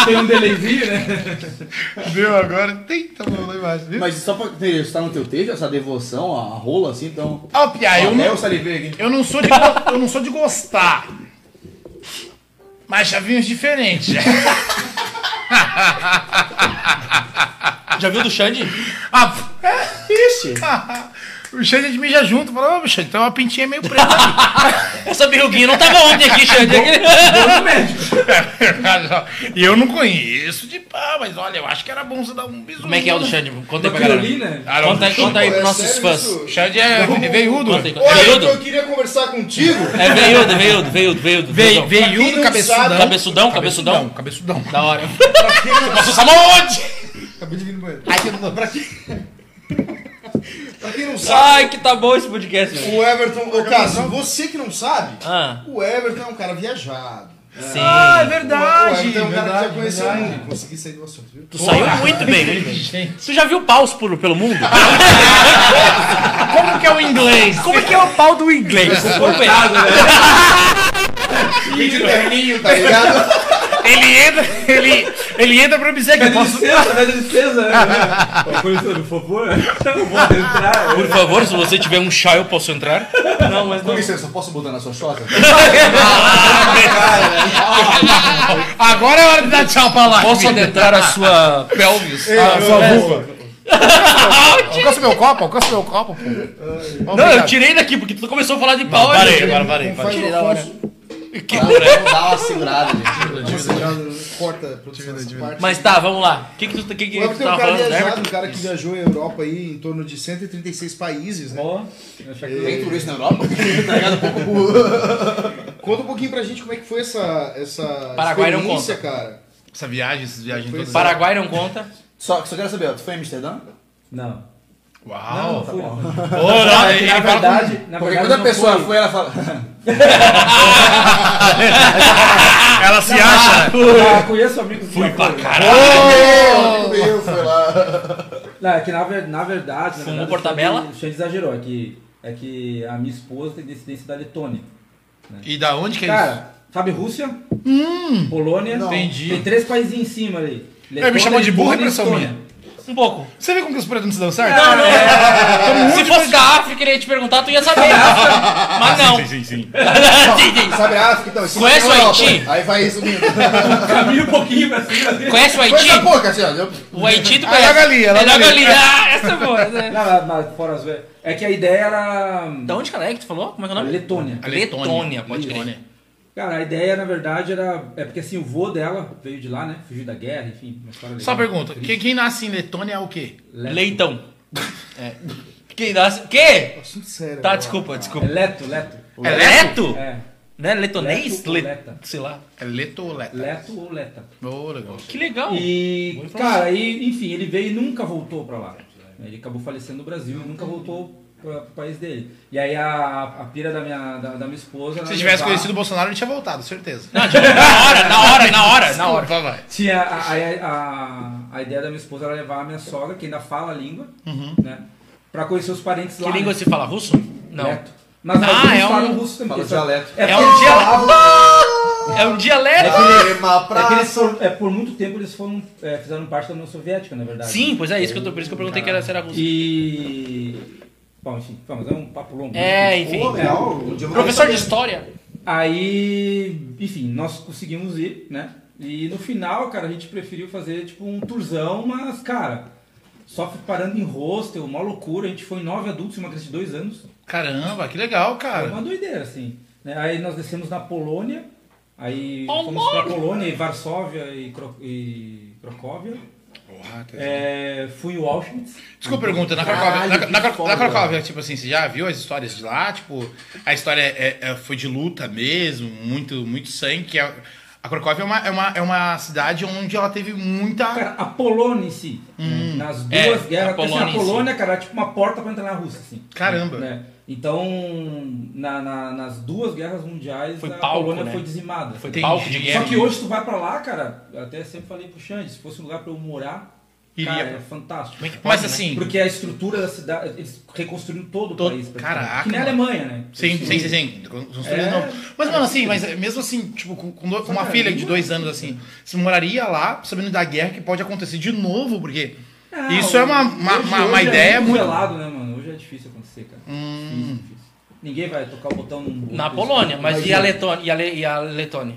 Speaker 6: Tem um delayzinho, né?
Speaker 7: Viu? Agora tem, tá bom lá embaixo, viu?
Speaker 4: Mas só pra ter, tá no teu tejo, essa devoção, a rola assim, então.
Speaker 7: Ó, Pia, eu
Speaker 4: Até
Speaker 7: não,
Speaker 4: eu salivei aqui.
Speaker 7: eu, não sou de, go- eu não sou de gostar. Mas já vi uns diferentes.
Speaker 2: Já viu do Xande?
Speaker 7: Ah, p- é, ixi. O Xande admira junto. Falou, ô, Xande, tem uma pintinha meio preta.
Speaker 2: Essa peruquinha não tava ontem aqui, Xande.
Speaker 7: É E eu não conheço de pá, mas olha, eu acho que era bom você dar um bisu.
Speaker 2: Como é que é o do Xande? Conta aí pra
Speaker 6: Piolin,
Speaker 2: galera.
Speaker 6: né?
Speaker 7: Ah, não,
Speaker 2: Conta aí, conta aí pros nossos fãs.
Speaker 7: O Xande é ve- veiudo.
Speaker 2: Conta aí,
Speaker 10: É Olha,
Speaker 2: conta- É
Speaker 10: eu
Speaker 2: veiudo?
Speaker 10: queria conversar contigo.
Speaker 2: É veiudo, veiudo, veiudo, veiudo.
Speaker 7: Ve-
Speaker 2: veiudo.
Speaker 10: Quem
Speaker 7: Veiudo,
Speaker 10: não
Speaker 7: cabeçudão.
Speaker 10: sabe- tá
Speaker 2: Cabeçudão,
Speaker 7: Cabeçudão,
Speaker 2: cabeçudão. um-
Speaker 7: cabeçudão.
Speaker 2: Da hora.
Speaker 7: Nossa, Samonde!
Speaker 10: Acabei de vir no banheiro.
Speaker 7: Ai, que não.
Speaker 10: Pra quem não sabe,
Speaker 2: Ai, que tá bom esse podcast, velho.
Speaker 10: o Everton. Ô, Cássio, você que não sabe,
Speaker 2: Ah,
Speaker 10: o Everton é um cara viajado.
Speaker 2: sim.
Speaker 7: Ah, é
Speaker 10: o
Speaker 7: verdade.
Speaker 10: Everton é um cara que
Speaker 7: verdade,
Speaker 10: já conheceu
Speaker 7: verdade.
Speaker 10: o mundo. Consegui sair do assunto, viu?
Speaker 2: Tu saiu muito bem. velho. Tu já viu paus por, pelo mundo?
Speaker 7: Como que é o inglês?
Speaker 2: Como é que é o pau do inglês? Complicado, né?
Speaker 10: Pedi terninho, tá ligado?
Speaker 7: Ele entra, ele, ele entra pra dizer que eu
Speaker 6: Pede
Speaker 7: posso...
Speaker 6: licença, pede licença. né? Ô, Polícia, por favor, eu vou entrar.
Speaker 2: Por favor, se você tiver um chá, eu posso entrar? Não, mas não.
Speaker 4: Com licença, posso botar na sua chota?
Speaker 7: Agora é hora de dar tchau pra lá.
Speaker 2: Posso adentrar a sua pelvis? Ah,
Speaker 7: Alcança meu copo, alcança meu copo, pô.
Speaker 2: não, eu tirei daqui, porque tu começou a falar de pau.
Speaker 7: Parei,
Speaker 2: gente.
Speaker 7: agora parei. parei.
Speaker 4: Tirei da hora.
Speaker 2: Que porra.
Speaker 4: Dá uma segurada, gente.
Speaker 10: Vamos segurar no- Corta a produção dessa parte.
Speaker 2: Mas tá, vamos lá. O que que tu, que que
Speaker 10: O
Speaker 2: tu
Speaker 10: Everton é um
Speaker 2: tava
Speaker 10: cara
Speaker 2: falando, né?
Speaker 10: viajado, um cara que viajou a Europa aí em torno de 136 países, né?
Speaker 4: Tem turista na Europa?
Speaker 10: Conta um pouquinho pra gente como é que foi essa, essa
Speaker 2: Paraguai não
Speaker 10: experiência, cara.
Speaker 7: Essa viagem, essas viagens
Speaker 10: Pois
Speaker 7: todas.
Speaker 2: Paraguai não conta.
Speaker 4: Só, só quero saber, ó, tu foi em Amsterdã?
Speaker 6: Não.
Speaker 7: é- Uau.
Speaker 6: fui, não.
Speaker 7: Ô, não,
Speaker 6: É que
Speaker 7: ele
Speaker 6: na
Speaker 7: fala com-
Speaker 6: verdade, na
Speaker 4: Porque
Speaker 6: verdade
Speaker 4: quando a
Speaker 6: não
Speaker 4: pessoa
Speaker 6: foi.
Speaker 4: foi, ela fala.
Speaker 7: Ela se acha. né?
Speaker 6: Ah, conheço amigos que já foram.
Speaker 4: Eu fui lá.
Speaker 6: Não, é que na, ver- na verdade. na
Speaker 2: Fumou
Speaker 6: verdade,
Speaker 2: Portabella?
Speaker 6: O Xande- o Xande exagerou. É que, é que a minha esposa tem descendência da Letônia.
Speaker 7: E da onde que é isso?
Speaker 6: Cara, sabe Rússia? Polônia?
Speaker 7: Entendi.
Speaker 6: Tem três países em cima ali.
Speaker 7: me chamou de burro, é
Speaker 6: Letônia e
Speaker 7: impressão
Speaker 6: Estônia.
Speaker 2: Um pouco.
Speaker 7: Você vê como que os projetos não se dão certo?
Speaker 6: Não, não,
Speaker 2: É. Se fosse da África, ele ia te perguntar, tu ia saber. Mas não.
Speaker 9: Sim, sim, sim.
Speaker 2: Sim, sim.
Speaker 10: Ah, Sabe a África? Então, isso
Speaker 2: Conhece
Speaker 10: é
Speaker 2: o
Speaker 10: Europa.
Speaker 2: Haiti?
Speaker 10: Aí vai subindo.
Speaker 6: Caminha um pouquinho pra cima. assim.
Speaker 2: Conhece o Haiti?
Speaker 10: Coisa pouca, assim, ó. Eu-
Speaker 2: O Haiti tu
Speaker 7: Ah,
Speaker 2: conhece.
Speaker 7: Lagali,
Speaker 2: é
Speaker 7: Lagali.
Speaker 2: Lagali. Ah, essa boa. né?
Speaker 6: Não, mas- mas fora as velhas. É que a ideia era.
Speaker 2: Da onde, cara, é que tu falou? Como é que é o nome?
Speaker 6: Letônia.
Speaker 2: Letônia, pode crer.
Speaker 6: Cara, a ideia na verdade era. É porque assim, o vô dela veio de lá, né? Fugiu da guerra, enfim. uma história
Speaker 7: Só uma
Speaker 6: legal.
Speaker 7: pergunta, quem, quem nasce em Letônia é o quê?
Speaker 2: Leitão. É. Quem nasce... Quê?
Speaker 10: Assunto sério.
Speaker 2: Tá,
Speaker 10: agora.
Speaker 2: desculpa, desculpa.
Speaker 6: É leto, leto.
Speaker 2: É Leto?
Speaker 6: É.
Speaker 2: Não é letonês?
Speaker 6: Leto ou leta?
Speaker 2: Sei lá.
Speaker 7: É Leto ou Leta?
Speaker 6: Leto ou leta.
Speaker 7: Ô, legal.
Speaker 2: Que
Speaker 4: Então,
Speaker 2: legal.
Speaker 6: E, cara, e, enfim, ele veio e nunca voltou pra lá. Ele acabou falecendo no Brasil e nunca voltou pra, pro país dele. E aí a, a pira da minha, da, da minha esposa. era
Speaker 7: Se tivesse
Speaker 6: levar-
Speaker 7: conhecido o Bolsonaro, ele tinha voltado, certeza.
Speaker 2: Não, tipo, na hora, na hora, na hora, na hora.
Speaker 7: Desculpa, vai.
Speaker 6: Tinha a, a, a, a ideia da minha esposa era levar a minha sogra, que ainda fala a língua, né? Pra conhecer os parentes
Speaker 2: Uhum. Que
Speaker 6: lá.
Speaker 2: língua
Speaker 6: né?
Speaker 2: se fala? Russo? Não.
Speaker 6: Dialeto. Mas
Speaker 2: Ah,
Speaker 6: ah,
Speaker 2: é
Speaker 6: é falam
Speaker 2: um-
Speaker 6: russo também.
Speaker 4: fala
Speaker 6: porque só-
Speaker 4: dialeto.
Speaker 6: É,
Speaker 2: É
Speaker 6: porque
Speaker 2: um
Speaker 6: eles
Speaker 2: dialeto.
Speaker 6: falavam-
Speaker 2: É um dialeto.
Speaker 10: Crema
Speaker 4: "Ah!"
Speaker 6: É que eles
Speaker 10: praça.
Speaker 6: foram- é, por muito tempo eles foram, é, fizeram parte da União Soviética, na verdade.
Speaker 2: Sim,
Speaker 6: né?
Speaker 2: pois é isso que eu tô. Por isso que eu perguntei que era se era russo.
Speaker 6: E. Bom, enfim, vamos, é um papo longo.
Speaker 2: É, enfim.
Speaker 4: Pô, legal.
Speaker 2: Professor de história.
Speaker 6: Aí, enfim, nós conseguimos ir, né? E no final, cara, a gente preferiu fazer tipo um turzão, mas, cara, só parando em hostel, uma loucura. A gente foi nove adultos e uma criança de dois anos.
Speaker 7: Caramba, que legal,
Speaker 6: Foi
Speaker 7: cara.
Speaker 6: uma doideira, assim. né? Aí nós descemos na Polônia, aí fomos pra Polônia e Varsóvia e, Cro- e Cracóvia. É, fui o Auschwitz.
Speaker 7: Desculpa a pergunta, na Cracóvia, na, na, Cra- na Cracóvia, tipo assim, você já viu as histórias de lá? Tipo, a história é- é- foi de luta mesmo, muito, muito sangue. que a, a Cracóvia é uma, é, uma, é uma cidade onde ela teve muita.
Speaker 6: Cara, a Polônia em si.
Speaker 7: Hum.
Speaker 6: né? Nas
Speaker 2: é,
Speaker 6: duas guerras.
Speaker 2: a
Speaker 6: porque, assim,
Speaker 2: Polônia em
Speaker 6: a
Speaker 2: si.
Speaker 6: Polônia, cara, era tipo uma porta pra entrar na Rússia, assim.
Speaker 7: Caramba.
Speaker 6: né? Então, na- na- nas duas guerras mundiais,
Speaker 2: Foi
Speaker 6: a
Speaker 2: palco,
Speaker 6: Polônia
Speaker 2: né?
Speaker 6: foi dizimada.
Speaker 2: Foi
Speaker 7: Entendi.
Speaker 2: palco de
Speaker 6: Só
Speaker 2: guerra.
Speaker 6: que hoje tu vai pra lá, cara, eu até sempre falei pro Xande, se fosse um lugar pra eu morar,
Speaker 7: Iria.
Speaker 2: né?
Speaker 6: cara, é fantástico.
Speaker 7: Mas assim,
Speaker 6: Porque a estrutura da cidade, eles reconstruíram todo o
Speaker 7: Todo-
Speaker 6: país. praticamente.
Speaker 7: Caraca,
Speaker 6: Que nem a
Speaker 7: mano.
Speaker 6: Alemanha, né?
Speaker 7: Sim,
Speaker 6: Eles-
Speaker 7: sim, sim, sim. Construído
Speaker 6: É.
Speaker 7: novo. Mas, mano, assim, mas mesmo assim, tipo, com, com do- com uma
Speaker 6: é
Speaker 7: filha de dois anos,
Speaker 6: né?
Speaker 7: assim, você moraria lá, sabendo da guerra que pode acontecer de novo, porque
Speaker 6: Ah,
Speaker 7: isso é uma,
Speaker 6: hoje-
Speaker 7: uma,
Speaker 6: hoje-
Speaker 7: uma- uma
Speaker 6: hoje
Speaker 7: ideia
Speaker 6: é
Speaker 7: muito. Hum.
Speaker 6: velado, né, mano? Hoje é difícil acontecer, cara. Difícil, difícil. Ninguém vai tocar o botão num-
Speaker 2: Na
Speaker 6: num-
Speaker 2: Polônia, mas e
Speaker 6: Imagina. Tá
Speaker 2: a Letônia? E a, Le- e a Letônia?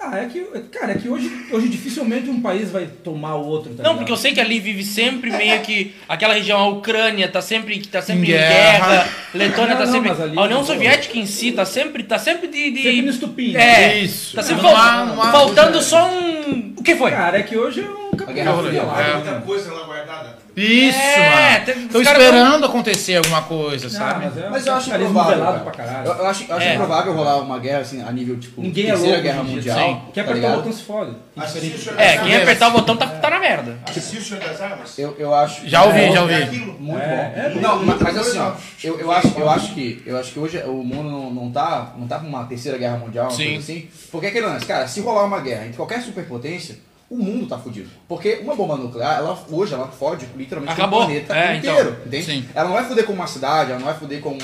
Speaker 6: Ah, é que, cara, é que hoje, hoje dificilmente um país vai tomar o outro,
Speaker 2: Não,
Speaker 6: tá ligado?
Speaker 2: porque eu sei que ali vive sempre meio que. Aquela região, a Ucrânia tá sempre, tá sempre em
Speaker 7: Guerra.
Speaker 2: guerra. Letônia
Speaker 6: Não,
Speaker 2: tá
Speaker 6: não,
Speaker 2: sempre.
Speaker 6: mas ali-
Speaker 2: a União
Speaker 6: pô.
Speaker 2: Soviética em si tá sempre. tá sempre de. de-
Speaker 6: Sempre no estupim. né?
Speaker 2: É.
Speaker 7: Isso.
Speaker 2: Tá sempre
Speaker 7: Não
Speaker 2: fal-
Speaker 7: há- não há-
Speaker 2: faltando só um. O que foi?
Speaker 6: Cara, é que hoje é um
Speaker 4: guerra
Speaker 6: campeonato
Speaker 4: fria,
Speaker 6: velado, né?
Speaker 3: Muita coisa lá guardada.
Speaker 7: Isso,
Speaker 2: É, teve-
Speaker 7: mano.
Speaker 2: os
Speaker 7: Tô
Speaker 2: caras
Speaker 7: esperando acontecer alguma coisa,
Speaker 6: Ah,
Speaker 7: sabe?
Speaker 6: mas, é
Speaker 4: Mas eu acho
Speaker 6: capitalismo
Speaker 4: provável.
Speaker 6: velado pra
Speaker 4: cara.
Speaker 6: caralho.
Speaker 4: Eu, eu acho, eu acho
Speaker 2: É.
Speaker 4: provável rolar uma guerra assim, a nível tipo
Speaker 6: Ninguém é
Speaker 4: terceira
Speaker 6: louco
Speaker 4: guerra
Speaker 6: hoje em dia,
Speaker 4: mundial.
Speaker 6: Quem
Speaker 4: tá
Speaker 6: apertar o
Speaker 4: ligado?
Speaker 6: botão se fode.
Speaker 3: Assistiu o Senhor das
Speaker 2: É, quem
Speaker 3: Armas?
Speaker 2: apertar o botão tá, tá na merda.
Speaker 3: Assistiu o Senhor é das Armas?
Speaker 4: Eu, eu acho.
Speaker 7: Já ouvi,
Speaker 4: é,
Speaker 7: já
Speaker 3: É
Speaker 7: ouvi.
Speaker 3: aquilo.
Speaker 4: Muito
Speaker 6: É,
Speaker 4: bom.
Speaker 6: é muito
Speaker 4: não,
Speaker 6: bom.
Speaker 4: mas, mas assim, ó, eu, eu, acho, eu, acho que, eu acho que hoje o mundo não, não, tá, não tá com uma terceira guerra mundial, uma
Speaker 7: Sim.
Speaker 4: coisa assim. Porque aquele lance, cara, se rolar uma guerra entre qualquer superpotência, o mundo tá fudido. Porque uma bomba nuclear, ela, hoje, ela fode literalmente com
Speaker 2: Acabou.
Speaker 4: o planeta
Speaker 2: É,
Speaker 4: inteiro. Entende?
Speaker 7: Sim.
Speaker 4: Ela não vai foder com uma cidade, ela não vai foder com um,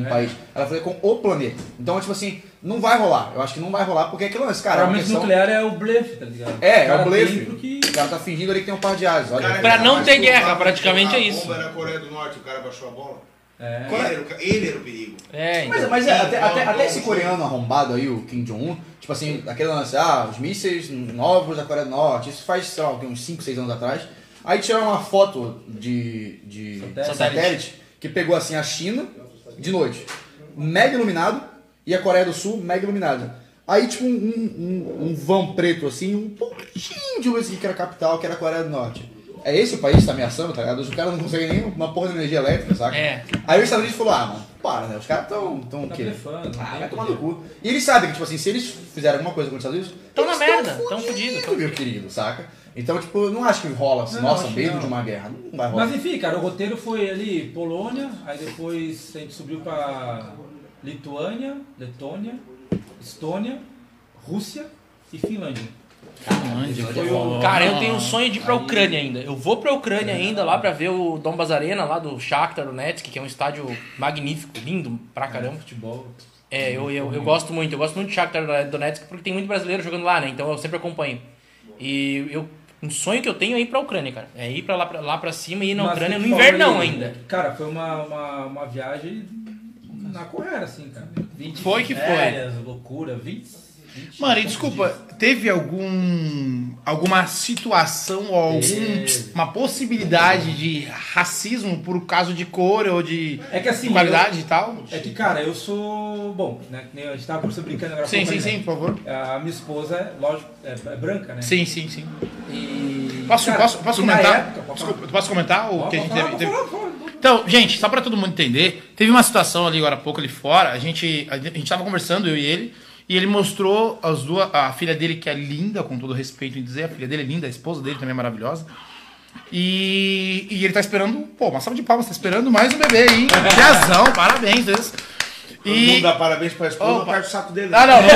Speaker 4: um país, ela vai foder com o planeta. Então, tipo assim, não vai rolar. Eu acho que não vai rolar, porque aquele lance, cara, é uma
Speaker 6: Provavelmente
Speaker 4: questão...
Speaker 6: nuclear é o blefe, tá ligado?
Speaker 4: É, é
Speaker 6: Cara,
Speaker 4: o blefe.
Speaker 6: tem Porque...
Speaker 4: O cara tá fingindo ali que tem um par de asas. Olha,
Speaker 3: Cara,
Speaker 2: Pra não
Speaker 3: mas
Speaker 2: ter
Speaker 3: o
Speaker 2: guerra,
Speaker 3: cara
Speaker 2: praticamente
Speaker 3: botou
Speaker 2: é isso.
Speaker 3: A bomba na Coreia do Norte, o cara baixou a bola.
Speaker 6: É.
Speaker 3: Ele, era o, ca- ele era o perigo.
Speaker 2: É,
Speaker 4: Mas,
Speaker 2: então.
Speaker 4: mas é, até, até, até esse coreano arrombado aí, o Kim Jong-un, tipo assim, aquele lance, ah, os mísseis novos da Coreia do Norte, isso faz, sei lá, uns 5, 6 anos atrás. Aí tiraram uma foto de, de satélite.
Speaker 6: Satélite.
Speaker 4: que pegou assim a China de noite, mega iluminado, e a Coreia do Sul mega iluminada. Aí tipo um, um, um- um vão preto assim, um pontinho de luz aqui, que era a capital, que era a Coreia do Norte. É esse o país que tá ameaçando, tá ligado? Os caras não conseguem nem uma porra de energia elétrica, saca?
Speaker 2: É.
Speaker 4: Aí os Estados Unidos falou, ah, mano, para, né? Os caras tão, tão o
Speaker 6: Tá
Speaker 4: quê?
Speaker 6: blefando, não
Speaker 4: Ah,
Speaker 6: tem
Speaker 4: vai tomar
Speaker 6: porquê.
Speaker 4: no cu. E eles sabem que, tipo assim, se eles fizerem alguma coisa com os Estados Unidos,
Speaker 2: Tão na
Speaker 4: eles
Speaker 2: merda, tão fudido, tão
Speaker 4: fudido, meu querido, saca? Então, tipo, eu não acho que rola assim,
Speaker 6: Não,
Speaker 4: nossa,
Speaker 6: acho que
Speaker 4: medo
Speaker 6: não.
Speaker 4: de uma guerra. Não vai rolar.
Speaker 6: Mas enfim, cara, o roteiro foi ali Polônia, aí depois a gente subiu pra Lituânia, Letônia, Estônia, Rússia e Finlândia.
Speaker 7: Foi
Speaker 2: Cara, eu tenho um sonho de ir pra Ucrânia ainda. Eu vou pra Ucrânia ainda lá pra ver o Dombas Arena lá do Shakhtar Donetsk, que é um estádio magnífico, lindo pra caramba.
Speaker 6: Futebol.
Speaker 2: É, eu, eu, eu gosto muito. Eu gosto muito de Shakhtar Donetsk porque tem muito brasileiro jogando lá, né? Então eu sempre acompanho. E eu, um sonho que eu tenho é ir pra Ucrânia, cara. É ir pra lá pra, lá pra cima e ir na
Speaker 6: Mas
Speaker 2: Ucrânia
Speaker 6: tu
Speaker 2: no
Speaker 6: falou
Speaker 2: invernão
Speaker 6: aí,
Speaker 2: ainda.
Speaker 6: Cara, foi uma, uma, uma viagem na correra, assim, cara. 20
Speaker 7: Foi que foi.
Speaker 6: férias, loucura, 20. 20
Speaker 7: Mano, e desculpa, teve algum alguma situação ou algum, tipo,
Speaker 6: Teve.
Speaker 7: uma possibilidade de racismo por causa de cor ou de
Speaker 6: É que assim,
Speaker 7: qualidade e tal?
Speaker 6: É que, cara, eu sou. Bom, né? que nem A gente tava brincando agora
Speaker 7: Sim,
Speaker 6: pouco,
Speaker 7: sim,
Speaker 6: né?
Speaker 7: sim, por favor.
Speaker 6: A minha esposa, é, lógico, é, é branca, né?
Speaker 7: Sim, sim, sim.
Speaker 6: E,
Speaker 7: Posso,
Speaker 6: cara,
Speaker 7: posso, posso
Speaker 6: e na
Speaker 7: comentar?
Speaker 6: época-
Speaker 7: Desculpa, posso comentar o
Speaker 6: Pode
Speaker 7: que a gente
Speaker 6: falar,
Speaker 7: teve?
Speaker 6: pode
Speaker 7: teve-
Speaker 6: falar, pode falar.
Speaker 7: Então, gente, só pra todo mundo entender, teve uma situação ali agora há pouco ali fora, a gente, a gente tava conversando, eu e ele, e ele mostrou as duas, a filha dele, que é linda, com todo respeito em dizer, a filha dele é linda, a esposa dele também é maravilhosa. E, e ele tá esperando, pô, uma salva de palmas, tá esperando mais um bebê aí. Piazão, parabéns, Deus.
Speaker 3: Todo mundo
Speaker 7: E.
Speaker 3: dá parabéns pra esposa,
Speaker 7: Opa.
Speaker 3: parte do saco dele.
Speaker 7: Ah, não, não.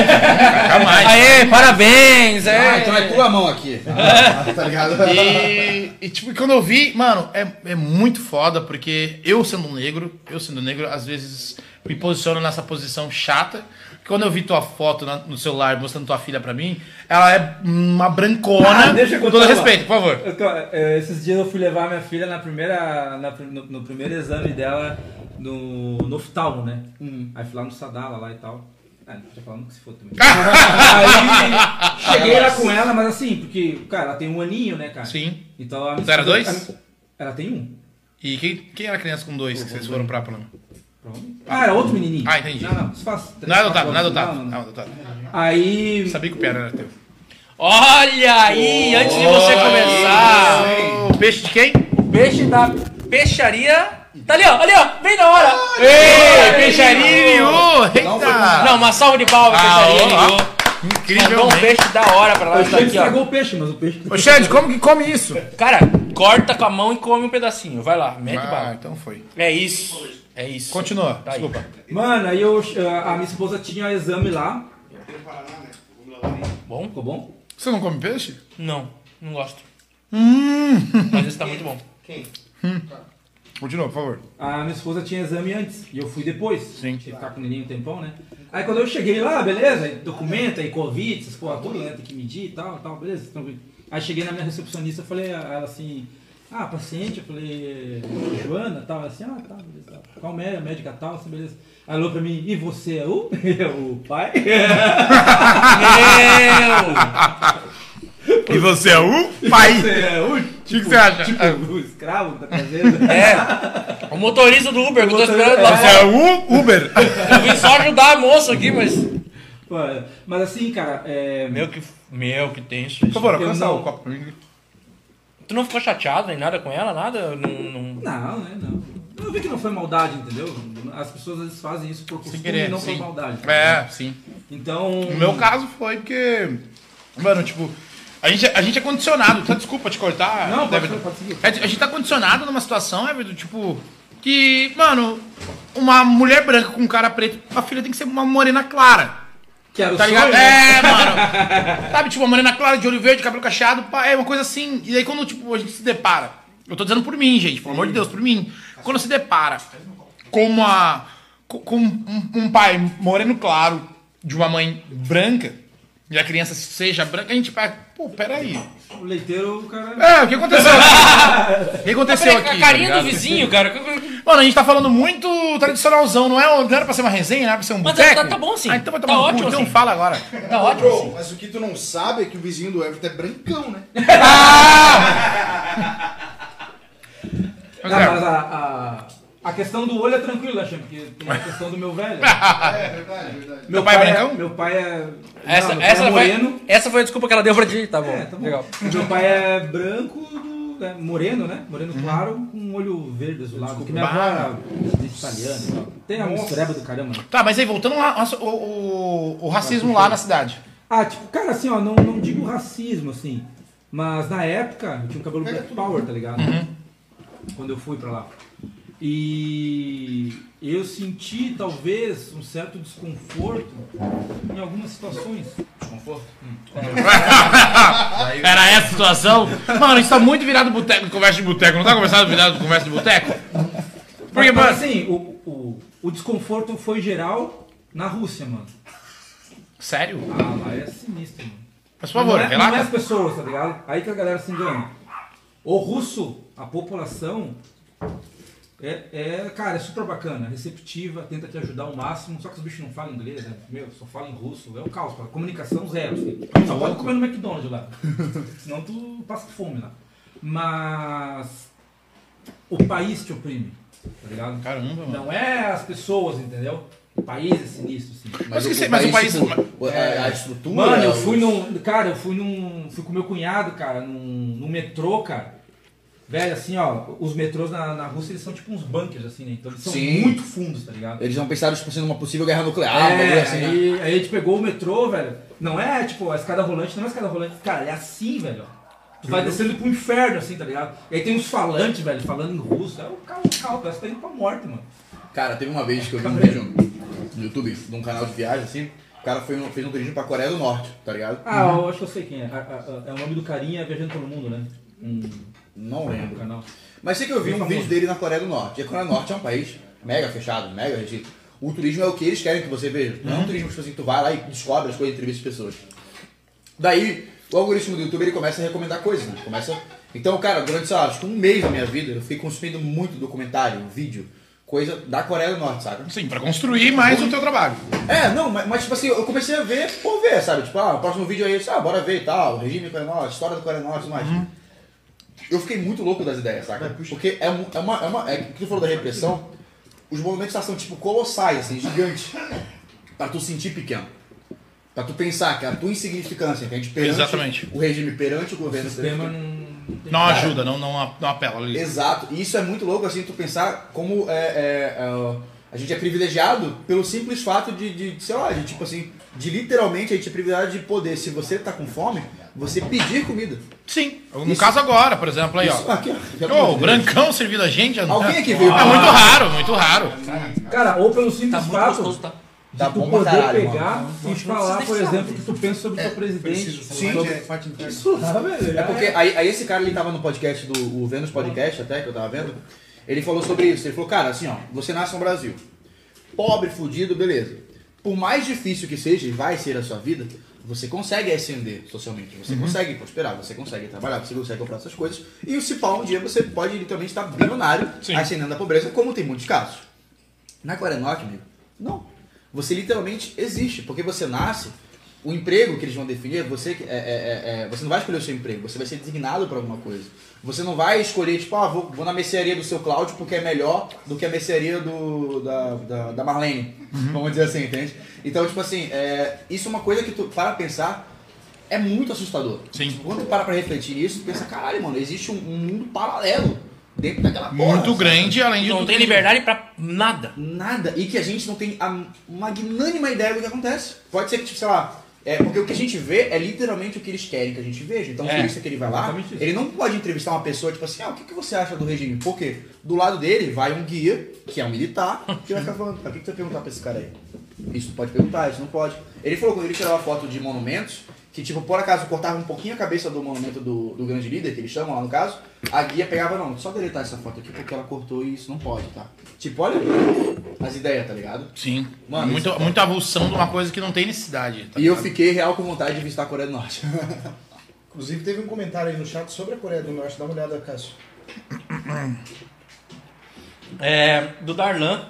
Speaker 7: Jamais.
Speaker 2: Aê, parabéns!
Speaker 4: Ah,
Speaker 2: É.
Speaker 4: então é tua mão aqui. Ah, tá ligado?
Speaker 7: E, e, tipo, quando eu vi, mano, é, é muito foda, porque eu sendo negro, eu sendo negro, às vezes me posiciono nessa posição chata. Quando eu vi tua foto na- no celular mostrando tua filha pra mim, ela é uma brancona.
Speaker 6: Ah, deixa eu
Speaker 7: com todo
Speaker 6: contar uma.
Speaker 7: respeito, por favor.
Speaker 6: Eu tô- é, esses dias eu fui levar minha filha na primeira, na prim- no, no Hum. primeiro exame dela no, no oftalmo, né? Aí fui lá no Sadala lá e tal. Ah, não tô falando que se for também. Aí cheguei lá com ela, mas assim, porque, cara, ela tem um aninho, né, cara?
Speaker 11: Sim.
Speaker 6: Então ela.
Speaker 11: Então era dois?
Speaker 6: Ela tem um.
Speaker 11: E quem, quem era criança com dois que vocês foram pra Plano?
Speaker 6: Provavelmente. Ah, tá, era outro menininho.
Speaker 11: Ah, entendi.
Speaker 6: Não, não, se faz três,
Speaker 11: Não é adotado,
Speaker 6: quatro
Speaker 11: não é
Speaker 6: anos.
Speaker 11: adotado.
Speaker 6: Não, não,
Speaker 11: Não,
Speaker 6: não.
Speaker 11: adotado.
Speaker 6: Aí.
Speaker 11: Sabia que o Piara era teu.
Speaker 2: Olha aí, antes de você começar,
Speaker 11: O peixe de quem?
Speaker 2: o peixe da peixaria. Tá ali, ó, ali, ó, bem na hora. Ei, peixaria!
Speaker 6: um
Speaker 11: Iriu! Eita!
Speaker 2: Não, uma salva de palmas,
Speaker 11: Ah,
Speaker 2: peixaria.
Speaker 11: ó,
Speaker 2: Iriu.
Speaker 11: Incrível!
Speaker 2: Mandou um peixe da hora pra lá,
Speaker 6: Eu
Speaker 2: tá
Speaker 6: achei que
Speaker 2: aqui, ó.
Speaker 6: estragou o peixe, mas o peixe.
Speaker 7: Ô, Xande, como que come isso?
Speaker 2: Cara, corta com a mão e come um pedacinho. Vai lá, mete
Speaker 7: Ah,
Speaker 2: bala.
Speaker 7: então foi.
Speaker 2: É isso. É isso.
Speaker 7: Continua,
Speaker 2: Tá aí.
Speaker 7: desculpa.
Speaker 6: Mano, aí eu, eh, a minha esposa tinha exame lá.
Speaker 2: Bom?
Speaker 6: Ficou bom?
Speaker 7: Você não come peixe?
Speaker 2: Não, não gosto. Mas esse tá muito bom.
Speaker 7: Continua, por favor.
Speaker 6: A minha esposa tinha exame antes e eu fui depois.
Speaker 7: Sim.
Speaker 6: Tinha que ficar com o neném um tempão, né? Aí quando eu cheguei lá, beleza, aí documenta e Covid, essas porra tudo, né? Tem que medir e tal, tal, beleza. tranquilo. Aí cheguei na minha recepcionista, eu falei a ela assim, ah, paciente, eu falei, Joana, tal, ela assim, ah, tá, beleza. Tal. Qual médica, médica tal, assim, beleza. Aí ela olhou pra mim, e você é o? Eu, o pai?
Speaker 2: Meu!
Speaker 7: E você é o pai?
Speaker 6: Você é o?
Speaker 7: que você acha?
Speaker 6: Tipo, o escravo tá da fazenda.
Speaker 2: É, o motorista do Uber, que eu tô esperando lá.
Speaker 7: Você é o Uber?
Speaker 2: Eu vim só ajudar a moça aqui, mas.
Speaker 6: Pô, Mas assim, cara, é...
Speaker 2: Meu que. Meu que tenso.
Speaker 7: Por favor,
Speaker 6: Eu
Speaker 7: alcança
Speaker 6: não-
Speaker 7: o copo pra mim.
Speaker 2: Tu não ficou chateado nem nada com ela? Nada? Não. não...
Speaker 6: Não, né? Não. Eu vi que não foi maldade, entendeu? As pessoas às vezes fazem isso por costume
Speaker 7: querer,
Speaker 6: e não
Speaker 7: sim.
Speaker 6: por maldade.
Speaker 7: É, sim.
Speaker 6: Então.
Speaker 7: No
Speaker 6: O
Speaker 7: meu caso foi porque. Mano, tipo. A gente, a gente é condicionado, tá? Desculpa te cortar.
Speaker 6: Não, pode,
Speaker 7: David.
Speaker 6: pode seguir.
Speaker 7: É, A gente tá condicionado numa situação, é, do tipo. Que, mano, uma mulher branca com um cara preto, a filha tem que ser uma morena clara.
Speaker 6: Que era o
Speaker 7: Tá
Speaker 6: sonho,
Speaker 7: ligado?
Speaker 6: né?
Speaker 7: É, mano. Sabe, tipo, uma morena clara, de olho verde, cabelo cacheado, pá, é uma coisa assim. E aí quando, tipo, a gente se depara. Eu tô dizendo por mim, gente, pelo amor de Deus, por mim. Quando se depara com uma. com com um, um pai moreno claro, de uma mãe branca, e a criança seja branca, a gente pega. Pô, peraí.
Speaker 6: O leiteiro, o cara.
Speaker 7: É, o que aconteceu? o que aconteceu
Speaker 2: Peraí,
Speaker 7: aqui?
Speaker 2: a
Speaker 7: tá
Speaker 2: carinha
Speaker 7: ligado?
Speaker 2: do vizinho, cara.
Speaker 7: Mano, a gente tá falando muito tradicionalzão, não é? Não era pra ser uma resenha, não era pra ser um
Speaker 2: Mas
Speaker 7: boteco.
Speaker 2: tá- tá bom, sim.
Speaker 7: Ah, então vai
Speaker 2: Tá
Speaker 7: tomar no cu,
Speaker 2: ótimo,
Speaker 7: então
Speaker 2: sim.
Speaker 7: fala agora.
Speaker 2: Tá ótimo assim.
Speaker 1: Mas o que tu não sabe é que o vizinho do Everton é brancão, né?
Speaker 6: Ah, mas a, a, a questão do olho é tranquila, achando porque tem a questão do meu velho.
Speaker 1: É verdade, verdade.
Speaker 7: Meu pai é
Speaker 6: É,
Speaker 7: brancão?
Speaker 6: meu pai é.
Speaker 2: Essa,
Speaker 6: não, meu pai
Speaker 2: essa, foi,
Speaker 6: é moreno.
Speaker 2: essa foi a desculpa que ela deu pra ti. Tá bom.
Speaker 6: É, tá bom.
Speaker 2: Legal.
Speaker 6: Meu pai é branco, do- é moreno, né? Moreno claro, com um olho verde azulado. Porque minha avó era de italiana tá e tal. Tem a mistureba do caramba. né?
Speaker 7: Tá, mas aí, voltando lá, nossa, o, o- o racismo lá na cidade.
Speaker 6: Ah, tipo, cara, assim, ó, não, não digo racismo, assim. Mas na época, eu tinha um cabelo Black Power, tá ligado? Quando eu fui pra lá. E eu senti, talvez, um certo desconforto em algumas situações.
Speaker 7: Era essa a situação? Mano, a gente tá muito virado boteco, conversa de boteco. Não tá conversando virado conversa de boteco? Porque,
Speaker 6: Mas, mas,
Speaker 7: mano...
Speaker 6: assim, o, o, o desconforto foi geral na Rússia, mano.
Speaker 7: Sério?
Speaker 6: Ah, lá é sinistro, mano.
Speaker 7: Mas, por favor,
Speaker 6: não é, não é as
Speaker 7: relaxa.
Speaker 6: pessoas, tá ligado? Aí que a galera se engana. O russo, a população, é, é, cara, é super bacana, receptiva, tenta te ajudar ao máximo, só que os bichos não falam inglês, né? Meu, só falam em russo, é um caos, cara. comunicação zero. assim. Só pode comer no McDonald's lá, senão tu passa fome lá. Mas o país te oprime, tá ligado?
Speaker 7: Caramba, mano.
Speaker 6: Não é as pessoas, entendeu? O país é sinistro, assim.
Speaker 7: Mas o que você- mas o país-
Speaker 4: tipo, a, a estrutura.
Speaker 6: Mano, eu fui
Speaker 4: os-
Speaker 6: num. Cara, eu fui num. Fui com meu cunhado, cara, num, num metrô, cara. Velho, assim, ó, os metrôs na, na Rússia eles são tipo uns bunkers, assim, né? Então eles são
Speaker 4: Sim.
Speaker 6: muito fundos, tá ligado?
Speaker 4: Eles não pensaram, tipo, assim, numa possível guerra nuclear, um bagulho
Speaker 6: é,
Speaker 4: assim, né?
Speaker 6: aí, aí a gente pegou o metrô, velho. Não é tipo a escada rolante, não é a escada rolante, cara, é assim, velho. ó. Tu vai descendo pro inferno, assim, tá ligado? E aí tem uns falantes, velho, falando em russo. É o carro, o carro, parece que tá indo pra morte, mano.
Speaker 4: Cara, teve uma vez que eu vi um vídeo no YouTube, de um canal de viagem, assim. O cara foi um- fez um turismo pra Coreia do Norte, tá ligado?
Speaker 6: Ah, eu acho que eu sei quem é. A- a- a- É o nome do carinha viajando pelo mundo, né? Um
Speaker 4: Não
Speaker 6: um
Speaker 4: lembro.
Speaker 6: canal.
Speaker 4: Mas sei que eu vi um
Speaker 6: Famoso.
Speaker 4: vídeo dele na Coreia do Norte. E a Coreia do Norte é um país mega fechado, mega restrito. O turismo é o que eles querem que você veja. Não é um turismo tipo assim, que tu vai lá e descobre as coisas, entrevista as pessoas. Daí, o algoritmo do YouTube ele começa a recomendar coisas, né? Começa... Então, cara, durante, sei lá, acho que um mês da minha vida, eu fiquei consumindo muito documentário, vídeo, coisa da Coreia do Norte, saca?
Speaker 7: Sim, pra construir mais o teu trabalho.
Speaker 4: É, não, mas, mas, tipo assim, eu comecei a ver por ver, sabe? Tipo, ah, o próximo vídeo aí, eu disse, ah, bora ver e tal, regime Coreia do Norte, história do Coreia do Norte e tudo mais. Eu fiquei muito louco das ideias, saca? Porque é, mu- é uma. É uma é, o que tu falou da repressão, os movimentos são tipo colossais, assim, gigantes. Pra tu sentir pequeno. Pra tu pensar que a tua insignificância, que a gente perante
Speaker 7: Exatamente.
Speaker 4: o regime, perante o governo.
Speaker 7: Não
Speaker 4: É.
Speaker 7: ajuda, não, não, a- não apela ali.
Speaker 4: Exato. E isso é muito louco, assim, tu pensar como é, é, é, ó, a gente é privilegiado pelo simples fato de, de, de, sei lá, de, tipo assim, de literalmente a gente é privilegiado de poder, se você tá com fome, você pedir comida.
Speaker 7: Sim. No
Speaker 4: Isso-
Speaker 7: caso agora, por exemplo, aí,
Speaker 4: Isso
Speaker 7: ó.
Speaker 4: aqui, ó. pelo
Speaker 7: Ô,
Speaker 4: amor
Speaker 7: o
Speaker 4: de Deus.
Speaker 7: Brancão servindo a gente.
Speaker 4: Alguém aqui veio
Speaker 7: É muito raro, muito raro.
Speaker 6: Cara, ou pelo simples
Speaker 2: Tá muito
Speaker 6: fato
Speaker 2: gostoso, tá?
Speaker 4: Dá
Speaker 6: de tu
Speaker 4: bom pra
Speaker 6: poder
Speaker 4: caralho,
Speaker 6: pegar e falar, por exemplo, o que tu pensa sobre o teu presidente. sobre- Isso lá, velho.
Speaker 4: É porque aí, aí esse cara ele tava no podcast do o Vênus Podcast, até que eu tava vendo. Ele falou sobre isso. Ele falou, cara, assim, ó, você nasce no Brasil. Pobre, fudido, beleza. Por mais difícil que seja, e vai ser a sua vida, você consegue ascender socialmente, você consegue prosperar, você consegue trabalhar, você consegue comprar essas coisas. E o cipó um dia você pode literalmente estar bilionário, ascendendo a pobreza, como tem muitos casos. Na Coreia do Norte, amigo, não. Você literalmente existe, porque você nasce, o emprego que eles vão definir, você, que- é- é- é- é- você não vai escolher o seu emprego, você vai ser designado para alguma coisa. Você não vai escolher, tipo, ah, vou, vou na mercearia do seu Cláudio porque é melhor do que a mercearia do, da, da, da Marlene,
Speaker 7: Uhum.
Speaker 4: vamos dizer assim, entende? Então, tipo assim, é, isso é uma coisa que tu, para pensar, é muito assustador.
Speaker 7: Sim.
Speaker 4: Tipo, Quando tu para pra refletir nisso, tu pensa, caralho, mano, existe um, um mundo paralelo dentro daquela porra.
Speaker 7: Muito
Speaker 4: sabe?
Speaker 7: grande, além de
Speaker 2: Não
Speaker 7: tudo
Speaker 2: tem
Speaker 7: que-
Speaker 2: liberdade pra nada.
Speaker 4: Nada. E que a gente não tem a magnânima ideia do que acontece. Pode ser que, tipo, sei lá. É, porque o que a gente vê é literalmente o que eles querem que a gente veja. Então, o
Speaker 7: É,
Speaker 4: turista que ele vai lá,
Speaker 6: exatamente isso.
Speaker 4: ele não pode entrevistar uma pessoa, tipo assim, ah, o que, que você acha do regime? Por quê? Do lado dele vai um guia, que é um militar, que vai ficar falando, "Tá, o que, que você vai perguntar pra esse cara aí? Isso tu pode perguntar, isso não pode. Ele falou quando ele tirava foto de monumentos, que, tipo, por acaso cortava um pouquinho a cabeça do monumento do, do grande líder, que eles chamam lá no caso, a guia pegava, não, só deletar essa foto aqui porque ela cortou e isso não pode, tá? Tipo, olha as ideias, tá ligado?
Speaker 7: Sim.
Speaker 4: Mano,
Speaker 7: muito, muita avulsão de uma coisa que não tem necessidade. tá
Speaker 4: E eu
Speaker 7: ligado?
Speaker 4: fiquei real com vontade de visitar a Coreia do Norte.
Speaker 10: Inclusive teve um comentário aí no chat sobre a Coreia do Norte. Dá uma olhada, Cássio.
Speaker 2: É, do Darlan.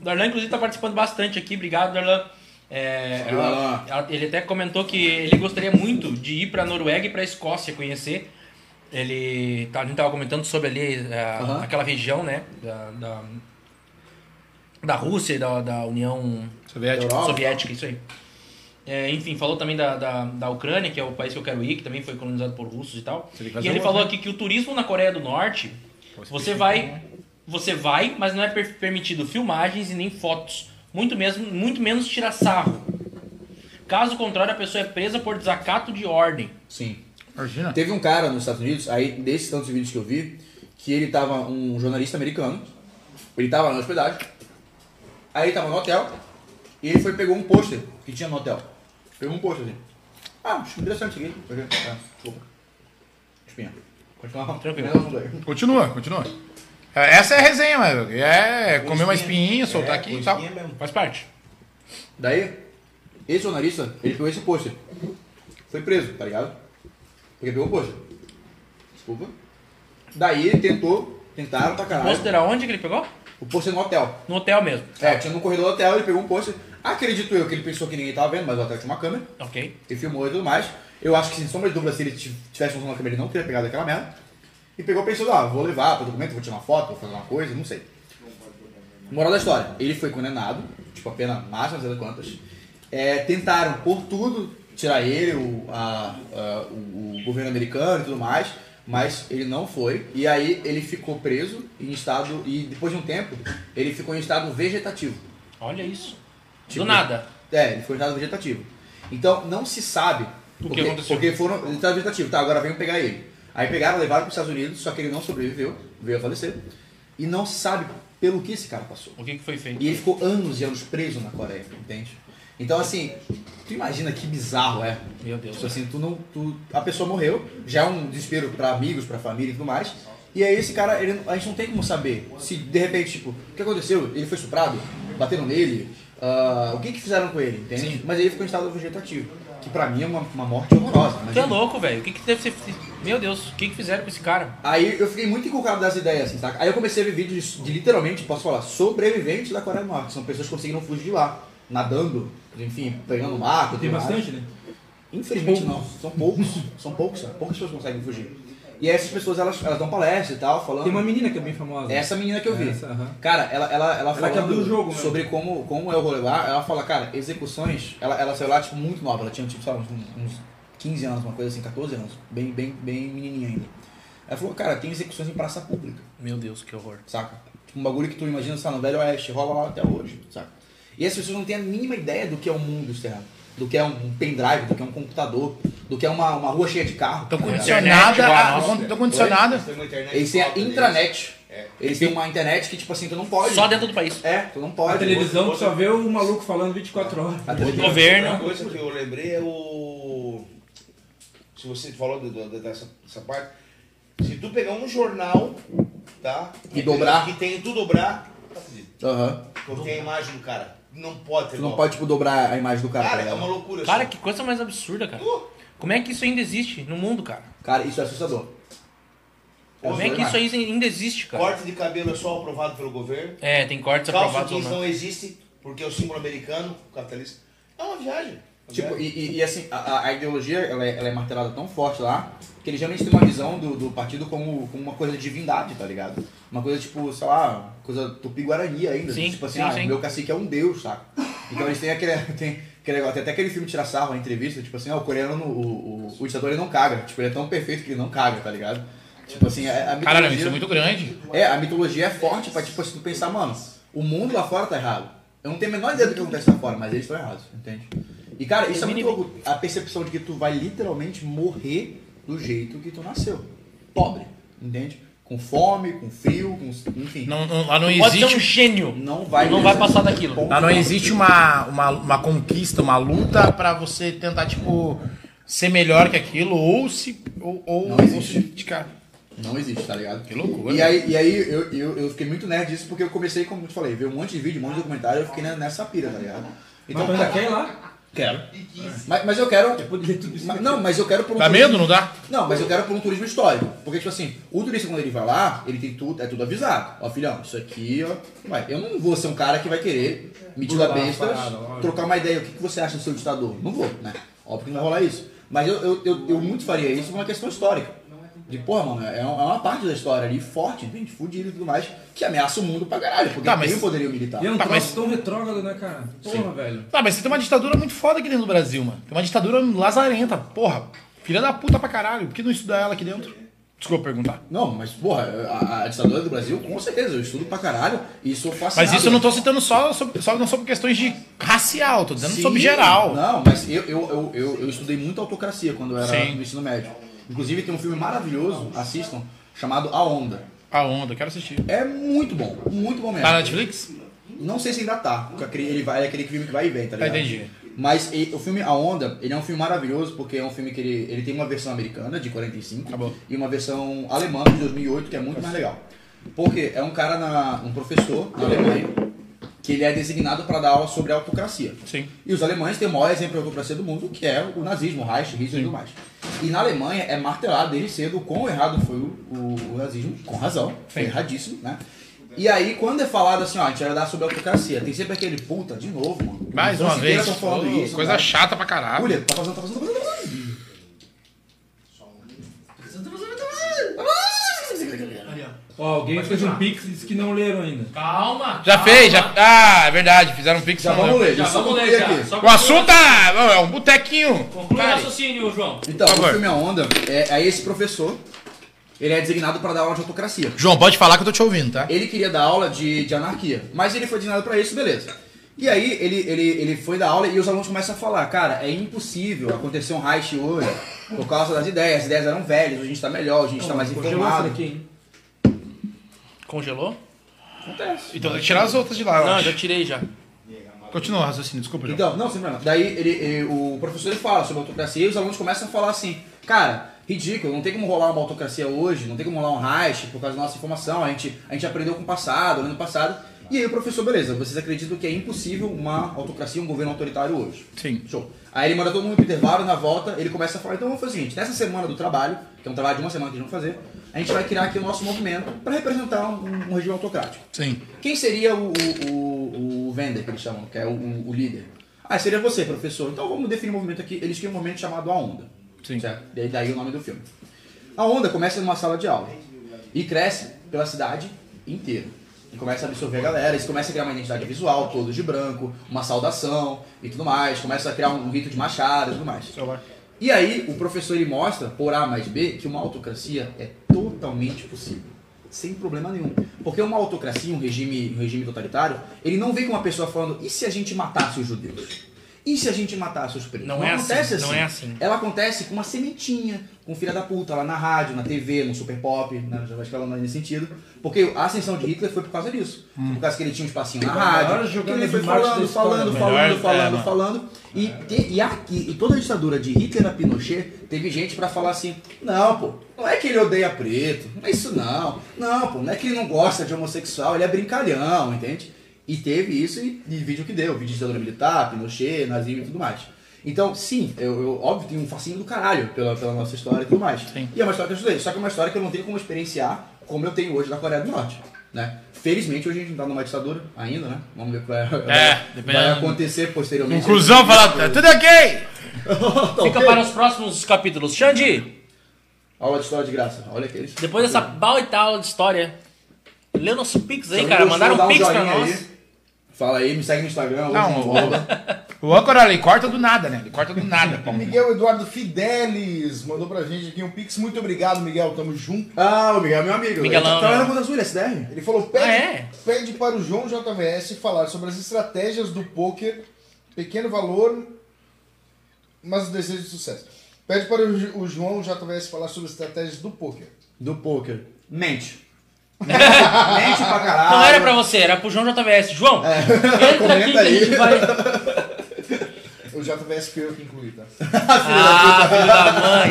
Speaker 2: O Darlan, inclusive, tá participando bastante aqui. Obrigado, Darlan. É,
Speaker 4: Valeu, Darlan.
Speaker 2: ela- ele até comentou que ele gostaria muito de ir pra Noruega e pra Escócia conhecer. Ele, tá- a gente tava comentando sobre ali é,
Speaker 4: Aham.
Speaker 2: aquela região, né? Da, da, da Rússia e da, da União
Speaker 7: Soviético.
Speaker 4: Europa.
Speaker 2: Soviética, isso aí. É, enfim, falou também da, da, da Ucrânia, que é o país que eu quero ir, que também foi colonizado por russos e tal.
Speaker 7: tem que fazer
Speaker 2: E ele
Speaker 7: uma,
Speaker 2: falou
Speaker 7: né?
Speaker 2: aqui que o turismo na Coreia do Norte, você vai, você vai, mas não é per- permitido filmagens e nem fotos, muito mesmo, muito menos tirar sarro. Caso contrário, a pessoa é presa por desacato de ordem.
Speaker 4: Sim.
Speaker 7: Imagina.
Speaker 4: Teve um cara nos Estados Unidos, aí desses tantos vídeos que eu vi, que ele tava um jornalista americano, ele tava na hospedagem, aí ele tava no hotel, e ele foi e pegou um pôster que tinha no hotel. Pegou um pôster assim. Ah, acho interessante isso aqui. Porque- Ah, desculpa. Espinha. Continuar.
Speaker 2: Tranquilo.
Speaker 4: Menos um dois.
Speaker 7: Continua, continua. É, Essa é a resenha, meu. É comer uma espinhinha,
Speaker 4: É,
Speaker 7: soltar aqui e tal.
Speaker 3: é
Speaker 2: Faz parte.
Speaker 4: Daí, esse jornalista, ele pegou esse pôster. Foi preso, tá ligado? Porque pegou o pôster. Desculpa. Daí ele tentou, tentaram pra caralho.
Speaker 2: Pôster aonde que ele pegou?
Speaker 4: O pôster no hotel.
Speaker 2: No hotel mesmo.
Speaker 4: É, tinha no corredor do hotel, ele pegou um pôster. Acredito eu que ele pensou que ninguém tava vendo, mas o hotel tinha uma câmera.
Speaker 2: Ok.
Speaker 4: Ele filmou e tudo mais. Eu acho que, sem sombra de dúvida, se ele t- tivesse usando uma câmera, ele não teria pegado aquela merda. E pegou pensando, ah, vou levar pro documento, vou tirar uma foto, vou fazer uma coisa, não sei. Moral da história, ele foi condenado, tipo, a pena máxima, não sei das quantas. É, tentaram, por tudo, tirar ele, o, a- a- o- o governo americano e tudo mais, mas ele não foi. E aí ele ficou preso em estado, e depois de um tempo, ele ficou em estado vegetativo.
Speaker 2: Olha isso.
Speaker 4: Tipo,
Speaker 2: Do nada.
Speaker 4: É, ele ficou em estado vegetativo. Então, não se sabe
Speaker 2: O que
Speaker 4: porque-
Speaker 2: aconteceu?
Speaker 4: Porque foram em estado vegetativo. Tá, agora vem pegar ele. Aí pegaram, levaram para os Estados Unidos, só que ele não sobreviveu, veio a falecer. E não se sabe pelo que esse cara passou.
Speaker 2: O que, que foi feito?
Speaker 4: E ele ficou anos e anos preso na Coreia, entende? Então, assim, tu imagina que bizarro é.
Speaker 2: Meu Deus.
Speaker 4: Tipo assim, tu não, tu, a pessoa morreu, já é um desespero pra amigos, pra família e tudo mais. E aí esse cara, ele, a gente não tem como saber se de repente, tipo, o que aconteceu? Ele foi suprado? Bateram nele? ah, o que que fizeram com ele, entende? Mas ele ficou em estado vegetativo, que pra mim é uma, uma morte horrorosa.
Speaker 2: Tu é
Speaker 4: imagina.
Speaker 2: louco, velho. O que, que deve ser. Meu Deus, o que, que fizeram com esse cara?
Speaker 4: Aí eu fiquei muito inculcado das ideias, assim, saca? Aí eu comecei a ver vídeos de, literalmente, posso falar, sobreviventes da Coreia do Norte. São pessoas que conseguiram fugir de lá, nadando, enfim, pegando mato.
Speaker 6: Tem
Speaker 4: tudo mais.
Speaker 6: bastante, né?
Speaker 4: Infelizmente não, são poucos, são poucos, são poucas pessoas que conseguem fugir. E essas pessoas, elas, elas dão palestra e tal, falando...
Speaker 6: Tem uma menina que é bem famosa.
Speaker 4: Essa menina que eu vi.
Speaker 6: Essa, aham.
Speaker 4: Cara, ela, ela, ela,
Speaker 6: que
Speaker 4: falando
Speaker 6: abriu o jogo né? mesmo.
Speaker 4: sobre como, como é o rolê lá, ela fala, cara, execuções, ela, ela saiu lá, tipo, muito nova, ela tinha, tipo, sabe, uns, uns 15 anos, uma coisa assim, 14 anos, bem, bem, bem menininha ainda. Ela falou, cara, tem execuções em praça pública,
Speaker 2: Meu Deus, que horror.
Speaker 4: saca? Tipo, um bagulho que tu imagina, sabe, no Velho Oeste, rola lá até hoje, saca? E as pessoas não têm a mínima ideia do que é um mundo externo, do que é um pendrive, do que é um computador, do que é uma, uma rua cheia de carro.
Speaker 7: Estão
Speaker 4: tá ligado?
Speaker 7: condicionada.
Speaker 1: igual a
Speaker 7: a-
Speaker 1: nossa.
Speaker 7: con- Estão condicionada.
Speaker 3: Tem uma internet né?
Speaker 4: Eles
Speaker 2: é
Speaker 4: têm a
Speaker 3: alta deles.
Speaker 4: intranet.
Speaker 6: né? É.
Speaker 4: Eles têm uma internet que, tipo assim, tu não pode.
Speaker 2: Só dentro do país.
Speaker 4: É, tu não
Speaker 6: A
Speaker 4: pode.
Speaker 6: televisão que só vê o maluco falando 24 horas.
Speaker 4: A televisão.
Speaker 3: Outra
Speaker 2: Governo.
Speaker 3: coisa que eu lembrei é o. Se você falou do- do- dessa, dessa parte. Se tu pegar um jornal, tá?
Speaker 4: E dobrar.
Speaker 3: Que tem tu dobrar, tá fudido.
Speaker 4: Aham.
Speaker 3: Porque tem a imagem do cara. Não pode ter
Speaker 4: Tu não
Speaker 3: golpe.
Speaker 4: pode, tipo, dobrar a imagem do cara.
Speaker 3: Cara,
Speaker 4: tá
Speaker 3: é uma
Speaker 4: ligado?
Speaker 3: loucura.
Speaker 2: né? Cara,
Speaker 3: assim.
Speaker 2: que coisa mais absurda, cara. Como é que isso ainda existe no mundo, cara?
Speaker 4: Cara, isso é assustador.
Speaker 2: Como é que isso aí ainda existe, cara?
Speaker 3: Corte de cabelo é só aprovado pelo governo.
Speaker 2: É, tem cortes
Speaker 3: Calça
Speaker 2: aprovados ou
Speaker 3: jeans
Speaker 2: não.
Speaker 3: não existe, porque é o símbolo americano, capitalista. É uma viagem.
Speaker 4: Tipo, e, e- e assim, a- a, a ideologia ela é, ela é martelada tão forte lá que eles realmente têm uma visão do, do partido como, como uma coisa de divindade, tá ligado? Uma coisa tipo, sei lá, coisa tupi-guarani ainda.
Speaker 2: Sim,
Speaker 4: tipo assim,
Speaker 2: sim,
Speaker 4: ah,
Speaker 2: sim.
Speaker 4: meu cacique é um deus, saca? Então eles têm aquele. Tem, aquele negócio, tem até aquele filme Tirar Sarro, a entrevista, tipo assim, ah, o coreano, o, o, o ditador ele não caga. Tipo, ele é tão perfeito que ele não caga, tá ligado? Tipo assim, a, a
Speaker 7: Caralho,
Speaker 4: mitologia-
Speaker 7: isso é muito grande.
Speaker 4: É, a mitologia é forte pra, tipo, se tu pensar, mano, o mundo lá fora tá errado. Eu não tenho a menor ideia do que acontece lá fora, mas eles estão errados, entende? E, cara, isso é muito louco. A percepção de que tu vai literalmente morrer do jeito que tu nasceu. Pobre, entende? Com fome, com frio, com... enfim.
Speaker 7: Não, não- lá não
Speaker 2: Pode ser um
Speaker 7: existe. um-
Speaker 2: gênio.
Speaker 4: não vai...
Speaker 2: Não vai passar daquilo.
Speaker 4: Ponto.
Speaker 7: Lá não existe uma, uma, uma conquista, uma luta pra você tentar, tipo, ser melhor que aquilo. Ou se. Ou, ou
Speaker 4: Não existe.
Speaker 7: ou se- cara,
Speaker 4: Não existe, tá ligado?
Speaker 7: Que loucura.
Speaker 4: E aí, e aí eu, eu, eu fiquei muito nerd disso porque eu comecei, como eu te falei, ver um monte de vídeo, um monte de documentário, eu fiquei ne- nessa pira, tá ligado?
Speaker 6: Então,
Speaker 4: Então,
Speaker 6: mas ainda quer ir lá. Tipo,
Speaker 4: quero. Mas, mas eu quero...
Speaker 6: Pode ler tudo isso.
Speaker 4: Mas- não, mas eu quero por um
Speaker 7: Dá
Speaker 4: turismo-
Speaker 7: medo, não dá?
Speaker 4: Não, mas eu quero por um turismo histórico. Porque, tipo assim, o turista quando ele vai lá, ele tem tudo, é tudo avisado. Ó, filhão, isso aqui, ó. Vai. Eu não vou ser um cara que vai querer medir a
Speaker 6: Burlar as
Speaker 4: bestas,
Speaker 6: paradas, óbvio.
Speaker 4: trocar uma ideia, o que, que você acha do seu ditador? Não vou, né? Óbvio que não vai rolar isso. Mas eu, eu, eu, eu muito faria isso por uma questão histórica. De, porra, mano, é uma é uma parte da história ali forte, entende? Fudida e tudo mais, que ameaça o mundo pra caralho, porque
Speaker 7: Tá,
Speaker 4: tá,
Speaker 7: mas-
Speaker 4: tem o poderio militar.
Speaker 6: E é um
Speaker 7: Tá,
Speaker 6: troço
Speaker 7: mas-
Speaker 6: tão retrógrado, né, cara? Porra, velho.
Speaker 7: Tá, mas você tem uma ditadura muito foda aqui dentro do Brasil, mano. Tem uma ditadura lazarenta, porra. Filha da puta pra caralho. Por que não estudar ela aqui dentro? Desculpa perguntar.
Speaker 4: Não, mas, porra, a, a ditadura do Brasil, com certeza, eu estudo pra caralho e sou fascinado.
Speaker 7: Mas isso eu não tô citando só, sobre, só não sobre questões de racial, tô dizendo sobre geral.
Speaker 4: Não, mas eu, eu, eu, eu, eu estudei muito autocracia quando eu era
Speaker 7: Sim.
Speaker 4: no ensino médio. Inclusive tem um filme maravilhoso, assistam, chamado A Onda.
Speaker 7: A onda, eu quero assistir.
Speaker 4: É muito bom, muito bom mesmo.
Speaker 7: Tá na Netflix?
Speaker 4: Não sei se ainda tá, porque aquele- ele vai, é aquele filme que vai e vem, tá ligado?
Speaker 7: entendi.
Speaker 4: Mas e- o filme A Onda, ele é um filme maravilhoso, porque é um filme que ele, ele tem uma versão americana, de 45,
Speaker 7: Tá bom.
Speaker 4: e uma versão alemã, de 2008, que é muito mais legal. Porque é um cara, na, um professor na Alemanha, que ele é designado para dar aula sobre autocracia.
Speaker 7: Sim.
Speaker 4: E os alemães têm o maior exemplo de autocracia do mundo, que é o nazismo, o Reich, Hitler e tudo mais. E na Alemanha é martelado desde cedo o quão errado foi o, o- o nazismo, com razão, foi
Speaker 7: Sim.
Speaker 4: erradíssimo, né? E aí, quando é falado assim, ó, a gente vai dar sobre autocracia, tem sempre aquele puta, de novo, mano.
Speaker 7: Mais
Speaker 4: Então,
Speaker 7: uma
Speaker 4: se queira,
Speaker 7: vez.
Speaker 4: tão falando
Speaker 7: Ô,
Speaker 4: isso,
Speaker 7: coisa
Speaker 4: né?
Speaker 7: chata pra caralho.
Speaker 4: Olha, tá fazendo, tá fazendo, tá fazendo, tá fazendo.
Speaker 6: Ó, alguém fez um pix e disse que não leram ainda.
Speaker 2: Calma.
Speaker 7: Já fez, já. Ah, é verdade, fizeram um pix.
Speaker 4: Já
Speaker 7: não
Speaker 4: vamos
Speaker 7: lembro.
Speaker 4: ler, já só concluir aqui.
Speaker 7: O assunto é não, é um botequinho.
Speaker 2: Conclui o raciocínio, João.
Speaker 4: Então,
Speaker 7: Por favor.
Speaker 4: o filme A Onda, é, é esse professor, ele é designado para dar aula de autocracia.
Speaker 7: João, pode falar que eu tô te ouvindo, tá?
Speaker 4: Ele queria dar aula de, de anarquia, mas ele foi designado pra isso, beleza. E aí ele, ele, ele foi dar aula e os alunos começam a falar, cara, é impossível acontecer um Reich hoje por causa das ideias, as ideias eram velhas, hoje a gente tá melhor, hoje a gente tá mais
Speaker 6: Congelou essa
Speaker 4: informado.
Speaker 6: daqui, hein?
Speaker 2: Congelou?
Speaker 7: Então tem que tirar as outras de lá, eu
Speaker 2: Não,
Speaker 7: acho.
Speaker 2: já tirei já.
Speaker 7: Continua o raciocínio, desculpa, João.
Speaker 4: Então, não, sem problema. Daí ele, ele- o professor ele fala sobre autocracia e os alunos começam a falar assim, cara, ridículo, não tem como rolar uma autocracia hoje, não tem como rolar um Reich por causa da nossa informação, a gente, a gente aprendeu com o passado, olhando o passado. E aí o professor, beleza, vocês acreditam que é impossível uma autocracia, um governo autoritário hoje?
Speaker 7: Sim.
Speaker 4: Show. Aí ele manda todo mundo pro intervalo, na volta, ele começa a falar, então vamos fazer o seguinte, nessa semana do trabalho, que é um trabalho de uma semana que a gente vai fazer, a gente vai criar aqui o nosso movimento para representar um, um regime autocrático.
Speaker 7: Sim.
Speaker 4: Quem seria o, o, o, o vender, que eles chamam, que é o, o- o líder? Ah, seria você, professor. Então vamos definir um movimento aqui. Eles criam um movimento chamado A Onda.
Speaker 7: Sim.
Speaker 4: Certo? Daí, daí o nome do filme. A Onda começa numa sala de aula e cresce pela cidade inteira. E começa a absorver a galera, eles começam a criar uma identidade visual, todos de branco, uma saudação e tudo mais. Começa a criar um rito de machado e tudo mais. E aí o professor ele mostra, por A mais B, que uma autocracia é totalmente possível. Sem problema nenhum. Porque uma autocracia, um regime, um regime totalitário, ele não vem com uma pessoa falando, e se a gente matasse os judeus? E se a gente matasse os pretos?
Speaker 2: Não é assim,
Speaker 4: acontece
Speaker 2: não é assim.
Speaker 4: Ela acontece com uma sementinha, com filha da puta, lá na rádio, na TV, no super pop, né? já vai escalar nesse sentido. Porque a ascensão de Hitler foi por causa disso. Por causa que ele tinha um espacinho na
Speaker 6: Melhor
Speaker 4: rádio, que
Speaker 6: Hum. jogando
Speaker 4: ele foi
Speaker 6: de marketing
Speaker 4: falando,
Speaker 6: da história,
Speaker 4: falando,
Speaker 6: né?
Speaker 4: falando,
Speaker 9: Melhor,
Speaker 4: falando,
Speaker 9: é,
Speaker 4: falando falando. E, te- e aqui, em toda a ditadura de Hitler a Pinochet, teve gente pra falar assim: não, pô, não é que ele odeia preto, não é isso não. Não, pô, não é que ele não gosta de homossexual, ele é brincalhão, entende? E teve isso e, e vídeo que deu: vídeo de ditadura militar, Pinochet, nazismo e tudo mais. Então, sim, eu, eu, óbvio, tenho um fascínio do caralho pela, pela nossa história e tudo mais. E é uma história que eu estudei, só que é uma história que eu não tenho como experienciar como eu tenho hoje na Coreia do Norte. Né? Felizmente, hoje a gente não tá numa ditadura ainda, né? Vamos ver o que
Speaker 9: É,
Speaker 4: vai, vai
Speaker 7: dependendo-
Speaker 4: acontecer posteriormente.
Speaker 7: Conclusão, falar "Tá tudo ok!
Speaker 2: Fica para os próximos capítulos. Xandi,
Speaker 4: Aula de história de graça. Olha aqueles.
Speaker 2: depois dessa bala de história, lê nosso pix aí,
Speaker 4: Se
Speaker 2: cara.
Speaker 4: alguém
Speaker 2: Mandaram
Speaker 4: gostou,
Speaker 2: um
Speaker 4: dá
Speaker 2: pix pra
Speaker 4: joinha
Speaker 2: nós.
Speaker 4: aí. Fala aí, me segue no Instagram. Hoje
Speaker 7: Não,
Speaker 4: não,
Speaker 7: o- O âncora, ele corta do nada, né? Ele corta do nada, Palmeiras.
Speaker 10: Miguel Eduardo Fidelis mandou pra gente aqui um pix. Muito obrigado, Miguel. Tamo junto.
Speaker 4: Ah, o Miguel é meu amigo.
Speaker 2: Miguelão,
Speaker 4: Ele Trabalha
Speaker 2: né?
Speaker 4: no Conta Azul, SDR.
Speaker 10: Ele falou: pede,
Speaker 2: Ah, é?
Speaker 10: pede para o João JVS falar sobre as estratégias do poker, pequeno valor, mas o desejo de sucesso. Pede para o Jo- o João JVS falar sobre as estratégias do poker.
Speaker 4: Do poker. Mente. Mente pra caralho.
Speaker 2: Não era pra você, era pro João JVS. João, entra aqui que
Speaker 4: Ah, comenta
Speaker 2: a gente
Speaker 4: aí.
Speaker 2: vai.
Speaker 10: O JVS foi eu que incluí, tá?
Speaker 2: Ah, filho da mãe.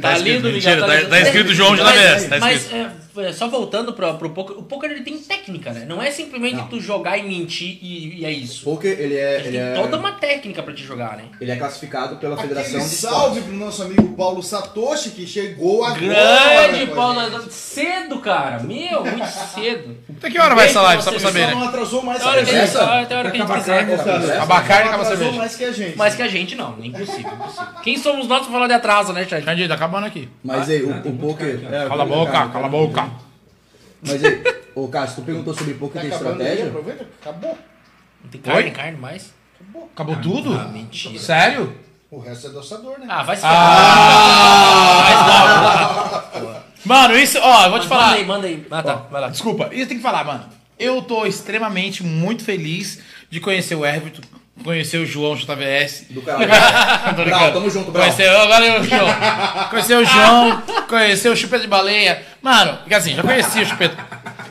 Speaker 2: Tá
Speaker 9: escrito,
Speaker 2: lindo,
Speaker 9: mentira,
Speaker 2: Miguel.
Speaker 9: tá- tá escrito João de Naves, tá
Speaker 2: Mas é, é, só voltando pra, pro poker, o poker ele tem técnica, né? Não é simplesmente
Speaker 4: Não.
Speaker 2: tu jogar e mentir e, e é isso.
Speaker 4: Poker,
Speaker 2: Ele
Speaker 4: ele é, ele
Speaker 2: tem
Speaker 4: é,
Speaker 2: toda uma técnica pra te jogar, né?
Speaker 4: ele é classificado pela Federação
Speaker 10: Aquele
Speaker 4: de
Speaker 10: salve
Speaker 4: Esportes.
Speaker 10: pro nosso amigo Paulo Satoshi, que chegou agora.
Speaker 2: Grande
Speaker 10: com a
Speaker 2: Paulo,
Speaker 10: gente.
Speaker 2: cedo, cara. Meu, muito cedo.
Speaker 7: Até que hora vai essa live, só pra
Speaker 2: Você
Speaker 7: saber,
Speaker 10: Só
Speaker 7: né?
Speaker 10: não atrasou mais
Speaker 2: Tem hora que a gente,
Speaker 4: Essa?
Speaker 2: fala, tem hora que a né? gente quiser.
Speaker 4: Essa?
Speaker 7: Abacar e acabar a
Speaker 10: atrasou
Speaker 7: cerveja.
Speaker 10: mais que a gente.
Speaker 2: Mas que a gente não, né? impossível, impossível. Quem somos nós pra falar de atraso, né, Chad?
Speaker 7: Candido, acabando aqui.
Speaker 4: Mas aí, o, o poker... é,
Speaker 7: Cala a boca, cala a boca.
Speaker 4: Mas aí, ô Cássio, tu perguntou sobre poker
Speaker 10: Tá
Speaker 4: tem
Speaker 10: acabando aí,
Speaker 4: estratégia?
Speaker 10: aproveita. Acabou.
Speaker 2: Não tem carne,
Speaker 7: Oi?
Speaker 2: carne mais?
Speaker 7: Acabou tudo?
Speaker 2: Mentira.
Speaker 7: Sério?
Speaker 10: O resto é doçador, né?
Speaker 2: Ah, vai se ah,
Speaker 7: Ah! Mano, isso, ó, eu vou te falar.
Speaker 2: Manda aí, manda aí. Ah, tá, vai lá.
Speaker 7: Desculpa, isso tem que falar, mano. Eu tô extremamente muito feliz de conhecer o Everton, conhecer o João JVS.
Speaker 4: Do caralho.
Speaker 7: Tô
Speaker 4: Brau,
Speaker 7: brincando.
Speaker 4: tamo junto, Brau.
Speaker 7: Conhecer, ó, valeu, João. conhecer o João, conhecer o Chupeta de Baleia. Mano, que assim, já conheci o Chupeta.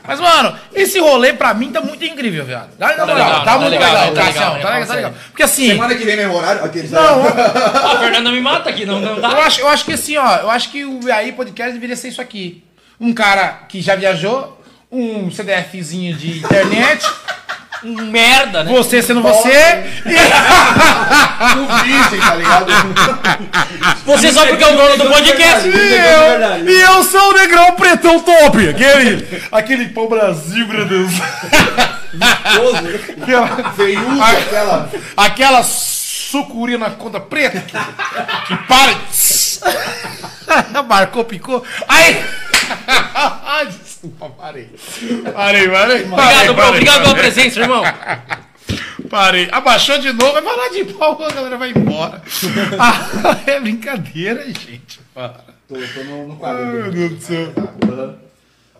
Speaker 7: Mas, mano, esse rolê pra mim tá muito incrível, viado. Tá, tá,
Speaker 2: legal,
Speaker 7: legal, tá,
Speaker 2: tá
Speaker 7: muito
Speaker 2: legal,
Speaker 7: legal,
Speaker 2: tá legal,
Speaker 7: tá,
Speaker 2: né?
Speaker 7: assim, ó, tá legal, tá
Speaker 2: Fala
Speaker 7: legal. Porque assim,
Speaker 4: Semana que vem, mesmo horário. Aqueles
Speaker 7: não,
Speaker 2: Ah, a Fernanda me mata aqui, não, não
Speaker 7: Eu
Speaker 2: dá.
Speaker 7: acho, eu acho que assim, ó, eu acho que o VAI Podcast deveria ser isso aqui. Um cara que já viajou, um CDFzinho de internet,
Speaker 2: Um merda, né?
Speaker 7: você sendo você,
Speaker 10: O virgem, tá ligado?
Speaker 2: Você só porque é o dono do podcast.
Speaker 7: e eu, é e eu sou o negrão pretão top, aquele, aquele pão Brasil, meu Deus.
Speaker 2: né?
Speaker 7: aquela,
Speaker 10: Veiúva,
Speaker 7: Ah.
Speaker 10: aquela.
Speaker 7: aquela sucuri na conta preta, que, que para, marcou, picou, aí... Desculpa, parei. Parei, parei.
Speaker 2: Obrigado, bro, obrigado pela presença, irmão.
Speaker 7: Parei. Abaixou de novo, vai parar de pau, a galera vai embora. Ah, é brincadeira, gente. Para.
Speaker 4: Tô, tô no, no quadro.
Speaker 7: Meu Deus do céu.
Speaker 4: Aham.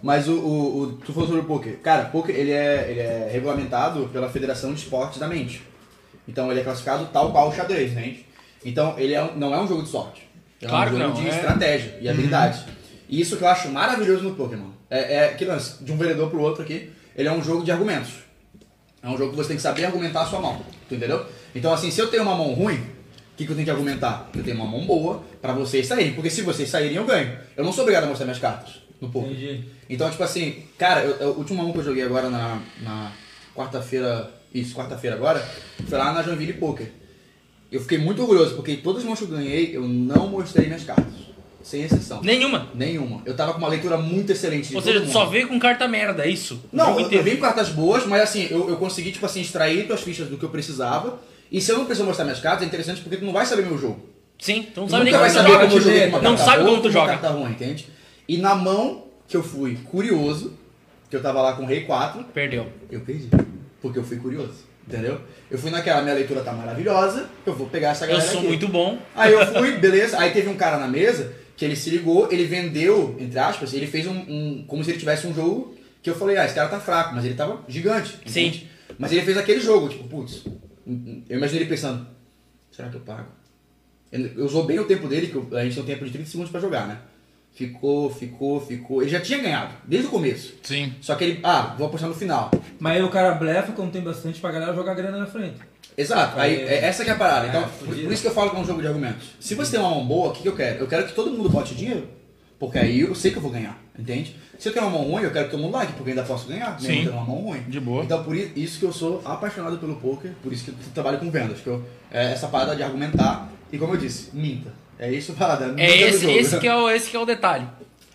Speaker 4: Mas o, o, o- tu falou sobre o poker. Cara, poker ele é, ele é regulamentado pela Federação de Esportes da Mente. Então ele é classificado tal qual o xadrez, entende? Então ele é um- não é um jogo de sorte. É
Speaker 2: Claro que
Speaker 4: um jogo
Speaker 2: não,
Speaker 4: de
Speaker 2: é-
Speaker 4: estratégia e habilidade. E isso que eu acho maravilhoso no poker, mano. É, é que lance, de um vereador pro outro aqui, ele é um jogo de argumentos. É um jogo que você tem que saber argumentar a sua mão, tu entendeu? Então assim, se eu tenho uma mão ruim, o que, que eu tenho que argumentar? Que eu tenho uma mão boa pra vocês saírem, porque se vocês saírem eu ganho. Eu não sou obrigado a mostrar minhas cartas. no poker.
Speaker 6: Entendi.
Speaker 4: Então, tipo assim, cara, eu, eu- o último um que eu joguei agora na, na quarta-feira, isso, quarta-feira agora, foi lá na Joinville Poker. Eu fiquei muito orgulhoso, porque todas as mãos que eu ganhei, eu não mostrei minhas cartas. Sem exceção.
Speaker 2: Nenhuma.
Speaker 4: Nenhuma. Eu tava com uma leitura muito excelente. de
Speaker 2: Ou
Speaker 4: todo
Speaker 2: seja, tu
Speaker 4: mundo.
Speaker 2: só veio com carta merda, é isso? O
Speaker 4: Não,
Speaker 2: jogo
Speaker 4: eu, eu
Speaker 2: inteiro.
Speaker 4: vim com cartas boas, mas assim, eu, eu consegui, tipo assim, extrair tuas fichas do que eu precisava. E se eu não preciso mostrar minhas cartas, é interessante porque tu não vai saber meu jogo.
Speaker 2: Sim, tu não
Speaker 4: Tu
Speaker 2: sabe nem
Speaker 4: nunca
Speaker 2: como
Speaker 4: vai
Speaker 2: tu
Speaker 4: saber
Speaker 2: joga.
Speaker 4: como eu joguei com uma
Speaker 2: Não
Speaker 4: carta
Speaker 2: sabe
Speaker 4: boa,
Speaker 2: como tu
Speaker 4: com uma
Speaker 2: joga.
Speaker 4: carta ruim, entende? E na mão que eu fui curioso, que eu tava lá com o rei 4,
Speaker 2: Perdeu.
Speaker 4: eu perdi. Porque eu fui curioso, entendeu? Eu fui naquela, minha leitura tá maravilhosa, eu vou pegar essa
Speaker 2: Eu
Speaker 4: galera
Speaker 2: sou
Speaker 4: aqui.
Speaker 2: muito bom.
Speaker 4: Aí eu fui, beleza. Aí teve um cara na mesa que ele se ligou, ele vendeu, entre aspas, ele fez um. um- como se ele tivesse um jogo que eu falei, ah, esse cara tá fraco, mas ele tava gigante.
Speaker 2: Sim.
Speaker 4: entende? Mas ele fez aquele jogo, tipo, putz. um, Eu imaginei ele pensando, será que eu pago? Ele- Eu usou bem o tempo dele, que eu- a gente tem um tempo de 30 segundos pra jogar, né? Ficou, ficou, ficou. Ele já tinha ganhado, desde o começo.
Speaker 7: Sim.
Speaker 4: Só que ele, ah, vou apostar no final.
Speaker 6: Mas aí o cara blefa quando tem bastante pra galera jogar grana na frente.
Speaker 4: Exato, aí,
Speaker 6: Aí-
Speaker 4: é, essa que é a parada. Então,
Speaker 6: É,
Speaker 4: por,
Speaker 6: fudido.
Speaker 4: por isso que eu falo que é um jogo de argumentos. Se você tem uma mão boa, o que, que eu quero? Eu quero que todo mundo bote dinheiro. Porque aí eu sei que eu vou ganhar, entende? Se eu tenho uma mão ruim, eu quero que todo mundo like, porque eu ainda posso ganhar, mesmo
Speaker 7: Sim.
Speaker 4: tendo uma mão ruim.
Speaker 7: De boa.
Speaker 4: Então, por i- isso que eu sou apaixonado pelo poker, por isso que eu trabalho com vendas. Que eu, é essa parada de argumentar, e como eu disse, minta. É isso a parada. minta
Speaker 2: É
Speaker 4: do
Speaker 2: esse,
Speaker 4: jogo. né?
Speaker 2: esse, que é o, esse que é o detalhe.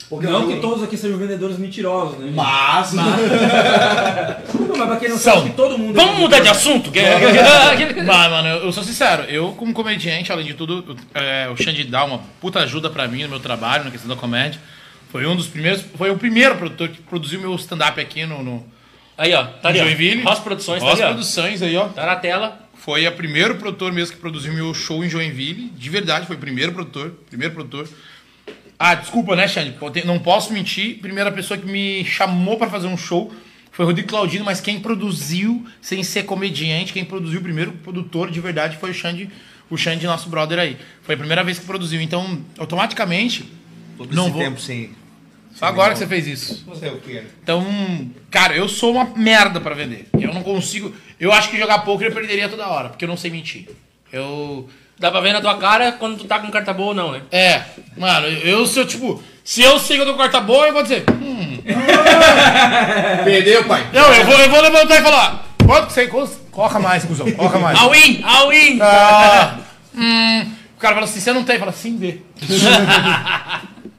Speaker 4: Porque o
Speaker 6: Não
Speaker 4: jogo-
Speaker 6: que todos aqui sejam vendedores mentirosos, né?
Speaker 4: Mas,
Speaker 6: Não, mas pra quem não
Speaker 2: São.
Speaker 6: sabe, que todo mundo. é
Speaker 2: Vamos mudar de
Speaker 6: vendedor.
Speaker 2: assunto? Que- é-
Speaker 7: Mas, mano, eu, eu sou sincero, eu como comediante, além de tudo, eu- é, o Xande dá uma puta ajuda pra mim no meu trabalho, na questão da comédia. Foi um dos primeiros, foi o primeiro produtor que produziu meu stand-up aqui no, no
Speaker 2: Aí, ó. Tá
Speaker 7: em
Speaker 2: ali, ó.
Speaker 7: Joinville.
Speaker 2: Ross Produções, tá
Speaker 7: Ross
Speaker 2: ali, ó.
Speaker 7: Produções aí, ó.
Speaker 2: Tá na tela.
Speaker 7: Foi o primeiro produtor mesmo que produziu meu show em Joinville. De verdade, foi o primeiro produtor. Primeiro produtor. Ah, desculpa, né, Xande? Pô, tem- Não posso mentir. Primeira pessoa que me chamou pra fazer um show foi o Rodrigo Claudino, mas quem produziu, sem ser comediante, quem produziu o primeiro produtor de verdade foi o Xande, o Xande, nosso brother aí. Foi a primeira vez que produziu. Então, automaticamente.
Speaker 3: Todo
Speaker 7: Não
Speaker 3: esse
Speaker 7: vou.
Speaker 3: tempo sem.
Speaker 7: Só agora que você fez isso.
Speaker 3: Não sei o que era.
Speaker 7: Então, cara, eu sou uma merda pra vender. Eu não consigo. Eu acho que jogar poker eu perderia toda hora, porque eu não sei mentir. Eu.
Speaker 2: Dá pra ver na tua cara quando tu tá com carta boa ou não, né?
Speaker 7: É, mano, eu se eu, tipo, se eu sei que eu tô com carta boa, eu vou dizer. hum.
Speaker 4: perdeu, pai.
Speaker 7: Não, eu vou, eu vou levantar e falar. Quanto você cons- Coloca mais, cuzão, coloca mais.
Speaker 2: All in, all in.
Speaker 7: Ah, hum. O cara fala assim, você não tem? Fala, sim, dê.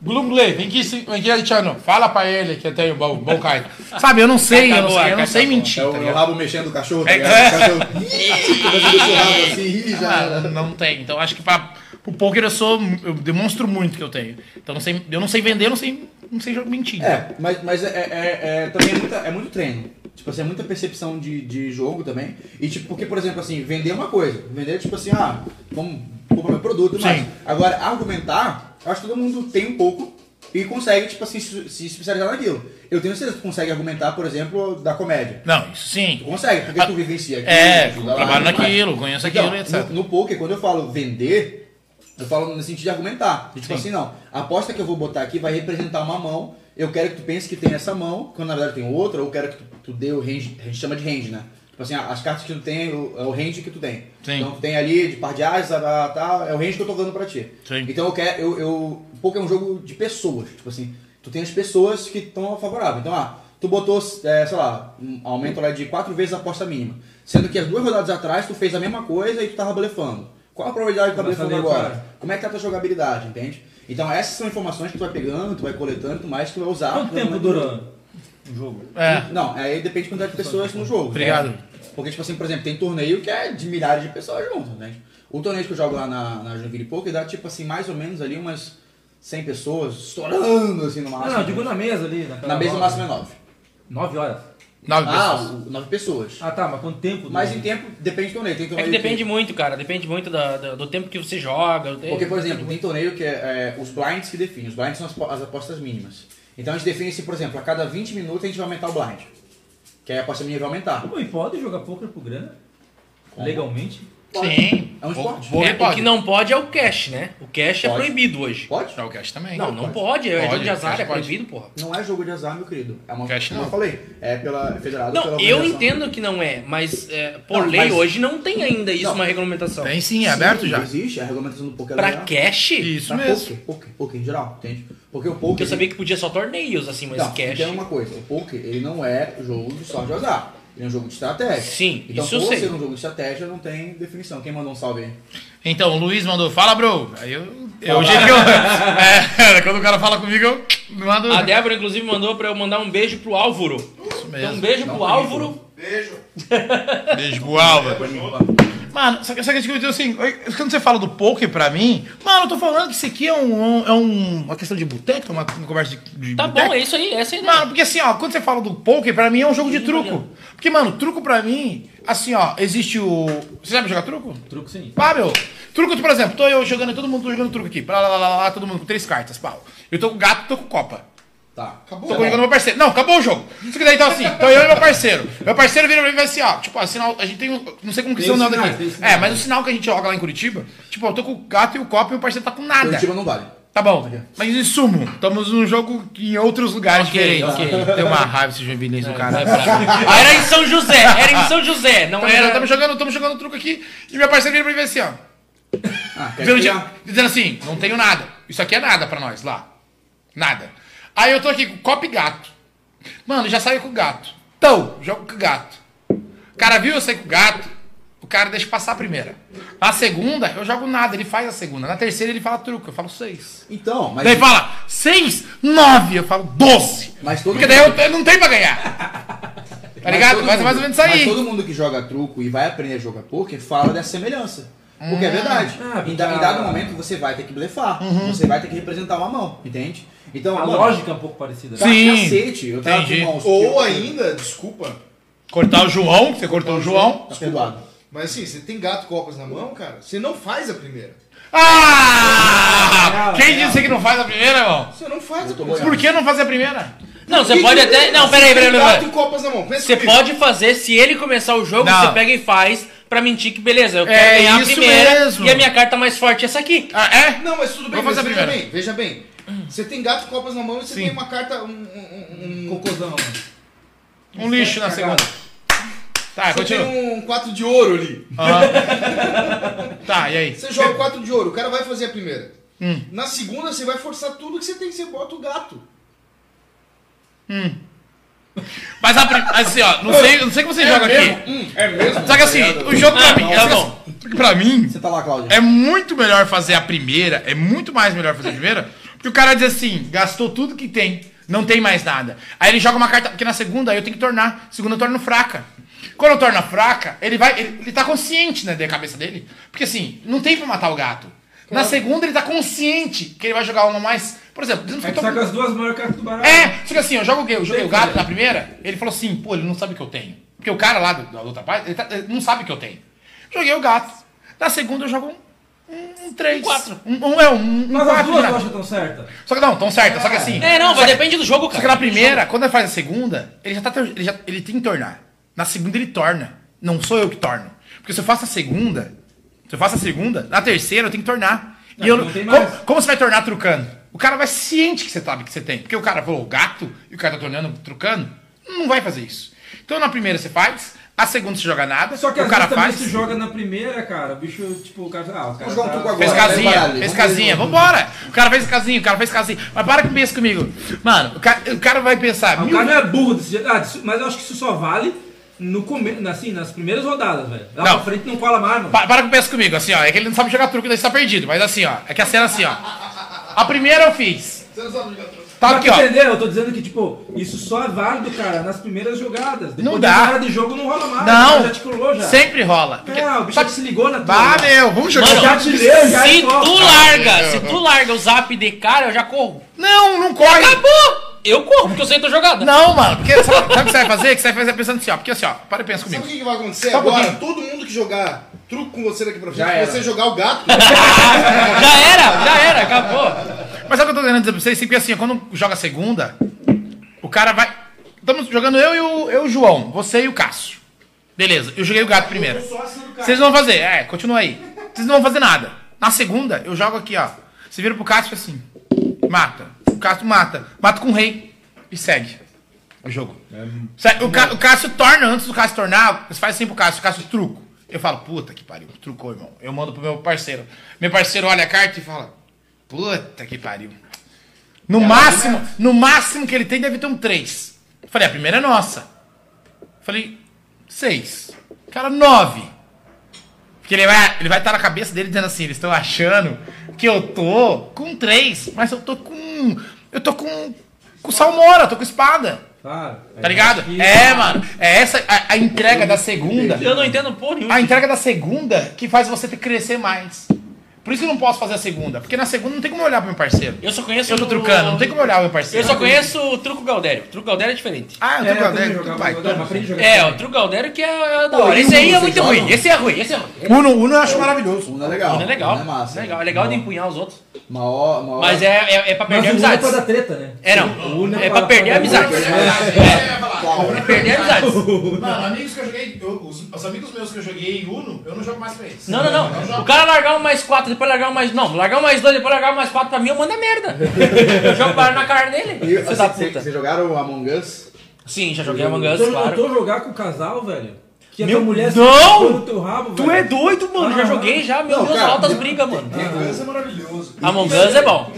Speaker 7: Glumble, vem aqui, sim- vem aqui, Alitiano. Fala pra ele que eu tenho um bom, bom card. Sabe, eu não sei, eu não
Speaker 2: boa,
Speaker 7: sei, eu não
Speaker 2: carta
Speaker 7: sei
Speaker 2: boa.
Speaker 7: mentir.
Speaker 4: É o,
Speaker 7: tá
Speaker 4: é o
Speaker 7: ligado?
Speaker 4: rabo mexendo o cachorro,
Speaker 2: É.
Speaker 4: tá ligado? O cachorro. Ih, deixa o rabo assim, ih, já
Speaker 7: Ah,
Speaker 4: era.
Speaker 7: não tem. Então acho que pra, pro poker eu sou. Eu demonstro muito que eu tenho. Então não sei, eu não sei vender, eu não sei, não sei jogar mentira.
Speaker 4: É, mas, mas é, é- é- também é, muita- é muito treino. Tipo assim, é muita percepção de, de jogo também. E tipo, porque, por exemplo, assim, vender é uma coisa. Vender, tipo assim, ah, vamos comprar meu produto, mas.
Speaker 7: Sim.
Speaker 4: Agora, argumentar, eu acho que todo mundo tem um pouco e consegue, tipo assim, se, se especializar naquilo. Eu tenho certeza que tu consegue argumentar, por exemplo, da comédia.
Speaker 7: Não, isso sim.
Speaker 4: Tu consegue, porque
Speaker 7: Ah,
Speaker 4: tu vivencia aquilo.
Speaker 7: É,
Speaker 4: tu dá lá,
Speaker 7: trabalho
Speaker 4: tudo mais.
Speaker 7: naquilo, conheço né, aquilo,
Speaker 4: Então,
Speaker 7: e etc.
Speaker 4: no, no poker, quando eu falo vender, eu falo no sentido de argumentar. Tipo assim, não, a aposta que eu vou botar aqui vai representar uma mão, eu quero que tu pense que tem essa mão, quando na verdade tem outra, ou quero que tu, tu dê o range, a gente chama de range, né? Tipo assim, as cartas que tu tem, o, é o range que tu tem.
Speaker 7: Sim.
Speaker 4: Então tu tem ali de par de asa, tá, tá, é o range que eu tô dando pra ti.
Speaker 7: Sim.
Speaker 4: Então eu quero, eu, eu, o poker é um jogo de pessoas, tipo assim, tu tem as pessoas que estão favoráveis. Então, ah, tu botou, é, sei lá, um aumento lá de quatro vezes a aposta mínima. Sendo que as duas rodadas atrás tu fez a mesma coisa e tu tava blefando. Qual a probabilidade de tu tá
Speaker 6: Começa
Speaker 4: blefando
Speaker 6: a ler,
Speaker 4: agora?
Speaker 6: cara.
Speaker 4: Como é que tá a tua jogabilidade, entende? Então essas são informações que tu vai pegando, tu vai coletando, e tudo mais tu vai usar.
Speaker 6: Quanto tempo dura o jogo?
Speaker 7: É.
Speaker 4: Não, aí depende da quantidade de pessoas no jogo.
Speaker 7: Obrigado.
Speaker 4: né? Porque, tipo assim, por exemplo, tem torneio que é de milhares de pessoas juntas, né? O torneio que eu jogo lá na, na Joinville Poker dá, tipo assim, mais ou menos ali umas 100 pessoas estourando, assim, no
Speaker 6: Não,
Speaker 4: máximo.
Speaker 6: não, digo na mesa ali.
Speaker 4: Na mesa o máximo é 9.
Speaker 6: 9 horas.
Speaker 7: Nove
Speaker 4: Ah,
Speaker 7: pessoas.
Speaker 4: 9 pessoas.
Speaker 6: Ah tá, mas quanto tempo?
Speaker 4: Mas
Speaker 6: dura?
Speaker 4: em tempo, depende do torneio. Tem
Speaker 2: É
Speaker 4: torneio
Speaker 2: que depende muito, cara. Depende muito da- da- do tempo que você joga. do-
Speaker 4: Porque, por exemplo, tem torneio que é, é, os blinds que definem. Os blinds são as, po- as apostas mínimas. Então a gente define assim, por exemplo, a cada 20 minutos a gente vai aumentar o blind. Que aí a aposta mínima vai aumentar.
Speaker 6: Pô, e pode jogar poker por grana?
Speaker 4: Como?
Speaker 6: Legalmente?
Speaker 7: Sim.
Speaker 4: É um esporte.
Speaker 7: Vôlei
Speaker 2: É, o
Speaker 7: pode.
Speaker 2: que não pode é o cash, né? O cash é
Speaker 4: Pode.
Speaker 2: proibido hoje.
Speaker 4: Pode?
Speaker 7: É o cash também.
Speaker 2: Não, não pode. É
Speaker 7: Pode,
Speaker 2: jogo de azar,
Speaker 7: cash
Speaker 2: é
Speaker 7: pode.
Speaker 2: proibido, porra.
Speaker 4: Não é jogo de azar, meu querido. É uma
Speaker 7: Cash
Speaker 4: como
Speaker 7: não.
Speaker 4: eu falei, é pela federado pela
Speaker 2: Não, eu
Speaker 4: organização.
Speaker 2: entendo que não é, mas é, por
Speaker 4: Não,
Speaker 2: lei
Speaker 4: mas-
Speaker 2: hoje não tem ainda isso,
Speaker 4: Não.
Speaker 2: uma regulamentação.
Speaker 7: Tem sim, é aberto
Speaker 4: Sim, Tá
Speaker 7: já.
Speaker 4: Existe, a regulamentação do poker é
Speaker 2: Pra
Speaker 4: legal.
Speaker 2: cash?
Speaker 7: Isso
Speaker 4: Pra
Speaker 7: mesmo.
Speaker 4: Poker, poker, poker em geral, entende? Porque o
Speaker 2: Porque
Speaker 4: poker.
Speaker 2: eu sabia que podia só torneios, assim, mas
Speaker 4: Não,
Speaker 2: cash.
Speaker 4: tem uma coisa, o poker ele não é jogo de sorte e azar. Ele é um jogo de estratégia.
Speaker 2: Sim,
Speaker 4: então,
Speaker 2: isso eu
Speaker 4: por
Speaker 2: sei.
Speaker 4: ser um jogo de estratégia, não tem definição. Quem mandou um salve aí?
Speaker 7: Então, o Luiz mandou, fala, bro. Aí eu. É o jeito que eu. É, quando o cara fala comigo, eu mando.
Speaker 2: A Débora, inclusive, mandou pra eu mandar um beijo pro Álvaro.
Speaker 7: Isso
Speaker 2: Então, um
Speaker 7: mesmo.
Speaker 2: beijo
Speaker 4: Não,
Speaker 2: pro
Speaker 4: não,
Speaker 2: Álvaro.
Speaker 3: Beijo.
Speaker 7: Beijo, Gualva. Mano, só que, só que eu digo assim, quando você fala do poker pra mim, mano, eu tô falando que isso aqui é, um, é um- uma questão de boteca, uma conversa de, de
Speaker 2: Tá
Speaker 7: boteca.
Speaker 2: bom, é isso aí, essa é a ideia.
Speaker 7: Mano, porque assim, ó, quando você fala do poker, pra mim é um jogo de truco. Porque, mano, truco pra mim, assim, ó, existe o. Você sabe jogar truco?
Speaker 6: Truco sim.
Speaker 7: Pá, meu. Truco, por exemplo, tô eu jogando, todo mundo jogando truco aqui. Lá, lá, lá, lá, todo mundo com três cartas, pau. Eu tô com gato, tô com copa.
Speaker 4: Tá. Acabou.
Speaker 7: Tô jogando meu parceiro. Não, acabou o jogo. Isso que daí então assim, então eu e meu parceiro. Meu parceiro vira pra mim e vai assim, ó. Tipo, ó, sinal, a gente tem um. Não sei como que
Speaker 4: Tem
Speaker 7: são
Speaker 4: os
Speaker 7: nada
Speaker 4: sinais,
Speaker 7: aqui.
Speaker 4: tem os sinais.
Speaker 7: É, mas o sinal que a gente joga lá em Curitiba, tipo, eu tô com o gato e o copo e o parceiro tá com nada.
Speaker 2: é.
Speaker 4: Curitiba não um vale.
Speaker 7: Tá bom, mas em sumo, estamos num jogo que em outros lugares
Speaker 2: Ok,
Speaker 7: diferentes.
Speaker 2: ok.
Speaker 7: Tem uma raiva esse Joinville do
Speaker 2: Vai
Speaker 7: cara.
Speaker 2: pra lá. Ah, Era em São José, era em São José, não
Speaker 7: Tamo,
Speaker 2: era.
Speaker 7: tamo jogando, tamo jogando truco aqui e meu parceiro vira pra mim e assim, ó.
Speaker 4: Ah, quer
Speaker 7: Dizendo,
Speaker 4: criar?
Speaker 7: dizendo assim, não tenho nada. Isso aqui é nada pra nós lá. Nada. Aí eu tô aqui com copo e gato. Mano, já saiu com o gato. Então, jogo com o gato. O cara viu eu sair com o gato, o cara deixa passar a primeira. Na segunda, eu jogo nada, ele faz a segunda. Na terceira, ele fala truco, eu falo seis.
Speaker 4: Então, mas.
Speaker 7: Daí fala seis, nove, eu falo doze.
Speaker 4: Mas todo
Speaker 7: Porque daí eu, eu não tenho pra ganhar. Tá ligado? Mas é mais ou menos isso
Speaker 4: Mas
Speaker 7: aí.
Speaker 4: todo mundo que joga truco e vai aprender a jogar poker fala dessa semelhança. Porque é verdade.
Speaker 6: Ah,
Speaker 4: em, da- em
Speaker 6: tá.
Speaker 4: dado momento você vai ter que blefar. Você vai ter que representar uma mão, entende? Então,
Speaker 6: A
Speaker 4: mano,
Speaker 6: lógica é um pouco parecida.
Speaker 4: pra
Speaker 7: Sim.
Speaker 4: cacete, eu tava
Speaker 7: Entendi.
Speaker 4: com mãos.
Speaker 10: Ou
Speaker 4: eu-
Speaker 10: ainda, desculpa,
Speaker 7: Cortar o João, você cortou o João.
Speaker 4: Tá perdoado.
Speaker 10: mas assim, você tem gato copas na mão, cara, você não faz a primeira.
Speaker 7: Ah!
Speaker 6: Não,
Speaker 7: Quem
Speaker 6: não.
Speaker 7: disse que não faz a primeira, irmão?
Speaker 10: Você não faz a
Speaker 4: tô
Speaker 10: primeira.
Speaker 7: Por que não fazer a primeira?
Speaker 2: Não, você pode até. Não, peraí, peraí,
Speaker 10: Tem
Speaker 2: peraí.
Speaker 10: gato e copas na mão. Pensa
Speaker 2: Você
Speaker 10: comigo.
Speaker 2: pode fazer, se ele começar o jogo,
Speaker 7: Não.
Speaker 2: você pega e faz pra mentir que beleza, eu quero
Speaker 7: É
Speaker 2: ganhar a
Speaker 7: isso
Speaker 2: primeira
Speaker 7: mesmo.
Speaker 2: e a minha carta mais forte é essa aqui.
Speaker 7: Ah, é?
Speaker 10: Não, mas tudo bem,
Speaker 7: Vou fazer
Speaker 10: mas
Speaker 7: a
Speaker 10: veja
Speaker 7: primeira.
Speaker 10: bem, veja bem. Você tem gato e copas na mão e você
Speaker 7: Sim.
Speaker 10: tem uma carta, um, um, um-
Speaker 6: Cocôzão.
Speaker 7: Um lixo na segunda. Tá,
Speaker 10: Você
Speaker 7: continua.
Speaker 10: tem um 4 de ouro ali.
Speaker 7: Aham. Tá, e aí?
Speaker 10: Você joga o 4 de ouro, o cara vai fazer a primeira. Na segunda, você vai forçar tudo que você tem, você bota o gato.
Speaker 7: Mas a prim... assim, ó, não sei, não sei como você joga aqui.
Speaker 10: É mesmo?
Speaker 7: Só que assim, o jogo pra
Speaker 2: Ah,
Speaker 7: mim.
Speaker 2: tá
Speaker 7: assim,
Speaker 2: bom.
Speaker 7: Pra mim,
Speaker 4: Você tá lá, Cláudia.
Speaker 7: é muito melhor fazer a primeira, é muito mais melhor fazer a primeira, porque o cara diz assim, gastou tudo que tem, não tem mais nada. Aí ele joga uma carta, porque na segunda aí eu tenho que tornar, segunda eu torno fraca. Quando eu torno fraca, ele vai, ele, ele tá consciente, né, da cabeça dele, porque assim, não tem pra matar o gato. Na segunda ele tá consciente que ele vai jogar uma mais, por exemplo, dizemos que
Speaker 6: É
Speaker 7: eu
Speaker 6: que
Speaker 7: tô
Speaker 4: tá
Speaker 6: saca as duas maiores cartas do baralho.
Speaker 7: é, só que assim, eu jogo o quê? Eu joguei o
Speaker 6: Tem
Speaker 7: gato
Speaker 6: que
Speaker 7: na primeira, ele falou assim, pô, ele não sabe o que eu tenho. Porque o cara lá do- da outra parte, ele, tá- ele não sabe o que eu tenho. Joguei o gato. Na segunda eu jogo um, um, um três. Um
Speaker 2: quatro.
Speaker 7: Um, um- é, um, um
Speaker 6: Mas as
Speaker 7: quatro
Speaker 6: duas
Speaker 7: já.
Speaker 6: eu acho que estão certas.
Speaker 7: Só que não, tão certo, só que assim.
Speaker 2: É, não, vai depende do
Speaker 6: Tá,
Speaker 2: jogo,
Speaker 7: Só que na
Speaker 2: cara.
Speaker 7: primeira, quando ele faz a segunda, ele já tá. tor- Ele, já, ele tem que tornar. Na segunda ele torna. Não sou eu que torno. Porque se eu faço a segunda, se eu faço a segunda, na terceira eu tenho que tornar. E eu,
Speaker 6: não tem
Speaker 7: como,
Speaker 6: mais.
Speaker 7: como você vai tornar trucando? O cara vai ciente que você sabe que você tem. Porque o cara falou gato e o cara tá tornando trucando, não vai fazer isso. Então na primeira você faz, a segunda você joga nada,
Speaker 6: Só que
Speaker 7: o
Speaker 6: às
Speaker 7: cara
Speaker 6: vezes também
Speaker 7: faz.
Speaker 6: se joga na primeira, cara, o bicho, tipo, o cara. Ah, o cara.
Speaker 4: jogar um
Speaker 6: tá-
Speaker 4: truco agora.
Speaker 7: Fez
Speaker 4: Bora,
Speaker 7: casinha,
Speaker 4: vai, baralho.
Speaker 7: fez
Speaker 4: Vamos
Speaker 7: casinha,
Speaker 4: ver,
Speaker 7: vambora! O cara fez casinha, o cara fez casinha. Mas para que pensa comigo. Mano, o cara, o cara vai pensar,
Speaker 6: Ah, O
Speaker 7: mil
Speaker 6: cara não é burro desse jeito. Ah, isso- mas eu acho que isso só vale no começo, assim, nas primeiras rodadas, velho. Lá
Speaker 7: Não.
Speaker 6: pra frente não cola mais, mano.
Speaker 7: Pa- para que pensa comigo, assim, ó. É que ele não sabe jogar truque, daí você tá perdido. Mas assim, ó. É que a cena é assim, ó. A primeira eu fiz.
Speaker 10: Você não sabe jogar truco.
Speaker 7: Tá
Speaker 6: Mas
Speaker 7: aqui,
Speaker 6: tu
Speaker 7: ó.
Speaker 6: Entendeu? Eu tô dizendo que, tipo, isso só é válido, cara, nas primeiras jogadas. Depois
Speaker 7: Não
Speaker 6: de
Speaker 7: dá.
Speaker 6: uma hora de jogo não rola mais. O cara Ah, Já te colou
Speaker 7: Não,
Speaker 6: já.
Speaker 7: sempre rola. Porque,
Speaker 6: É, o bicho
Speaker 7: sabe,
Speaker 6: se ligou na tua.
Speaker 7: ah,
Speaker 6: né?
Speaker 7: meu, vamos jogar.
Speaker 2: Mano,
Speaker 6: Já te leu, já
Speaker 2: Se
Speaker 6: é top.
Speaker 2: tu larga, se tu larga o zap de cara, eu já corro.
Speaker 7: Não, não corre.
Speaker 2: Acabou! Eu corro, porque eu sei tua jogada.
Speaker 7: Não, mano. Porque sabe, sabe o que você vai fazer? Que você vai fazer pensando assim, ó. Porque assim, ó. Para e pensa
Speaker 10: Sabe
Speaker 7: comigo.
Speaker 10: o que, que vai acontecer
Speaker 7: Só um
Speaker 10: agora?
Speaker 7: pouquinho.
Speaker 10: Todo mundo que jogar truco com você daqui pra
Speaker 4: Já
Speaker 10: frente,
Speaker 4: era.
Speaker 10: você jogar o gato.
Speaker 2: Já era, já era, acabou.
Speaker 7: Mas sabe o que eu tô querendo dizer pra vocês? Sim, Porque assim, quando joga a segunda, o cara vai. Estamos jogando eu e o, eu e o João, você e o Cássio. Beleza, eu joguei o gato primeiro. Vocês vão fazer, é, continua aí. Vocês não vão fazer nada. Na segunda, eu jogo aqui, ó. Você vira pro Cássio assim. Mata. O Cássio mata. Mata com o rei. E segue. O jogo. Segue. o, Ca- o Cássio torna, antes do Cássio tornar, você faz assim pro Cássio, o Cássio truco. Eu falo, puta que pariu, trucou, irmão. Eu mando pro meu parceiro. Meu parceiro olha a carta e fala, puta que pariu. No máximo, no máximo que ele tem deve ter um 3. Falei, a primeira é nossa. Falei, 6. Cara, 9. Porque ele vai ele vai estar na cabeça dele dizendo assim, eles estão achando que eu tô com 3, mas eu tô com eu tô com com salmoura, eu tô com espada.
Speaker 6: Tá,
Speaker 7: Tá ligado? É, mano. É essa a, a entrega da segunda.
Speaker 2: Eu não entendo porra nenhuma.
Speaker 7: A entrega da segunda que faz você crescer mais. Por isso que eu não posso fazer a segunda, porque na segunda não tem como eu olhar pro meu parceiro.
Speaker 2: Eu só conheço.
Speaker 7: Eu tô
Speaker 2: o-
Speaker 7: trucando, não tem como eu olhar o meu
Speaker 2: Eu
Speaker 7: parceiro.
Speaker 2: só conheço o Truco Galdério. O Truco Galdério é diferente.
Speaker 7: Ah, eu tô
Speaker 6: É, eu
Speaker 7: com
Speaker 6: também
Speaker 7: a
Speaker 6: jogava,
Speaker 7: pai,
Speaker 6: jogava, aprendi a jogar.
Speaker 2: É, o Truco Galdério que é, é da
Speaker 4: Pô,
Speaker 2: hora.
Speaker 4: e
Speaker 2: Esse aí é
Speaker 4: vocês
Speaker 2: muito
Speaker 4: jogam?
Speaker 2: ruim. Esse é ruim, esse é ruim.
Speaker 4: Uno, Uno eu acho maravilhoso. Uno é legal.
Speaker 2: Não é legal.
Speaker 4: Uno é massa.
Speaker 2: legal. É legal de empunhar os outros.
Speaker 4: Maior, maior...
Speaker 2: Mas é, é, é pra
Speaker 6: Mas
Speaker 2: perder
Speaker 6: o Uno é
Speaker 2: amizades.
Speaker 6: pra dar treta, né?
Speaker 2: É,
Speaker 6: O
Speaker 2: não.
Speaker 6: Uno
Speaker 2: É pra perder amizades.
Speaker 3: tá-
Speaker 2: É perder amizades.
Speaker 12: Mano, amigos que eu joguei, eu- os, os amigos meus que eu joguei Uno, eu não jogo mais com eles.
Speaker 2: Não, não, não. O cara largar um mais quatro, depois largar um mais. Não, largar um mais dois, depois largar um mais quatro pra mim, eu mando é merda. Eu jogo barro na cara dele.
Speaker 4: E,
Speaker 2: Filho da
Speaker 4: cê-
Speaker 2: puta.
Speaker 4: cê jogaram Among Us?
Speaker 2: Sim, já joguei Among
Speaker 6: Então Eu
Speaker 2: Us,
Speaker 6: tô, eu
Speaker 2: claro.
Speaker 6: tô jogar com o casal, velho. Que a
Speaker 2: Meu-
Speaker 6: tua mulher
Speaker 2: Não!
Speaker 6: segurando o teu rabo,
Speaker 2: Tu
Speaker 6: velho.
Speaker 2: é doido, mano. Já
Speaker 6: Ah,
Speaker 2: joguei já. Meu
Speaker 4: não,
Speaker 2: Deus,
Speaker 4: cara,
Speaker 2: altas brigas, mano.
Speaker 12: é maravilhoso.
Speaker 2: Among Us é bom.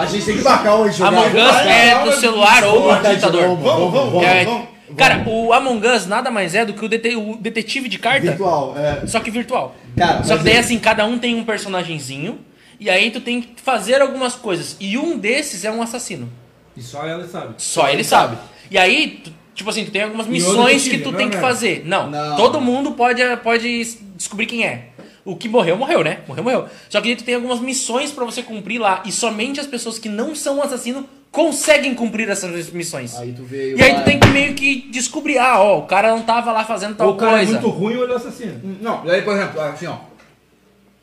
Speaker 4: A gente tem que marcar um e jogar.
Speaker 2: Among Us é do celular ou do computador.
Speaker 4: Vamos, vamos,
Speaker 2: É, Cara, o Among Us nada mais é do que o, dete- o detetive de carta,
Speaker 4: Virtual, é.
Speaker 2: só que virtual.
Speaker 4: Cara,
Speaker 2: só
Speaker 4: mas
Speaker 2: que daí
Speaker 4: é-
Speaker 2: assim, cada um tem um personagemzinho, e aí tu tem que fazer algumas coisas. E um desses é um assassino.
Speaker 6: E só ela sabe.
Speaker 2: Só ele sabe. E aí, tu- tipo assim, tu tem algumas
Speaker 6: outro
Speaker 2: missões que
Speaker 6: detetive,
Speaker 2: tu
Speaker 6: não
Speaker 2: tem
Speaker 6: é
Speaker 2: que
Speaker 6: mesmo?
Speaker 2: fazer. Não,
Speaker 4: Não.
Speaker 2: todo mundo pode, pode descobrir quem é. O que morreu, morreu, né? Morreu, morreu. Só que aí tu tem algumas missões pra você cumprir lá. E somente as pessoas que não são assassino conseguem cumprir essas missões.
Speaker 4: Aí tu veio.
Speaker 2: E aí tu tem que meio que descobrir, ah, ó, o cara não tava lá fazendo tal
Speaker 6: Ou o cara é
Speaker 2: coisa.
Speaker 6: muito ruim ou ele é assassino.
Speaker 4: Não, e aí, por exemplo, assim, ó.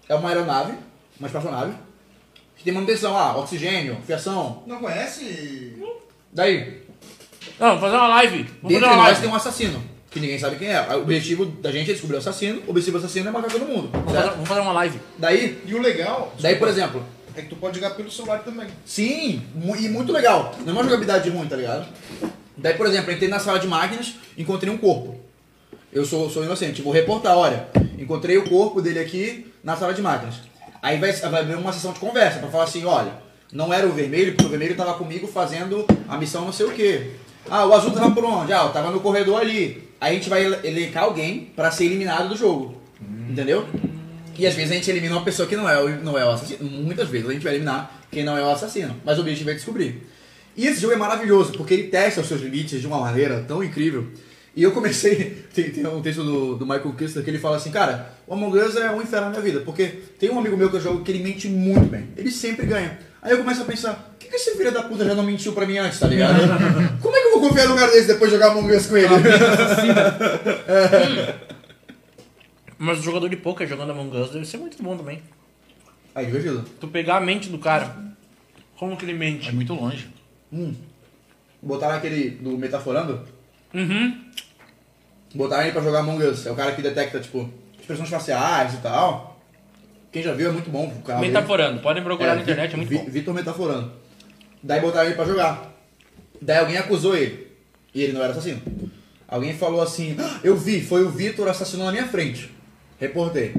Speaker 4: É uma aeronave, uma espaçonave, que tem manutenção lá, oxigênio, fiação.
Speaker 12: Não conhece?
Speaker 4: Daí,
Speaker 2: Não, vamos fazer uma live. Vamos
Speaker 4: dentro
Speaker 2: fazer
Speaker 4: de
Speaker 2: uma
Speaker 4: nós
Speaker 2: live.
Speaker 4: tem um assassino, que ninguém sabe quem é. O objetivo da gente é descobrir o assassino, o objetivo do assassino é matar todo mundo.
Speaker 2: Vamos fazer,
Speaker 4: certo?
Speaker 2: vamos fazer uma live.
Speaker 4: Daí,
Speaker 12: E o legal
Speaker 4: daí, por exemplo,
Speaker 12: é que tu pode jogar pelo celular também.
Speaker 4: Sim, mu- e muito legal. Não é uma jogabilidade ruim, tá ligado? Daí, por exemplo, eu entrei na sala de máquinas, encontrei um corpo. Eu sou, sou inocente, vou reportar, olha, encontrei o corpo dele aqui na sala de máquinas. Aí vai, vai haver uma sessão de conversa pra falar assim, olha, não era o vermelho, porque o vermelho tava comigo fazendo a missão não sei o quê. Ah, o azul tava por onde? Ah, eu tava no corredor ali. Aí a gente vai ele- elencar alguém pra ser eliminado do jogo. Entendeu? E às vezes a gente elimina uma pessoa que não é, o- não é o assassino. Muitas vezes a gente vai eliminar quem não é o assassino. Mas o objetivo é descobrir. E esse jogo é maravilhoso, porque ele testa os seus limites de uma maneira tão incrível. E eu comecei. Tem, tem um texto do, do Michael Kister que ele fala assim: Cara, o Among Us é um inferno na minha vida, porque tem um amigo meu que eu jogo que ele mente muito bem. Ele sempre ganha. Aí eu começo a pensar: Por que, que esse filho da puta já não mentiu pra mim antes, tá ligado? Como é que eu vou confiar num cara desse depois de jogar Among Us com ele?
Speaker 2: Mas o jogador de poker jogando Among Us deve ser muito bom também.
Speaker 4: Aí, divertido.
Speaker 2: Tu pegar a mente do cara. Como que ele
Speaker 7: É
Speaker 2: mente?
Speaker 7: muito longe.
Speaker 4: Botaram aquele do Metaforando.
Speaker 2: Uhum.
Speaker 4: Botaram ele pra jogar Among Us. É o cara que detecta, tipo, expressões faciais e tal. Quem já viu é muito bom. O canal dele.
Speaker 2: Metaforando. Podem procurar
Speaker 4: É,
Speaker 2: na internet, é muito
Speaker 4: Vi-
Speaker 2: bom.
Speaker 4: Vitor Metaforando. Daí botaram ele pra jogar. Daí alguém acusou ele. E ele não era assassino. Alguém falou assim, "Ah, eu vi, foi o Vitor assassinou na minha frente. Reportei.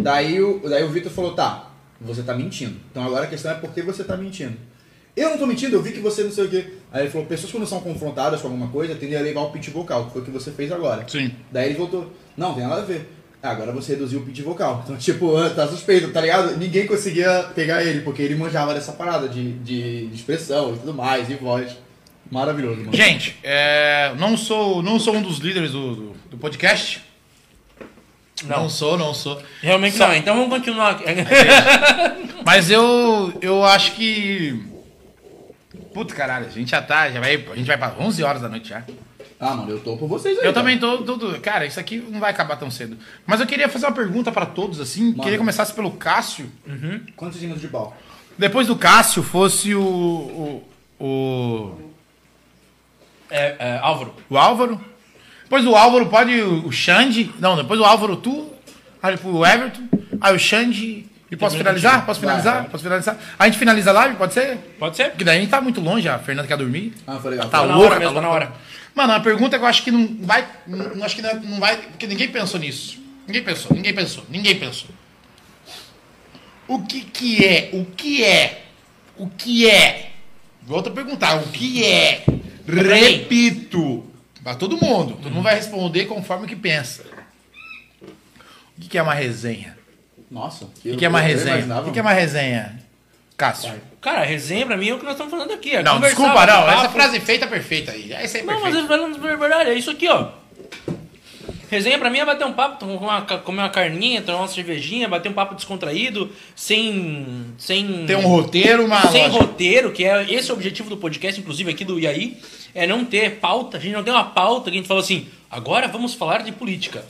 Speaker 4: Daí o, daí o Vitor falou, tá, você tá mentindo. Então agora a questão é por que você tá mentindo. Eu não tô mentindo, eu vi que você não sei o quê. Aí ele falou, pessoas quando são confrontadas com alguma coisa tendem a levar o pitch vocal, que foi o que você fez agora.
Speaker 7: Sim.
Speaker 4: Daí ele voltou. Não, tem nada a ver. Ah, Agora você reduziu o pitch vocal. Então, tipo, ah, tá suspeito, tá ligado? Ninguém conseguia pegar ele, porque ele manjava dessa parada de, de de expressão e tudo mais, e voz. Maravilhoso, mano.
Speaker 7: Gente, é, não, sou, não sou um dos líderes do, do, do podcast. Não.
Speaker 2: Não.
Speaker 7: sou, não sou.
Speaker 2: Realmente não. Então vamos continuar aqui.
Speaker 7: Mas eu, eu acho que. Puta caralho, a gente já tá, já vai, a gente vai pra 11 horas da noite já.
Speaker 4: Ah, mano, eu tô por vocês aí.
Speaker 7: é? Eu
Speaker 4: cara.
Speaker 7: também tô, tô, tô- Cara, isso aqui não vai acabar tão cedo. Mas eu queria fazer uma pergunta pra todos, assim. Queria começar pelo Cássio.
Speaker 4: Quantos minutos de pau?
Speaker 7: Depois do Cássio fosse o. O, o,
Speaker 2: É, é, Álvaro.
Speaker 7: o Álvaro. Depois o Álvaro pode. O Xande. Não, depois o Álvaro tu. Aí o Everton. Aí o Xande. E posso finalizar? Posso finalizar? Posso finalizar? A gente finaliza a live, pode ser?
Speaker 2: Pode ser.
Speaker 7: Porque daí a gente tá muito longe, a Fernanda quer dormir.
Speaker 4: Ah, foi legal.
Speaker 7: Tá
Speaker 2: na
Speaker 7: louca,
Speaker 2: hora mesmo,
Speaker 7: tá
Speaker 2: tá na
Speaker 7: louca.
Speaker 2: hora.
Speaker 7: Mano, a pergunta é que eu acho que não vai. Não, acho que não, não vai. Porque ninguém pensou nisso. Ninguém pensou, ninguém pensou, ninguém pensou. O que que é? O que é? O que é? Volto a perguntar, o que é? Repito. Pra todo mundo. Todo mundo vai responder conforme o que pensa. O que que é uma resenha?
Speaker 4: Nossa.
Speaker 7: O que que é uma resenha? O que que é uma resenha? Cássio.
Speaker 2: Cara, resenha pra mim é o que nós estamos falando aqui. é
Speaker 7: Não,
Speaker 2: conversar,
Speaker 7: desculpa,
Speaker 2: bater
Speaker 7: não.
Speaker 2: papo.
Speaker 7: Essa frase feita é perfeita aí. Essa aí é
Speaker 2: Não, mas
Speaker 7: perfeita.
Speaker 2: eu falando verdade, é isso aqui, ó. Resenha pra mim é bater um papo, tomar uma, ca- comer uma carninha, tomar uma cervejinha, bater um papo descontraído, sem. sem
Speaker 7: Tem um roteiro, uma
Speaker 2: sem
Speaker 7: lógica.
Speaker 2: roteiro, que é esse é o objetivo do podcast, inclusive aqui do Iaí, é não ter pauta. A gente não tem uma pauta que a gente fala assim, agora vamos falar de política.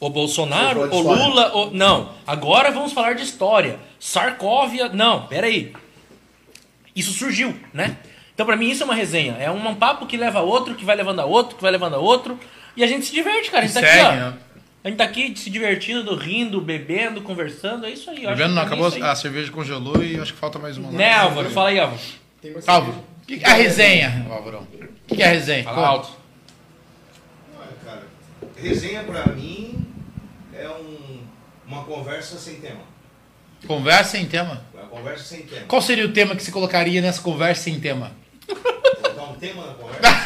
Speaker 2: O Bolsonaro,
Speaker 4: Você
Speaker 2: o
Speaker 4: falou de
Speaker 2: Lula, o... não. Agora vamos falar de história. Sarcóvia, não, peraí. Isso surgiu, né? Então pra mim isso é uma resenha. É um papo que leva a outro, que vai levando a outro, que vai levando a outro. E a gente se diverte, cara. A gente tá aqui,
Speaker 7: Segue,
Speaker 2: ó.
Speaker 7: né?
Speaker 2: A gente tá aqui se divertindo, rindo, bebendo, conversando. É isso aí. eu acho
Speaker 7: Tá
Speaker 2: que
Speaker 7: Vendo, não
Speaker 2: pra mim
Speaker 7: acabou,
Speaker 2: é isso aí.
Speaker 7: a cerveja congelou e acho que falta mais uma. lá.
Speaker 2: Né, Álvaro? Fala aí, Álvaro.
Speaker 7: Álvaro, o que que é a resenha, Álvaro? O que que é a resenha?
Speaker 2: Fala alto.
Speaker 3: Olha, é, cara, resenha pra mim é um- uma conversa sem tema.
Speaker 7: Conversa sem tema.
Speaker 3: É uma conversa sem tema.
Speaker 7: Qual seria o tema que você colocaria nessa conversa sem tema?
Speaker 3: Botar um tema na conversa.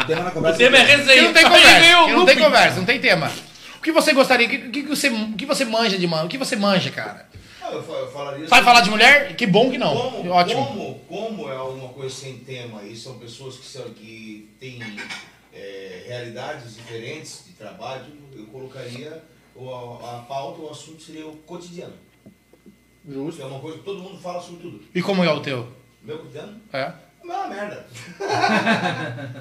Speaker 4: O tema na
Speaker 2: O
Speaker 4: conversa.
Speaker 2: tema é
Speaker 7: Que
Speaker 2: resenha.
Speaker 7: não tem
Speaker 2: Aí
Speaker 7: conversa,
Speaker 2: veio o
Speaker 7: que não tem
Speaker 2: looping.
Speaker 7: conversa, não tem tema. O que você gostaria, o que, o que você, o que você manja de mano? O que você manja, cara?
Speaker 3: Ah, eu fa- eu falaria
Speaker 7: Sabe
Speaker 3: sobre-
Speaker 7: falar de mulher? Que bom que não.
Speaker 3: Como,
Speaker 7: Ótimo.
Speaker 3: Como, como é alguma coisa sem tema e são pessoas que, são, que têm é, realidades diferentes de trabalho, eu colocaria o, a, a pauta, o assunto seria o cotidiano. Que é uma coisa que todo mundo fala sobre tudo.
Speaker 7: E como é o teu?
Speaker 3: Meu cotidiano
Speaker 7: É.
Speaker 3: é uma merda.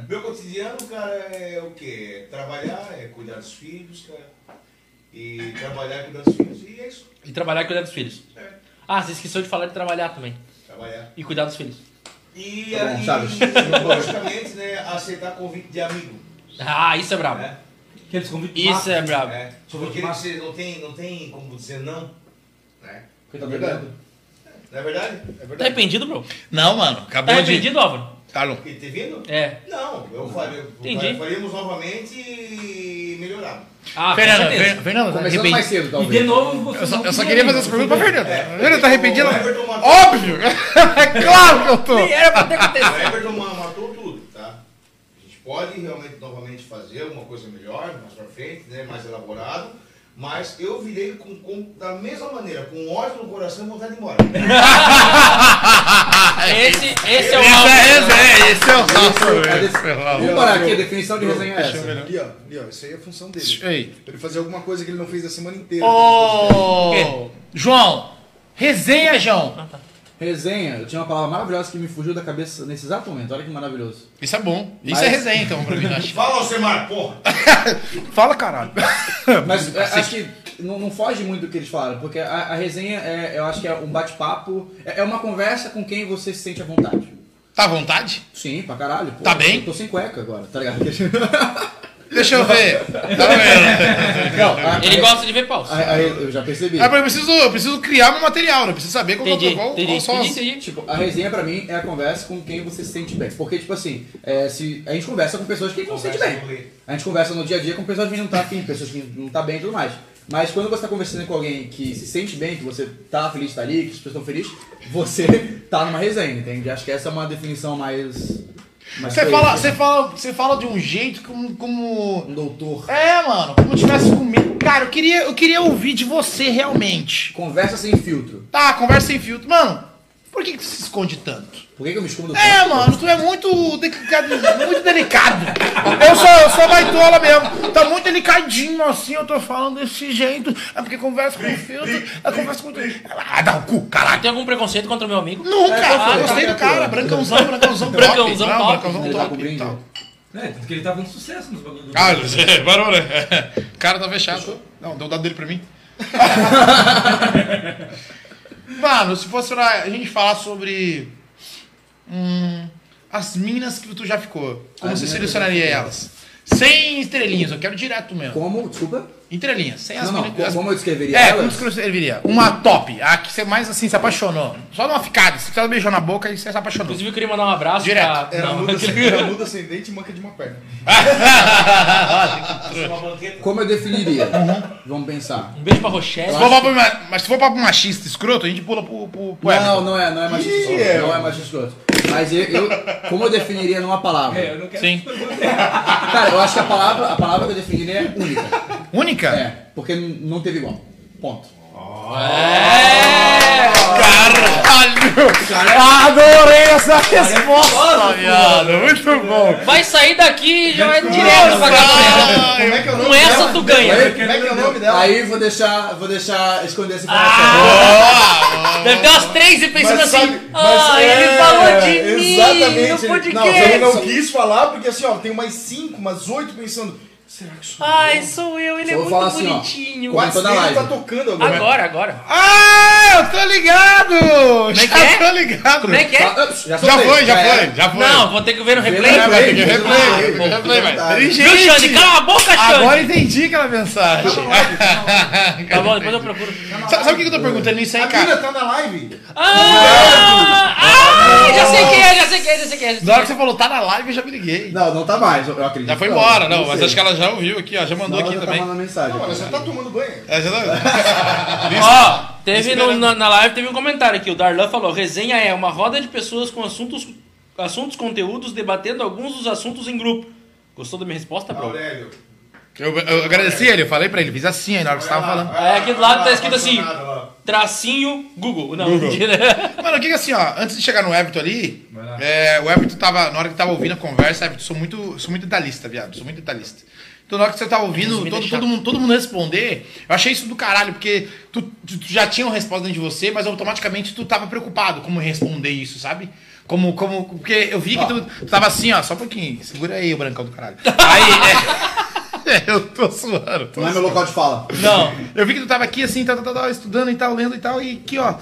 Speaker 3: Meu cotidiano, cara, é o quê? É trabalhar, é cuidar dos filhos, cara. E trabalhar e cuidar dos filhos. E é isso.
Speaker 2: E trabalhar e cuidar dos filhos.
Speaker 3: É.
Speaker 2: Ah, você esqueceu de falar de trabalhar também.
Speaker 3: Trabalhar.
Speaker 2: E cuidar dos filhos.
Speaker 3: E,
Speaker 4: Tá bom,
Speaker 3: e,
Speaker 4: Chaves.
Speaker 3: e logicamente, né, aceitar convite de amigo.
Speaker 2: Ah, isso é brabo.
Speaker 3: Né?
Speaker 6: Aqueles convites
Speaker 2: Isso é brabo.
Speaker 3: É, porque você não tem, não tem como dizer não. Né?
Speaker 6: Tá verdade.
Speaker 3: Não é verdade? É
Speaker 2: Tá arrependido, bro?
Speaker 7: Não, mano,
Speaker 2: Tá
Speaker 7: acabou de.
Speaker 2: arrependido, Álvaro?
Speaker 7: Tá louco.
Speaker 3: Porque ter vindo?
Speaker 2: É.
Speaker 3: Não, eu faria,
Speaker 2: Entendi.
Speaker 3: faríamos novamente e melhorava.
Speaker 2: Ah,
Speaker 7: Fernando,
Speaker 2: com certeza.
Speaker 7: Fer- Fernando, tá
Speaker 4: Começando mais
Speaker 7: arrependido.
Speaker 4: cedo,
Speaker 6: E de
Speaker 4: talvez.
Speaker 6: novo, você
Speaker 7: Eu só,
Speaker 6: não
Speaker 7: eu só
Speaker 6: queria
Speaker 7: queria fazer
Speaker 6: ainda,
Speaker 7: essa pergunta pra
Speaker 6: entendeu?
Speaker 7: Fernando. Fernando tá
Speaker 3: O
Speaker 7: arrependido?
Speaker 3: Everton matou-
Speaker 7: Óbvio! É claro que eu tô!
Speaker 2: Nem era pra ter
Speaker 3: O
Speaker 2: acontecido.
Speaker 3: Everton ma- matou tudo, tá? A gente pode realmente novamente fazer alguma coisa melhor, mais pra frente, né? mais elaborado. Mas eu virei com, com- da mesma maneira, com um ódio no coração e vontade de ir embora.
Speaker 2: Esse, esse é o
Speaker 7: Essa é a
Speaker 2: Álvaro.
Speaker 7: resenha, esse é o Álvaro.
Speaker 4: a
Speaker 7: esse é o Álvaro.
Speaker 4: Vamos parar aqui, a definição de resenha é essa.
Speaker 10: Ali, ó, ali, ó, isso aí é a função dele.
Speaker 7: Ei.
Speaker 10: Pra ele fazer alguma coisa que ele não fez a semana inteira.
Speaker 7: Ô, João, resenha, João.
Speaker 4: Resenha, eu tinha uma palavra maravilhosa que me fugiu da cabeça nesse exato momento. Olha que maravilhoso.
Speaker 7: Isso é bom. Isso
Speaker 4: Mas-
Speaker 7: é resenha, então, pra mim. eu acho.
Speaker 3: Fala, Alcemar, porra!
Speaker 7: Fala, caralho.
Speaker 4: Mas é,
Speaker 7: assim-
Speaker 4: acho que não, não foge muito do que eles falaram, porque a, a resenha é, eu acho que é um bate-papo, é, é uma conversa com quem você se sente à vontade.
Speaker 7: Tá à vontade?
Speaker 4: Sim, pra caralho. pô.
Speaker 7: Tá bem?
Speaker 4: Eu tô sem cueca agora, tá ligado?
Speaker 7: Deixa eu ver. Tá vendo?
Speaker 4: Não, a- a-
Speaker 2: Ele gosta de ver paus.
Speaker 4: a- a- eu já percebi.
Speaker 7: Ah, mas eu, preciso, eu preciso criar meu material, né? Eu preciso saber qual, que
Speaker 2: Entendi,
Speaker 7: eu qual,
Speaker 2: entendi,
Speaker 7: qual são as-
Speaker 2: entendi, entendi.
Speaker 4: Tipo, a resenha pra mim é a conversa com quem você se sente bem. Porque, tipo assim, é, se a gente conversa com pessoas que não se sente
Speaker 3: Conversa
Speaker 4: bem. A gente conversa no dia a dia com pessoas que não tá afim, pessoas que não tá bem e tudo mais. Mas quando você tá conversando com alguém que se sente bem, que você tá feliz, tá ali, que as pessoas estão felizes, você tá numa resenha, entende? Acho que essa é uma definição mais. mais
Speaker 7: Você
Speaker 4: coerente,
Speaker 7: fala,
Speaker 4: né?
Speaker 7: você, fala, você fala de um jeito como, como.
Speaker 4: Um doutor.
Speaker 7: É, mano, como tivesse comigo. Cara, eu queria, eu queria ouvir de você realmente.
Speaker 4: Conversa sem filtro.
Speaker 7: Tá, conversa sem filtro. Mano, por que, que tu se esconde tanto?
Speaker 4: Por que, que eu me escondo tanto?
Speaker 7: É, mano, tu é muito delicado, muito delicado. Eu sou, eu sou baitola mesmo. Tá muito delicadinho assim, eu tô falando desse jeito. É porque conversa com o filtro, eu converso com. Ah, dá o cu, caralho.
Speaker 2: Tem algum preconceito contra o meu amigo?
Speaker 7: Nunca!
Speaker 4: qual
Speaker 7: Ah,
Speaker 4: foi?
Speaker 7: gostei do cara, brancãozão, brancãozão, top.
Speaker 2: né? Brancãozão
Speaker 7: Não,
Speaker 2: top.
Speaker 7: brancãozão
Speaker 4: Ele tá com
Speaker 7: top e
Speaker 4: brinde.
Speaker 7: tal.
Speaker 6: É, porque ele tá fazendo sucesso nos bagulhos do
Speaker 7: Carlos, é, parou, né? O cara tá fechado. Não, deu o dado dele pra mim. Mano, se fosse pra a gente falar sobre. Hum, as minas que tu já ficou, como
Speaker 4: As minas
Speaker 7: você
Speaker 4: que eu já
Speaker 7: selecionaria elas? Sem estrelinhas, eu quero direto mesmo.
Speaker 4: Como? Desculpa?
Speaker 7: Entrelinhas, sem as
Speaker 4: Não, não,
Speaker 7: mini- as-
Speaker 4: como eu descreveria
Speaker 7: É,
Speaker 4: ela?
Speaker 7: como escreveria? Uma top, a que você mais assim se apaixonou. Só uma ficada, se você beijou na boca e você se apaixonou.
Speaker 2: Inclusive, eu queria mandar um abraço
Speaker 7: Direto.
Speaker 2: pra.
Speaker 10: Era
Speaker 2: não,
Speaker 10: muda,
Speaker 2: aquele-
Speaker 10: era muda ascendente e manca de uma perna.
Speaker 7: é
Speaker 3: Uma banqueta.
Speaker 4: Como eu definiria?
Speaker 7: Uhum.
Speaker 4: Vamos pensar.
Speaker 2: Um beijo pra Rochelle.
Speaker 7: Se for papo ma- mas se for papo machista escroto, a gente pula pro, pro, pro
Speaker 4: Não, não é, não é machista escroto.
Speaker 10: é.
Speaker 7: um-
Speaker 4: Não é machista escroto. Mas eu, eu- como eu definiria numa palavra?
Speaker 6: É, eu não quero
Speaker 7: Sim.
Speaker 4: Cara, eu acho que a palavra, a palavra que eu definiria é única.
Speaker 7: Única?
Speaker 4: É, porque n- não teve igual. Ponto.
Speaker 2: É!
Speaker 7: Caralho! Adorei essa resposta, viado. Muito bom.
Speaker 2: Vai sair daqui e já vai direto pra galera.
Speaker 10: Como é que é o
Speaker 2: Com essa tu ganha.
Speaker 10: Como é que é o nome
Speaker 7: Então-
Speaker 10: dela?
Speaker 4: Aí eu vou deixar, vou deixar esconder essa informação.
Speaker 7: Ah!
Speaker 2: Deve ter umas três e pensando
Speaker 10: Mas sabe-
Speaker 2: assim.
Speaker 10: mas
Speaker 2: Ah,
Speaker 10: é,
Speaker 2: ele falou de mim
Speaker 10: exatamente,
Speaker 2: no
Speaker 10: ele-
Speaker 2: podcast.
Speaker 10: Não, eu não quis falar, porque assim, ó, tem umas cinco, umas oito pensando. Será que sou
Speaker 2: Ai, sou eu, ele
Speaker 4: Só
Speaker 2: é
Speaker 4: vou
Speaker 2: muito
Speaker 4: falar assim, ó.
Speaker 2: bonitinho.
Speaker 4: Quase-
Speaker 10: Quase
Speaker 4: toda
Speaker 10: ele
Speaker 4: live.
Speaker 10: tá tocando agora.
Speaker 2: Agora, agora.
Speaker 7: Ah, eu tô ligado!
Speaker 2: é que
Speaker 7: já
Speaker 2: é?
Speaker 7: tô ligado.
Speaker 2: Como é que
Speaker 1: Tá,
Speaker 2: é?
Speaker 4: Ah, ups, Já,
Speaker 7: Já
Speaker 4: soltei,
Speaker 7: foi, já
Speaker 4: era.
Speaker 7: foi, já foi.
Speaker 2: Não, vou ter que ver no replay.
Speaker 4: Replay,
Speaker 7: vai ter que
Speaker 4: replay,
Speaker 7: replay,
Speaker 4: replay,
Speaker 7: replay,
Speaker 4: replay.
Speaker 7: vai.
Speaker 2: Viu, Xande? Cala a boca,
Speaker 7: Agora
Speaker 2: Xande.
Speaker 7: entendi aquela mensagem.
Speaker 2: Tá bom, depois eu procuro.
Speaker 7: Sabe sabe o que eu tô perguntando isso aí,
Speaker 10: A
Speaker 7: cara?
Speaker 10: Bira tá na live.
Speaker 2: Ah, ah, já sei quem é, já sei quem é, já sei quem é. já sei
Speaker 7: Na hora que
Speaker 2: quem
Speaker 7: você falou, tá na live, eu já me liguei.
Speaker 4: Não, não tá mais, eu eu acredito.
Speaker 7: Já foi
Speaker 4: Não,
Speaker 7: embora, não, mas
Speaker 4: sei.
Speaker 7: acho que ela já ouviu aqui, ó, já mandou
Speaker 4: Não,
Speaker 7: aqui
Speaker 4: já tá
Speaker 7: também.
Speaker 4: mandando mensagem.
Speaker 10: Não, ela já tá tomando banho.
Speaker 7: É, já tá-
Speaker 2: é. Ó, teve no- na, na live teve um comentário aqui. O Darlan falou: resenha é uma roda de pessoas com assuntos, assuntos, conteúdos, debatendo alguns dos assuntos em grupo. Gostou da minha resposta, bro?
Speaker 3: Aurélio.
Speaker 7: Eu, eu agradeci ele, eu falei pra ele, fiz assim aí na hora que você tava falando.
Speaker 2: É, aqui do lado tá escrito assim:
Speaker 3: Apaixonado, ó.
Speaker 2: tracinho Google. Não,
Speaker 7: Google.
Speaker 2: mentira.
Speaker 7: Mano, o que que assim, ó, antes de chegar no Everton ali, é, o Everton tava, na hora que tava ouvindo a conversa, Everton, sou muito, sou muito detalhista, viado, sou muito detalhista. Então na hora que você tava ouvindo
Speaker 2: me
Speaker 7: todo,
Speaker 2: deixar.
Speaker 7: todo, mundo, todo mundo responder, eu achei isso do caralho, porque tu, tu- tu já tinha uma resposta dentro de você, mas automaticamente tu tava preocupado como responder isso, sabe? Como, como, porque eu vi que tu, tu tava assim, ó, só um pouquinho, segura aí o brancão do caralho. Aí, é, eu tô suando, tô
Speaker 4: Não é meu local de fala.
Speaker 2: Não.
Speaker 7: eu vi que tu tava aqui assim, tal, tal, tal, estudando e tal, lendo e tal, e aqui, ó.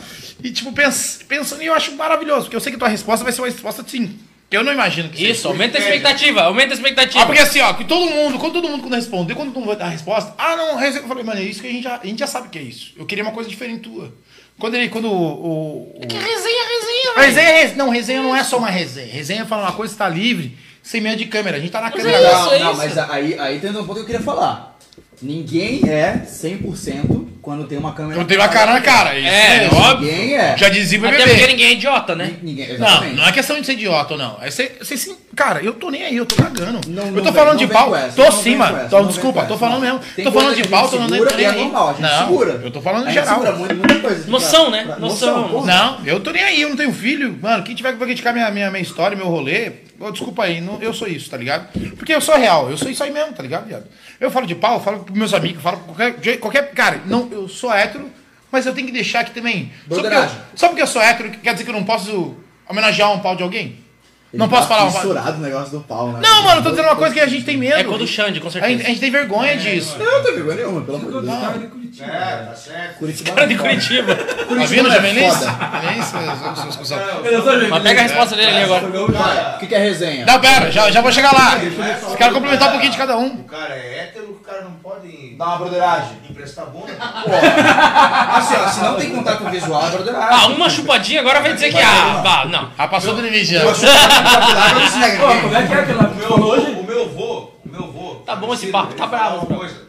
Speaker 7: E tipo, pens- pensando, e eu acho maravilhoso, porque eu sei que tua resposta vai ser uma resposta sim. Eu não imagino que
Speaker 2: Isso,
Speaker 7: seja.
Speaker 2: aumenta a expectativa, aumenta a expectativa.
Speaker 7: Ah, porque assim, ó, que todo mundo, quando todo mundo quando respondeu, quando todo mundo vai dar a resposta, ah, não, reze- eu falei, mano, é isso que a gente já, a gente já sabe que é isso. Eu queria uma coisa diferente tua. Quando ele, quando o. o- o-
Speaker 4: é
Speaker 2: Resenha, resenha, velho.
Speaker 7: Resenha, é res- não, resenha não é só uma resenha. Resenha fala uma coisa, você tá livre, sem medo de câmera. A gente tá na câmera
Speaker 2: é
Speaker 7: agora.
Speaker 4: não,
Speaker 2: isso, é
Speaker 4: não,
Speaker 2: isso.
Speaker 4: mas aí, aí tem um ponto que eu queria falar. Ninguém é 100% quando tem uma câmera.
Speaker 7: Eu tenho uma cara na cara, isso.
Speaker 2: É,
Speaker 7: mesmo.
Speaker 2: óbvio.
Speaker 4: Ninguém é.
Speaker 7: Já dizia pra
Speaker 2: Até
Speaker 7: beber.
Speaker 2: porque ninguém é idiota, né?
Speaker 4: Ninguém,
Speaker 7: Não,
Speaker 4: exatamente.
Speaker 7: não é questão de ser idiota ou não. É ser, ser sim- Cara, eu tô nem aí, eu tô cagando.
Speaker 4: Não,
Speaker 7: eu
Speaker 4: não
Speaker 7: tô
Speaker 4: vem-
Speaker 7: falando
Speaker 4: não
Speaker 7: de
Speaker 4: vem
Speaker 7: pau.
Speaker 4: com essa,
Speaker 7: tô
Speaker 4: não
Speaker 7: sim,
Speaker 4: vem
Speaker 7: mano.
Speaker 4: com essa,
Speaker 7: Tô-
Speaker 4: não vem
Speaker 7: desculpa,
Speaker 4: com
Speaker 7: tô
Speaker 4: essa,
Speaker 7: falando
Speaker 4: não.
Speaker 7: mesmo.
Speaker 4: Tem
Speaker 7: tô
Speaker 4: coisa
Speaker 7: falando
Speaker 4: que
Speaker 7: de
Speaker 4: a
Speaker 7: pau,
Speaker 4: gente
Speaker 7: tô falando
Speaker 4: segura
Speaker 7: nem
Speaker 4: e é
Speaker 7: aí.
Speaker 4: normal, a gente
Speaker 7: não,
Speaker 4: segura.
Speaker 7: Eu tô falando
Speaker 4: A gente
Speaker 7: geral.
Speaker 4: segura muito, muita coisa.
Speaker 2: Noção, né? Noção.
Speaker 4: porra.
Speaker 7: Não, eu tô nem aí, eu não tenho filho. Mano, quem tiver que criticar minha, minha, minha história, meu rolê, ô, desculpa aí, não, eu sou isso, tá ligado? Porque eu sou real, eu sou isso aí mesmo, tá ligado, viado? Eu falo de pau, eu falo pros meus amigos, eu falo com qualquer, je- qualquer. Cara, não, eu sou hétero, mas eu tenho que deixar aqui também. Só porque, eu,
Speaker 4: Broderagem.
Speaker 7: só porque eu sou hétero, quer dizer que eu não posso homenagear um pau de alguém?
Speaker 4: Ele
Speaker 7: não posso
Speaker 4: tá
Speaker 7: falar um pau.
Speaker 4: Misturado o negócio do pau, né?
Speaker 7: Não, mano, eu tô dizendo uma coisa que a gente tem medo.
Speaker 2: É quando o Xande, com
Speaker 7: A gente,
Speaker 2: certeza.
Speaker 7: a gente tem vergonha disso. Tá
Speaker 4: Eu não tenho vergonha nenhuma, pelo amor de Deus.
Speaker 6: Cara de Curitiba.
Speaker 3: É, tá certo.
Speaker 4: Curitiba
Speaker 2: Cara de Curitiba.
Speaker 7: Tá vendo,
Speaker 4: é
Speaker 7: Gemelis?
Speaker 4: foda.
Speaker 6: Eu sou né?
Speaker 2: Mas pega a resposta dele ali agora.
Speaker 4: Vai, O que, que é resenha?
Speaker 7: Não, pera, já, já vou chegar lá. Quero complementar um pouquinho de cada um.
Speaker 3: é O cara é hétero, o cara não pode
Speaker 4: Dá uma broderagem.
Speaker 3: emprestar bunda.
Speaker 4: Assim, ó, se não tem contato visual, é broderagem.
Speaker 2: Ah, uma chupadinha agora vai dizer que. Ah, pá, não.
Speaker 7: Ah, passou do limite já.
Speaker 6: Pô, como é que é aquela que tu falou hoje?
Speaker 3: O meu vô, o meu vô.
Speaker 2: Tá bom, esse papo
Speaker 3: falecido,
Speaker 2: tá
Speaker 3: ele falava
Speaker 2: bravo,
Speaker 3: uma
Speaker 2: bro.
Speaker 3: coisa.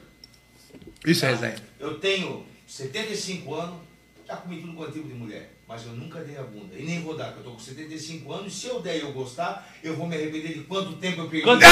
Speaker 7: Isso é resenha.
Speaker 3: Eu tenho 75 anos, já comi tudo quanto tipo de mulher, mas eu nunca dei a bunda. E nem vou dar, porque eu tô com 75 anos, se eu der e eu gostar, eu vou me arrepender de quanto tempo eu perdi.
Speaker 2: Quanto-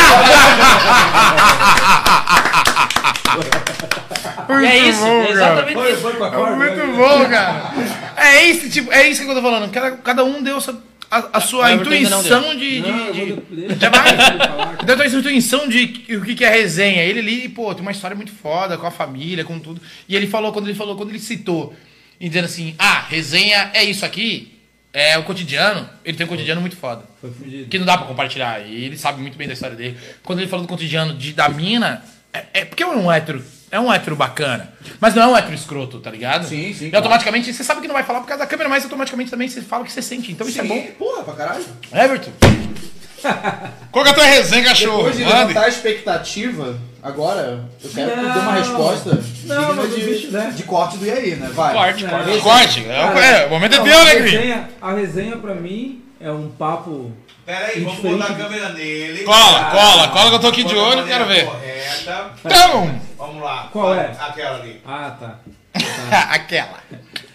Speaker 2: E é isso, é exatamente
Speaker 6: Foi,
Speaker 2: isso.
Speaker 6: foi com a
Speaker 7: É
Speaker 6: corda.
Speaker 7: muito bom, cara. É esse tipo, é isso que eu tô falando. Cada, cada um deu a sua, a, a sua
Speaker 2: Ah, eu ainda não
Speaker 7: intuição de.
Speaker 6: Não,
Speaker 7: de,
Speaker 6: eu vou
Speaker 7: de...
Speaker 6: deixa-
Speaker 7: Já vai.
Speaker 6: deixa ele falar, cara.
Speaker 7: Deu a sua intuição de que- o que que é resenha. Ele ali, pô, tem uma história muito foda com a família, com tudo. E ele falou, quando ele falou, quando ele citou, e dizendo assim, ah, resenha é isso aqui, é o cotidiano. Ele tem um cotidiano muito foda.
Speaker 6: Foi fugido.
Speaker 7: Que não dá pra compartilhar. E ele sabe muito bem da história dele. Quando ele falou do cotidiano de, da mina, é, é porque é um hétero. É um hétero bacana. Mas não é um hétero escroto, tá ligado?
Speaker 4: Sim, sim,
Speaker 7: E
Speaker 4: claro.
Speaker 7: automaticamente, você sabe que não vai falar por causa da câmera, mas automaticamente também você fala o que você sente. Então isso é bom.
Speaker 4: Porra, pra caralho.
Speaker 7: Everton. Qual que é a tua resenha, cachorro?
Speaker 4: Depois de
Speaker 7: Mande.
Speaker 4: levantar a expectativa, agora eu quero
Speaker 6: Não.
Speaker 4: ter uma resposta
Speaker 6: Não,
Speaker 4: digna
Speaker 6: mas
Speaker 4: de,
Speaker 6: existe, né?
Speaker 4: de corte do Iaí, né? Vai.
Speaker 7: Corte,
Speaker 6: Não.
Speaker 7: corte. Corte, é o- é, o momento é
Speaker 6: Não,
Speaker 7: teu,
Speaker 6: a
Speaker 7: né, Cris?
Speaker 6: resenha- A resenha pra mim é um papo.
Speaker 10: Pera aí, vamos
Speaker 6: Diferente.
Speaker 10: botar a câmera nele.
Speaker 3: tá?
Speaker 7: Cola, cola, cola que eu tô aqui de
Speaker 10: Bota a
Speaker 7: olho, quero ver.
Speaker 10: maneira Correta.
Speaker 7: Então,
Speaker 10: Vamos lá.
Speaker 6: Qual é?
Speaker 10: Aquela ali.
Speaker 6: Ah, tá.
Speaker 7: aquela.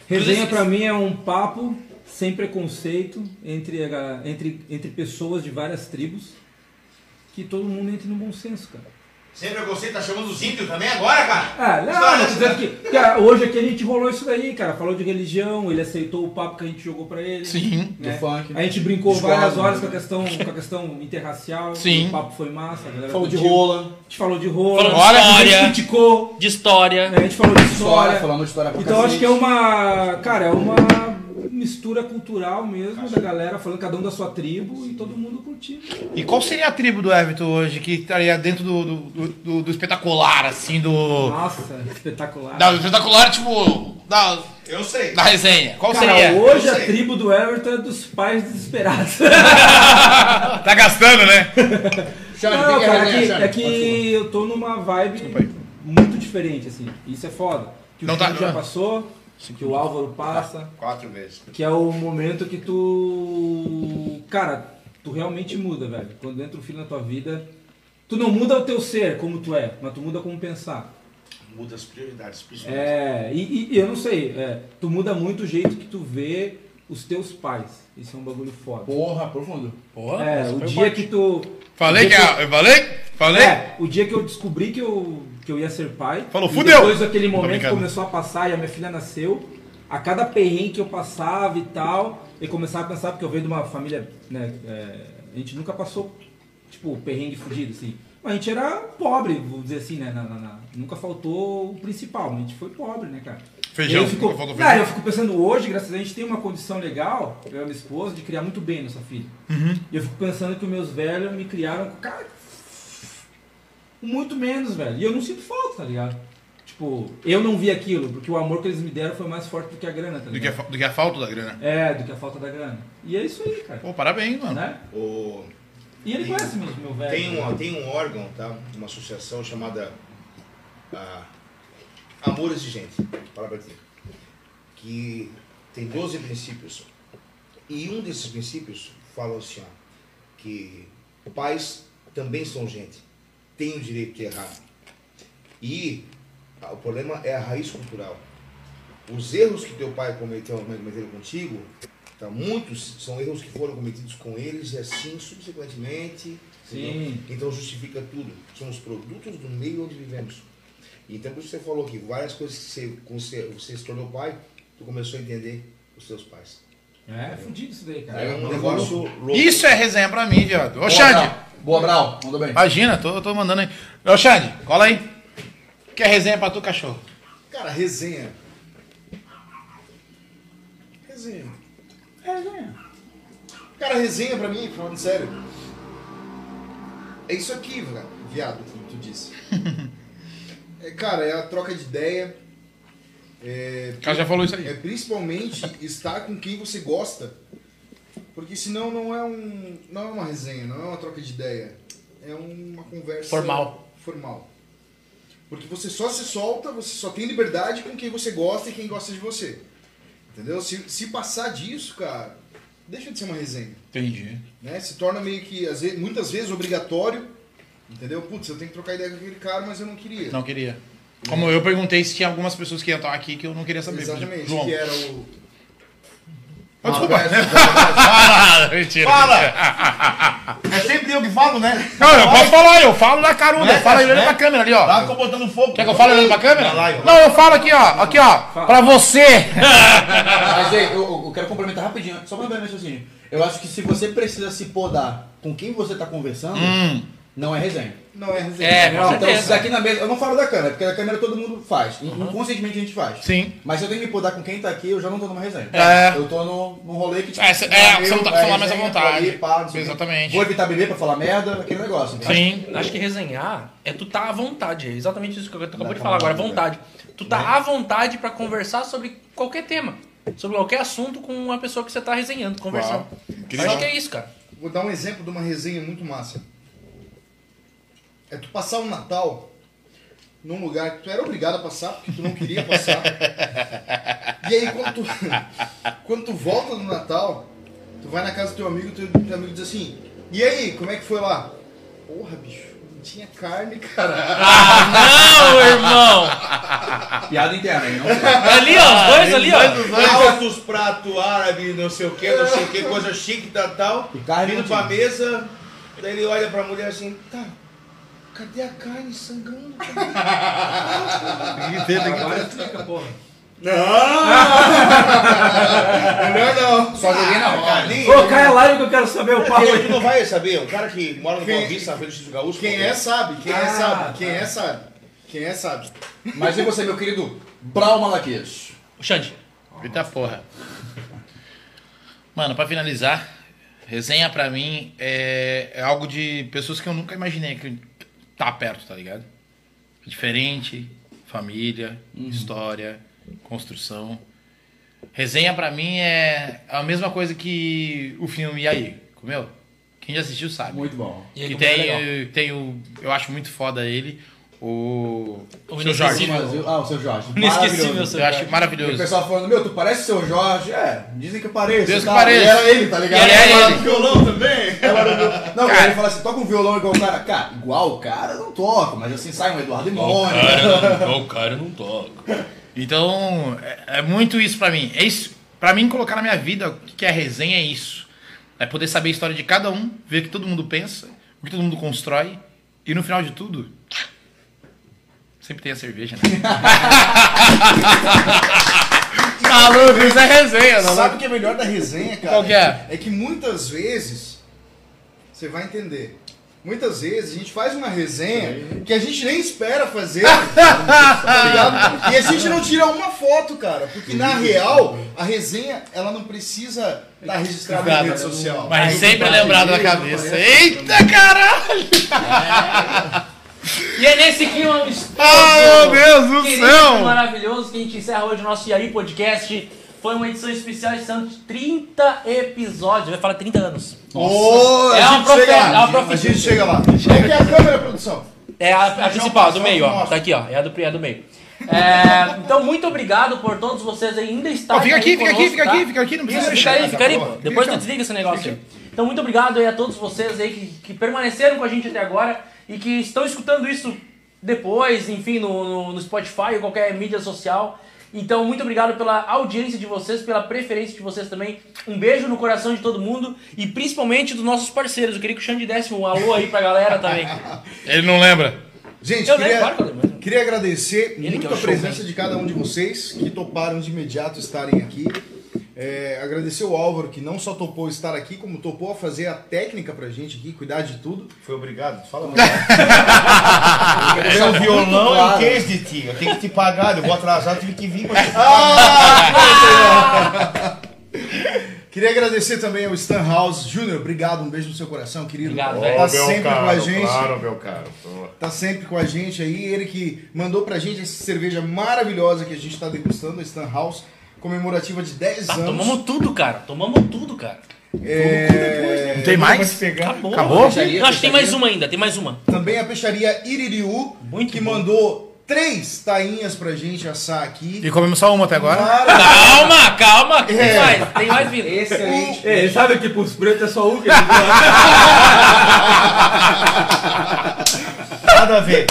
Speaker 6: Resenha pra mim é um papo sem preconceito entre, a ga- entre, entre pessoas de várias tribos que todo mundo entre no bom senso, cara.
Speaker 10: Sempre você tá chamando os índios também agora, cara?
Speaker 6: Ah, não,
Speaker 10: História,
Speaker 6: não, tô dizendo que. Cara, hoje aqui a gente rolou isso daí, cara. Falou de religião, ele aceitou o papo que a gente jogou pra ele.
Speaker 13: Sim.
Speaker 6: né?
Speaker 4: Do funk.
Speaker 6: A gente brincou
Speaker 4: Discordo,
Speaker 6: várias horas
Speaker 4: né?
Speaker 6: com a questão, com a questão interracial.
Speaker 13: Sim.
Speaker 6: O papo foi massa, a galera
Speaker 4: Falou de
Speaker 6: curtiu.
Speaker 4: rola.
Speaker 6: A gente falou de rola.
Speaker 2: Falou de
Speaker 6: a gente
Speaker 2: história.
Speaker 6: criticou.
Speaker 2: De história.
Speaker 6: né? A gente falou de história.
Speaker 4: História, falamos de história pra
Speaker 6: Então acho
Speaker 4: cacete.
Speaker 6: que é uma. Cara, é uma mistura cultural mesmo da galera falando cada um da sua tribo e todo mundo curtindo.
Speaker 13: E qual seria a tribo do Everton hoje que estaria dentro do, do, do- do espetacular, assim, do.
Speaker 6: Nossa, espetacular.
Speaker 13: Da, do espetacular, tipo. Da,
Speaker 10: Eu sei.
Speaker 13: da resenha. Qual
Speaker 6: Cara,
Speaker 13: seria?
Speaker 6: hoje
Speaker 10: Eu
Speaker 6: a
Speaker 10: sei.
Speaker 6: tribo do Everton é dos pais desesperados.
Speaker 7: Tá gastando, né?
Speaker 1: Xande,
Speaker 6: Não,
Speaker 1: quem
Speaker 6: cara, é
Speaker 1: resenhar,
Speaker 6: que,
Speaker 1: Xande?
Speaker 6: é que eu tô numa vibe muito diferente, assim. Isso é foda. Que o
Speaker 13: Não
Speaker 6: Não
Speaker 13: tá-
Speaker 6: já passou, que o Álvaro passa,
Speaker 10: Quatro vezes.
Speaker 6: que é o momento que tu. Cara, tu realmente muda, velho. Quando entra o filho na tua vida, tu não muda o teu ser como tu é, mas tu muda como pensar.
Speaker 10: Muda as prioridades, principalmente.
Speaker 6: É, e, e- e eu não sei, é, tu muda muito o jeito que tu vê os teus pais. Isso é um bagulho foda.
Speaker 4: Porra, profundo.
Speaker 7: Porra,
Speaker 6: É, o dia que tu.
Speaker 7: Falei
Speaker 6: o
Speaker 7: que
Speaker 6: dia
Speaker 7: a- eu falei? Falei?
Speaker 6: é, o dia que eu descobri que eu, que eu ia ser pai.
Speaker 7: Falou,
Speaker 6: e
Speaker 7: "Fudeu!"
Speaker 6: Depois daquele
Speaker 7: Tô
Speaker 6: momento que
Speaker 7: brincando.
Speaker 6: começou a passar e a minha filha nasceu, a cada perrengue que eu passava e tal, eu começava a pensar, porque eu venho de uma família, né? é, a gente nunca passou, tipo, perrengue fudido, assim. Mas a gente era pobre, vou dizer assim, né? na- na- na- nunca faltou o principal, a gente foi pobre, né, cara?
Speaker 7: Feijão,
Speaker 6: eu fico,
Speaker 7: nunca faltou
Speaker 6: Não,
Speaker 7: feijão.
Speaker 6: eu fico pensando hoje, graças a Deus, a gente tem uma condição legal, eu e a minha esposa, de criar muito bem nossa filha.
Speaker 7: Uhum.
Speaker 6: E eu fico pensando que os meus velhos me criaram, cara, muito menos, velho. E eu não sinto falta, tá ligado? Tipo, eu não vi aquilo, porque o amor que eles me deram foi mais forte do que a grana, tá
Speaker 7: Do que, a,
Speaker 6: ligado?
Speaker 7: fa- do que a falta da grana.
Speaker 6: É, do que a falta da grana. E é isso aí, cara.
Speaker 7: Pô, parabéns, mano.
Speaker 6: Né?
Speaker 10: O-
Speaker 6: E ele conhece mesmo, meu velho.
Speaker 10: Tem, um, tem um órgão, tá? Uma associação chamada ah, Amor Exigente, palavra aqui, que tem 12 princípios. E um desses princípios fala assim, ó, que pais também são gente, têm o direito de errar. E ah, o problema é a raiz cultural. Os erros que teu pai cometeu, mãe cometeram contigo, tá? muitos são erros que foram cometidos com eles e assim subsequentemente. entendeu?
Speaker 6: Sim.
Speaker 10: Então justifica tudo. São os produtos do meio onde vivemos. Então, por isso que você falou que várias coisas que você, quando você, você se tornou pai, tu começou a entender os seus pais.
Speaker 6: É, é fudido isso daí, cara.
Speaker 10: É um negócio louco.
Speaker 7: Isso é resenha pra mim, viado. Ô,
Speaker 4: Boa,
Speaker 7: Xande.
Speaker 4: Brau. Boa, Brau. Mandou bem.
Speaker 7: Imagina, tô, tô mandando aí. Ô, Xande, cola aí. Que é resenha pra tu, cachorro?
Speaker 1: Cara, resenha. Resenha. Resenha. Cara, resenha pra mim, falando sério. É isso aqui, cara, viado, como tu disse. é, cara, é a troca de ideia. É,
Speaker 7: O cara já falou isso
Speaker 1: é
Speaker 7: aí.
Speaker 1: principalmente estar com quem você gosta. Porque senão não é um. não é uma resenha, não é uma troca de ideia. É uma conversa
Speaker 7: Formal.
Speaker 1: formal. Porque você só se solta, você só tem liberdade com quem você gosta e quem gosta de você. Entendeu? Se, se passar disso, cara, deixa de ser uma resenha.
Speaker 7: Entendi.
Speaker 1: Né? Se torna meio que, às vezes, muitas vezes, obrigatório. Entendeu? Putz, eu tenho que trocar ideia com aquele cara, mas eu não queria.
Speaker 7: Não queria. Como eu perguntei se tinha algumas pessoas que iam estar aqui que eu não queria saber. por exemplo,
Speaker 1: Exatamente,
Speaker 7: João.
Speaker 1: que era o.
Speaker 7: Ah, desculpa. Fala, mentira. Fala.
Speaker 3: É sempre eu que falo, né?
Speaker 7: Não, eu posso falar, eu falo na caruda.
Speaker 3: Né,
Speaker 7: Fala aí olhando
Speaker 3: né?
Speaker 7: pra câmera ali, ó.
Speaker 3: Tá ficou botando fogo.
Speaker 7: Quer que eu fale olhando pra câmera?
Speaker 3: Vai lá, vai
Speaker 7: Não, eu falo aqui, ó. Aqui, ó. Pra você.
Speaker 4: Mas aí, eu, eu quero complementar rapidinho, só pra ver meu assim. Eu acho que se você precisa se podar com quem você tá conversando,
Speaker 7: Hum.
Speaker 4: não é resenha.
Speaker 1: Não é resenha.
Speaker 2: É,
Speaker 4: Então,
Speaker 2: com
Speaker 4: isso
Speaker 2: certeza.
Speaker 4: daqui na mesa, eu não falo da câmera, porque da câmera todo mundo faz. Inconscientemente a gente faz.
Speaker 7: Sim.
Speaker 4: Mas se eu tenho que me podar com quem tá aqui, eu já não tô numa resenha.
Speaker 7: É.
Speaker 4: Eu tô no, num rolê que tipo.
Speaker 7: É, cê- é,
Speaker 4: meu,
Speaker 7: você não tá-
Speaker 4: é
Speaker 7: falar mais à
Speaker 4: resenha, tô
Speaker 7: vontade.
Speaker 4: ali, pá, não sei o quê.
Speaker 7: Exatamente.
Speaker 4: Vou evitar beber pra falar merda, aquele negócio. entendeu?
Speaker 7: Sim.
Speaker 2: Acho que resenhar é tu tá à vontade. É exatamente isso que eu acabou de
Speaker 4: pra
Speaker 2: falar agora,
Speaker 4: maluco,
Speaker 2: vontade. Tu tá à vontade pra conversar sobre qualquer tema. Sobre qualquer assunto com a pessoa que você tá resenhando, conversando. Acho que é isso, cara.
Speaker 1: Vou dar um exemplo de uma resenha muito massa. É tu passar o Natal num lugar que tu era obrigado a passar, porque tu não queria passar. e aí quando tu, quando tu volta do Natal, tu vai na casa do teu amigo, teu, teu amigo diz assim, e aí, como é que foi lá? Porra, bicho, não tinha carne, cara.
Speaker 2: Não, irmão!
Speaker 4: Piada interna, hein? Não sei.
Speaker 2: Ali, ó, os dois ali, ó.
Speaker 3: Altos pratos árabes, não sei o que, não sei o que, coisa chique e tal, tal.
Speaker 4: E carne
Speaker 3: Vindo
Speaker 4: não
Speaker 3: pra mesa, daí ele olha pra mulher assim, tá, cadê a carne sangrando?
Speaker 6: Agora explica, porra.
Speaker 3: Melhor não.
Speaker 1: Só joguei na roda.
Speaker 3: Carlinhos,
Speaker 6: Ô, cai a live que eu quero saber o papo.
Speaker 3: ele não vai saber, o cara que mora no
Speaker 1: Quem-
Speaker 3: Paulista, na frente do Instituto Gaúcho.
Speaker 1: Quem é sabe, quem é sabe, quem é sabe. Quem é sabe.
Speaker 4: Mas e você, meu querido Brau Malaquias?
Speaker 2: Xande.
Speaker 7: Eita porra. Mano, pra finalizar, resenha pra mim é, é algo de pessoas que eu nunca imaginei que tá perto, tá ligado? Diferente, família, história, construção. Resenha pra mim é a mesma coisa que o filme E aí? Comeu? Quem já assistiu sabe.
Speaker 4: Muito bom.
Speaker 2: E aí,
Speaker 7: que
Speaker 2: como é
Speaker 7: tem, tem o. Eu acho muito foda ele. O.
Speaker 2: O
Speaker 7: seu Jorge.
Speaker 2: inesquecível.
Speaker 4: Mas eu- Ah, o seu Jorge.
Speaker 2: Inesquecível,
Speaker 4: Maravilhoso.
Speaker 2: seu
Speaker 7: Eu acho
Speaker 2: Jorge.
Speaker 4: E O
Speaker 7: maravilhoso.
Speaker 4: pessoal falando, meu, tu parece o seu Jorge. É, dizem que eu pareço.
Speaker 7: Deus que
Speaker 4: tá?
Speaker 7: pareça.
Speaker 4: E era ele, tá ligado?
Speaker 7: E era
Speaker 4: Ela
Speaker 7: ele.
Speaker 4: do violão também. Ela do violão. Não, cara, ele fala assim, toca um violão igual o cara. Cara, igual o cara, eu não toco. Mas assim, sai um Eduardo Imone.
Speaker 9: o cara não toca.
Speaker 7: Então, é, é muito isso pra mim. É isso. Pra mim, colocar na minha vida o que é resenha é isso. É poder saber a história de cada um, ver o que todo mundo pensa, o que todo mundo constrói. E no final de tudo. Sempre tem a cerveja, né? Maluco, isso é resenha, não
Speaker 1: Sabe o que é melhor da resenha, cara?
Speaker 7: Qual que é?
Speaker 1: É que muitas vezes, você vai entender, muitas vezes a gente faz uma resenha que a gente nem espera fazer, tá ligado? E a gente não tira uma foto, cara, porque na real, a resenha, ela não precisa estar registrada na rede
Speaker 2: né?
Speaker 1: social.
Speaker 7: Mas
Speaker 1: Aí
Speaker 7: sempre
Speaker 1: tu vai
Speaker 7: lembrado da
Speaker 1: ver,
Speaker 7: cabeça.
Speaker 1: aparece.
Speaker 7: Eita caralho!
Speaker 2: E é nesse clima gostoso,
Speaker 7: Ah, meu Deus do
Speaker 2: querido,
Speaker 7: céu.
Speaker 2: maravilhoso que a gente encerra hoje o nosso Yaí Podcast. Foi uma edição especial de Santos, 30 episódios. Eu ia falar 30 anos.
Speaker 1: Ô, a
Speaker 2: É uma
Speaker 1: gente chega
Speaker 2: profe- é uma
Speaker 1: lá, A
Speaker 2: profecia.
Speaker 1: gente chega lá. Aqui é a câmera, produção.
Speaker 2: É a,
Speaker 7: um
Speaker 2: a principal, a do meio, ó. Tá aqui, ó. É a do, é a do meio. É, então, muito obrigado por todos vocês aí ainda estarem.
Speaker 7: Ó, fica aqui,
Speaker 2: aí
Speaker 7: fica
Speaker 2: conosco,
Speaker 7: aqui, fica
Speaker 2: tá?
Speaker 7: aqui, fica aqui, não precisa
Speaker 2: Isso, fica aí,
Speaker 7: mexer.
Speaker 2: fica aí.
Speaker 1: Porra, fica
Speaker 2: Depois tu
Speaker 1: aí.
Speaker 2: desliga esse negócio aí. Então, muito obrigado aí a todos vocês aí que, que permaneceram com a gente até agora e que estão escutando isso depois, enfim, no, no- no Spotify ou qualquer mídia social. Então, muito obrigado pela audiência de vocês, pela preferência de vocês também. Um beijo no coração de todo mundo e principalmente dos nossos parceiros. Eu queria que o Xande desse um alô aí pra galera também.
Speaker 7: Ele não lembra.
Speaker 1: Gente,
Speaker 2: Eu
Speaker 1: queria,
Speaker 2: lembro, claro que eu lembro.
Speaker 1: queria agradecer
Speaker 2: Ele
Speaker 1: muito
Speaker 2: que é o
Speaker 1: a
Speaker 2: showman.
Speaker 1: presença de cada um de vocês que toparam de imediato estarem aqui. É, agradecer o Álvaro que não só topou estar aqui, como topou a fazer a técnica pra gente aqui, cuidar de tudo.
Speaker 3: Foi obrigado, fala mais.
Speaker 1: É um
Speaker 3: Meu violão
Speaker 4: claro.
Speaker 3: e queijo de ti, eu tenho que te pagar, eu vou atrasar, eu tive que vir. mas-
Speaker 1: Ah, Queria agradecer também ao Stan House Júnior, obrigado, um beijo no seu coração, querido.
Speaker 2: Obrigado, velho.
Speaker 1: tá sempre com a
Speaker 3: caro,
Speaker 1: gente,
Speaker 3: Claro, meu caro.
Speaker 1: tá sempre com a gente aí. Ele que mandou pra gente essa cerveja maravilhosa que a gente tá degustando, a Stan House, comemorativa de 10
Speaker 2: Tá,
Speaker 1: anos.
Speaker 2: tomamos tudo, cara. Tomamos tudo, cara.
Speaker 1: É...
Speaker 7: Tem mais?
Speaker 2: Acabou.
Speaker 7: Acabou?
Speaker 2: Não, acho que tem mais uma ainda, tem mais uma.
Speaker 1: Também a peixaria Iririú,
Speaker 2: Muito
Speaker 1: que
Speaker 2: bom.
Speaker 1: mandou três tainhas pra gente assar aqui.
Speaker 7: E comemos só uma até agora.
Speaker 1: Mara-
Speaker 2: Calma,
Speaker 7: É.
Speaker 2: calma. Tem mais, tem mais vindo.
Speaker 4: Excelente.
Speaker 6: É, ele sabe que pros pretos é só um que ele gosta.
Speaker 3: Nada a ver.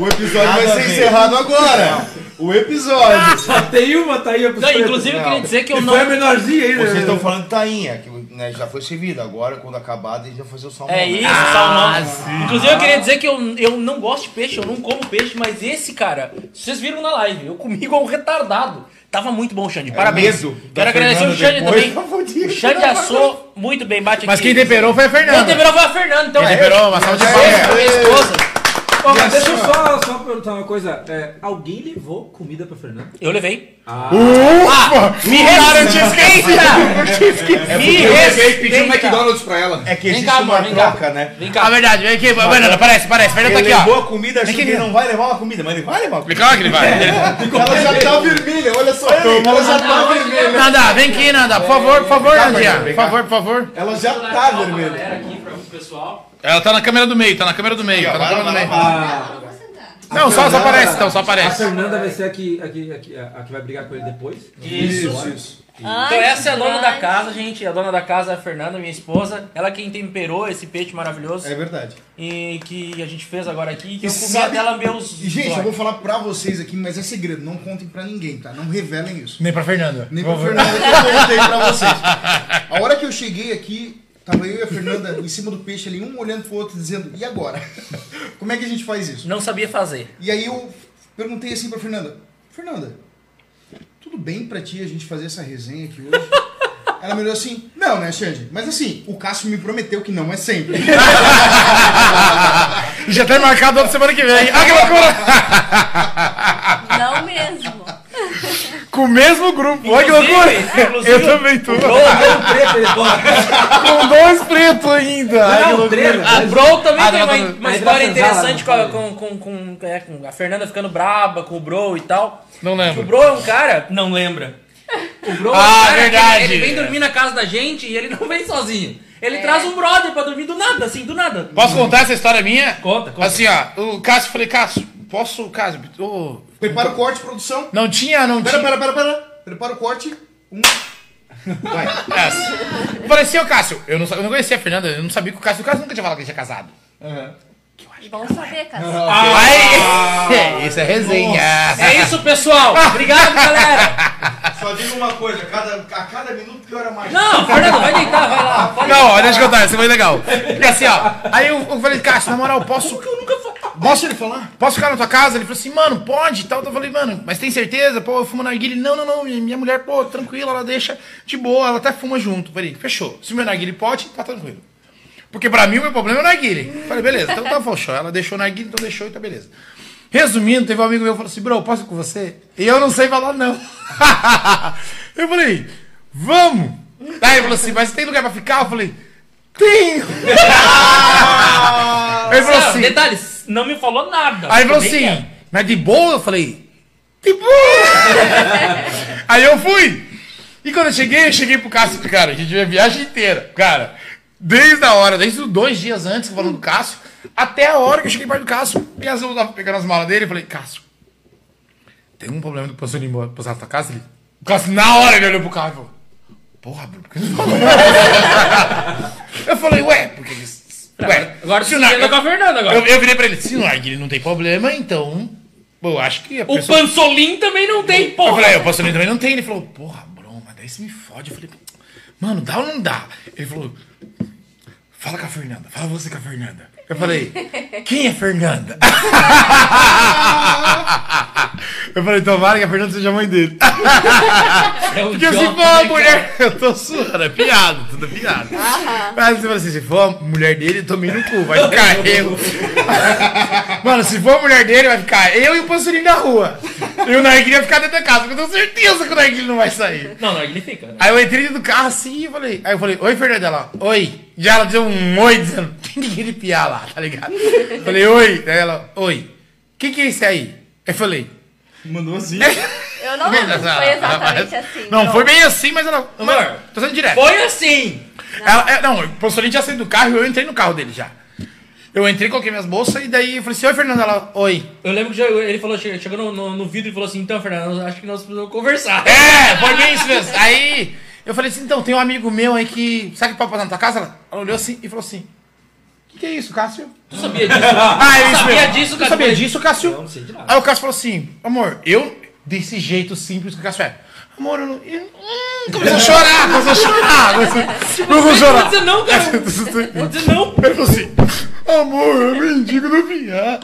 Speaker 1: O episódio vai
Speaker 3: Nada a
Speaker 1: ser
Speaker 3: ver.
Speaker 1: encerrado agora. O episódio.
Speaker 6: Só Ah, tem uma tainha pros
Speaker 2: Não,
Speaker 6: pretos.
Speaker 2: inclusive, eu queria dizer que eu
Speaker 6: E
Speaker 2: não.
Speaker 6: foi a menorzinha né? ainda.
Speaker 3: Vocês estão falando de tainha, que né, já foi servida. Agora, quando acabar, eles vão fazer o salmão.
Speaker 2: É
Speaker 3: né?
Speaker 2: isso,
Speaker 7: Ah,
Speaker 2: salmão. Inclusive, eu queria dizer que eu, eu não gosto de peixe, eu não como peixe, mas esse, cara, vocês viram na live, eu comi igual um retardado. Tava muito bom,
Speaker 7: É
Speaker 2: Xande, parabéns.
Speaker 3: medo da
Speaker 2: Quero agradecer o
Speaker 3: Fernanda
Speaker 2: Xande
Speaker 3: depois, tá
Speaker 2: também.
Speaker 3: fudido.
Speaker 2: O Xande assou muito bem, bate aqui.
Speaker 7: Mas quem temperou foi a
Speaker 2: Quem
Speaker 7: Fernanda.
Speaker 2: temperou foi a Fernanda, então
Speaker 7: Quem
Speaker 2: é.
Speaker 7: temperou, uma salva de palmas.
Speaker 2: Minha esposa.
Speaker 6: Ó, mas deixa eu só, só perguntar uma coisa. É, alguém levou comida pra Fernanda?
Speaker 2: Eu levei.
Speaker 1: Ufa!
Speaker 2: Ah. Me respeita! Me
Speaker 4: pediu um
Speaker 2: respeita!
Speaker 4: McDonald's pra ela.
Speaker 3: É
Speaker 2: Vem
Speaker 3: que existe
Speaker 2: cá,
Speaker 3: uma
Speaker 2: amor, vem cá.
Speaker 3: troca, né?
Speaker 2: Vem
Speaker 7: A
Speaker 2: cá.
Speaker 7: Ah, verdade, vem aqui, Fernanda, parece, parece. Fernanda tá
Speaker 3: Ele
Speaker 7: aqui, ó.
Speaker 3: levou a comida, achou que
Speaker 7: aqui,
Speaker 3: ele não vai levar uma comida, mas ele vai levar uma comida.
Speaker 7: Claro que ele vai.
Speaker 10: Ela já tá vermelha, olha só. Ela já tá vermelha.
Speaker 7: Nanda, vem aqui, Nanda. Por favor, por favor, Nandinha. Por favor, por favor.
Speaker 10: Ela já tá vermelha.
Speaker 2: Galera aqui, pra o pessoal.
Speaker 7: Ela tá na câmera do meio, tá na câmera do meio, tá na câmera do meio.
Speaker 6: A,
Speaker 7: Não, só, só aparece, então, só
Speaker 6: a
Speaker 7: aparece.
Speaker 6: Fernanda vai ser a que, a, que, a, que, a que vai brigar com ele depois.
Speaker 2: Isso. Então essa é a dona da casa, gente. A dona da casa é a Fernanda, minha esposa. Ela é quem temperou esse peixe maravilhoso
Speaker 10: É verdade.
Speaker 2: e que a gente fez agora aqui. Que
Speaker 1: E
Speaker 2: eu comi
Speaker 1: sabe-
Speaker 2: dela meus.
Speaker 1: E, gente, eu
Speaker 2: olhos.
Speaker 1: vou falar pra vocês aqui, mas é segredo, não contem pra ninguém, tá? Não revelem isso.
Speaker 7: Nem pra Fernanda.
Speaker 1: Nem pra Fernanda que eu contei pra vocês. A hora que eu cheguei aqui, tava eu e a Fernanda em cima do peixe ali, um olhando pro outro, dizendo, e agora? Como é que a gente faz isso?
Speaker 2: Não sabia fazer.
Speaker 1: E aí eu perguntei assim pra Fernanda, Fernanda, tudo bem pra ti a gente fazer essa resenha aqui hoje? Ela me olhou assim, não, né, Xande? Mas assim, o Cássio me prometeu que não é sempre.
Speaker 7: E já tá marcado outra semana que vem. Ah, que loucura!
Speaker 14: Não mesmo.
Speaker 7: Com o mesmo grupo. Olha que
Speaker 2: Inclusive,
Speaker 7: loucura!
Speaker 2: inclusive,
Speaker 7: Eu também tô.
Speaker 2: Bro,
Speaker 6: Treta, ele bota.
Speaker 7: Com dois pretos ainda.
Speaker 6: Não, treta.
Speaker 2: a Bro também
Speaker 7: Ah,
Speaker 2: tem
Speaker 7: não,
Speaker 2: uma,
Speaker 7: não, não.
Speaker 2: uma
Speaker 6: Aí
Speaker 2: história
Speaker 6: vai transar lá,
Speaker 2: interessante com,
Speaker 6: não
Speaker 2: a- com, com, com, é, com a Fernanda ficando braba com o Bro e tal.
Speaker 7: Não
Speaker 2: Que o
Speaker 7: lembro.
Speaker 2: Bro é um cara. Não lembra. O Bro é um
Speaker 7: Ah,
Speaker 2: cara que
Speaker 7: verdade.
Speaker 2: Ele, ele vem dormir na casa da gente e ele não vem sozinho. Ele traz um brother pra dormir do nada, assim, do nada.
Speaker 7: Posso contar essa história minha?
Speaker 2: Conta, conta.
Speaker 7: Assim, ó, o Cássio, falei, Cássio, posso, Cássio? ô,
Speaker 1: Prepara o corte, produção.
Speaker 7: Não tinha, não
Speaker 1: Pera,
Speaker 7: tinha.
Speaker 1: pera, pera, pera. Prepara o corte. Um. Vai.
Speaker 7: Essa. Eu Falei assim, ô Cássio, eu não, sa- eu não conhecia a Fernanda, eu não sabia que o Cássio, o Cássio nunca tinha falado que ele tinha casado.
Speaker 14: É Bom
Speaker 7: é.
Speaker 14: saber, Cássio.
Speaker 7: Ai, é, isso é resenha.
Speaker 2: É isso, pessoal. Obrigado, galera.
Speaker 3: Só digo uma coisa, cada, a cada minuto piora mais.
Speaker 2: Não, Fernanda, vai deitar, vai lá. Pode
Speaker 7: Não, ó, deixa eu contar, isso foi legal. Porque assim, ó, aí eu, eu falei, Cássio, na moral, posso. que eu nunca Posso ele falar? Posso ficar na tua casa? Ele falou assim, mano, pode e tal. Eu falei, mano, mas tem certeza? Pô, eu fumo narguile. Não, não, não. Minha mulher, pô, tranquila, ela deixa de boa, ela até fuma junto. Eu Falei, fechou. Se o meu narguile pode, tá tranquilo. Porque pra mim o meu problema é o narguile. Eu Falei, beleza, então tá fechou. Ela deixou o narguile, então deixou e tá beleza. Resumindo, teve um amigo meu que falou assim, bro, posso ir com você? E eu não sei falar não. eu falei, vamos. Aí ele falou assim, mas tem lugar pra ficar? Eu falei, tenho. ele falou
Speaker 2: Não,
Speaker 7: assim,
Speaker 2: detalhes, não me falou nada.
Speaker 7: Aí ele falou
Speaker 2: Nem
Speaker 7: assim,
Speaker 2: quero.
Speaker 7: mas de boa? Eu falei, de boa! Aí eu fui! E quando eu cheguei, eu cheguei pro Cássio, cara, a gente viu a viagem inteira, cara. Desde a hora, desde os dois dias antes, falando do Cássio, até a hora que eu cheguei perto do Cássio, e as eu tava pegando as malas dele, eu falei, Cássio, tem um problema do professor ir embora, passar na tua casa? Ele, o Cássio, na hora, ele olhou pro carro e falou, porra, Bruno, por que você não falou? eu falei, ué, porque... Ué,
Speaker 2: Agora
Speaker 7: se
Speaker 2: você
Speaker 7: o Nar-
Speaker 2: tá com a Fernanda agora.
Speaker 7: eu, eu virei pra ele, se o narguilé não tem problema, então. Pô, eu acho que a
Speaker 2: O
Speaker 7: pessoa.
Speaker 2: Pansolim também não tem,
Speaker 7: assim, Eu
Speaker 2: porra.
Speaker 7: falei, eu posso também não tem. Ele falou, porra, Bruno, mas daí você me fode. Eu falei, mano, dá ou não dá? Ele falou, fala com a Fernanda, fala você com a Fernanda. Eu falei, quem é Fernanda? eu falei, tomara que a Fernanda seja a mãe dele.
Speaker 2: É o
Speaker 7: Porque se
Speaker 2: Jota,
Speaker 7: for
Speaker 2: né,
Speaker 7: a
Speaker 2: cara?
Speaker 7: assim, mulher, eu tô suando, é piada, tudo é piada. Mas você fala assim, se for a mulher dele, eu tomei no cu, vai ficar eu. Mano, se for a mulher dele, vai ficar eu e o Pansurinho na rua. E o Narguilha vai ficar dentro da casa, porque eu tenho certeza que o Narguilha não vai sair.
Speaker 2: Não, não, ele fica. né?
Speaker 7: Aí eu entrei dentro do carro assim e falei, aí eu falei, oi Fernanda, ela, oi. Já ela deu um oi dizendo, tem que gripear lá, tá ligado? Eu falei, oi. Daí ela, oi. Quem que é esse aí? Eu falei, "É."
Speaker 1: Mandou assim.
Speaker 14: Eu não lembro se foi exatamente assim.
Speaker 7: Não,
Speaker 14: Bom,
Speaker 7: foi bem assim, mas ela.
Speaker 2: Amor.
Speaker 7: Mano, tô sendo direto.
Speaker 2: Foi assim.
Speaker 7: Ela, é, não, o professor Lin já saiu do carro e eu entrei no carro dele já. Eu entrei, coloquei minhas bolsas e daí eu falei assim: Oi, Fernanda. Ela, oi.
Speaker 2: Eu lembro que já- ele falou, che- chegou no, no, no vidro e falou assim, então, Fernando, nós- acho que nós precisamos conversar.
Speaker 7: É, foi bem isso mesmo. Aí eu falei assim: Então, tem um amigo meu aí que. Sabe que pode passar na tua casa? Ela, ela olhou assim e falou assim: O que, que é isso, Cássio?
Speaker 2: Tu sabia disso?
Speaker 7: Ah, é isso
Speaker 2: sabia
Speaker 7: mesmo.
Speaker 2: disso,
Speaker 7: Tu
Speaker 2: Cássio?
Speaker 7: sabia disso, Cássio?
Speaker 6: Não sei de nada.
Speaker 7: Aí o Cássio falou assim: Amor, eu. Desse jeito simples que o Cássio é. Amor, eu não. eu- hum", começou a chorar, começou a chorar. Começou, começou a
Speaker 2: Não vou
Speaker 7: chorar.
Speaker 2: dizer não, cara. Não vou dizer não.
Speaker 7: Ele falou assim: Amor, eu é mendigo do vinhar.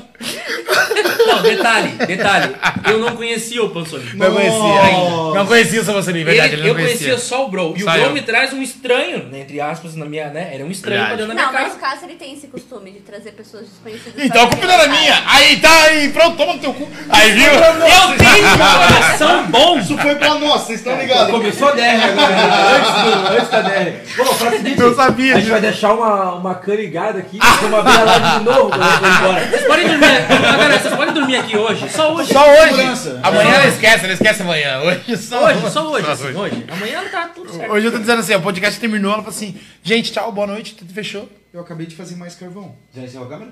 Speaker 2: Não, detalhe, detalhe. Eu não conhecia o Pansoni.
Speaker 7: Não conhecia ainda. Não conhecia o Pansoni, verdade, ele não
Speaker 2: eu conhecia.
Speaker 7: conhecia.
Speaker 2: só o Bro. E
Speaker 7: Só
Speaker 2: o Bro
Speaker 7: eu.
Speaker 2: me traz um estranho, né, entre aspas, na minha, né? Era um estranho pra dentro da minha
Speaker 5: Não,
Speaker 2: casa.
Speaker 5: mas o Cássio ele tem esse costume de trazer pessoas desconhecidas.
Speaker 7: Então a culpa não era minha. Aí tá, aí pronto, toma no teu cu. Aí viu?
Speaker 2: Eu tenho um coração bom.
Speaker 10: Isso foi pra nós, vocês
Speaker 1: É,
Speaker 10: estão ligados.
Speaker 6: Começou a DR agora, né? antes, do- antes da DR. Bom, pra seguinte,
Speaker 7: Eu sabia,
Speaker 6: a gente
Speaker 7: gente.
Speaker 6: vai deixar uma, uma canigada aqui, uma abrir a live de novo quando eu for embora.
Speaker 2: Vocês podem dormir. Ah, galera, vocês podem dormir aqui hoje. Só hoje.
Speaker 7: Só hoje.
Speaker 2: Segurança.
Speaker 7: Amanhã ela esquece, ela esquece amanhã. Hoje só
Speaker 2: Hoje, só hoje, assim, hoje. Amanhã tá tudo certo.
Speaker 7: Hoje eu tô dizendo assim, ó, o podcast terminou, ela falou assim, gente, tchau, boa noite, tudo fechou.
Speaker 10: Eu acabei de fazer mais carvão.
Speaker 4: Já encerrou a câmera?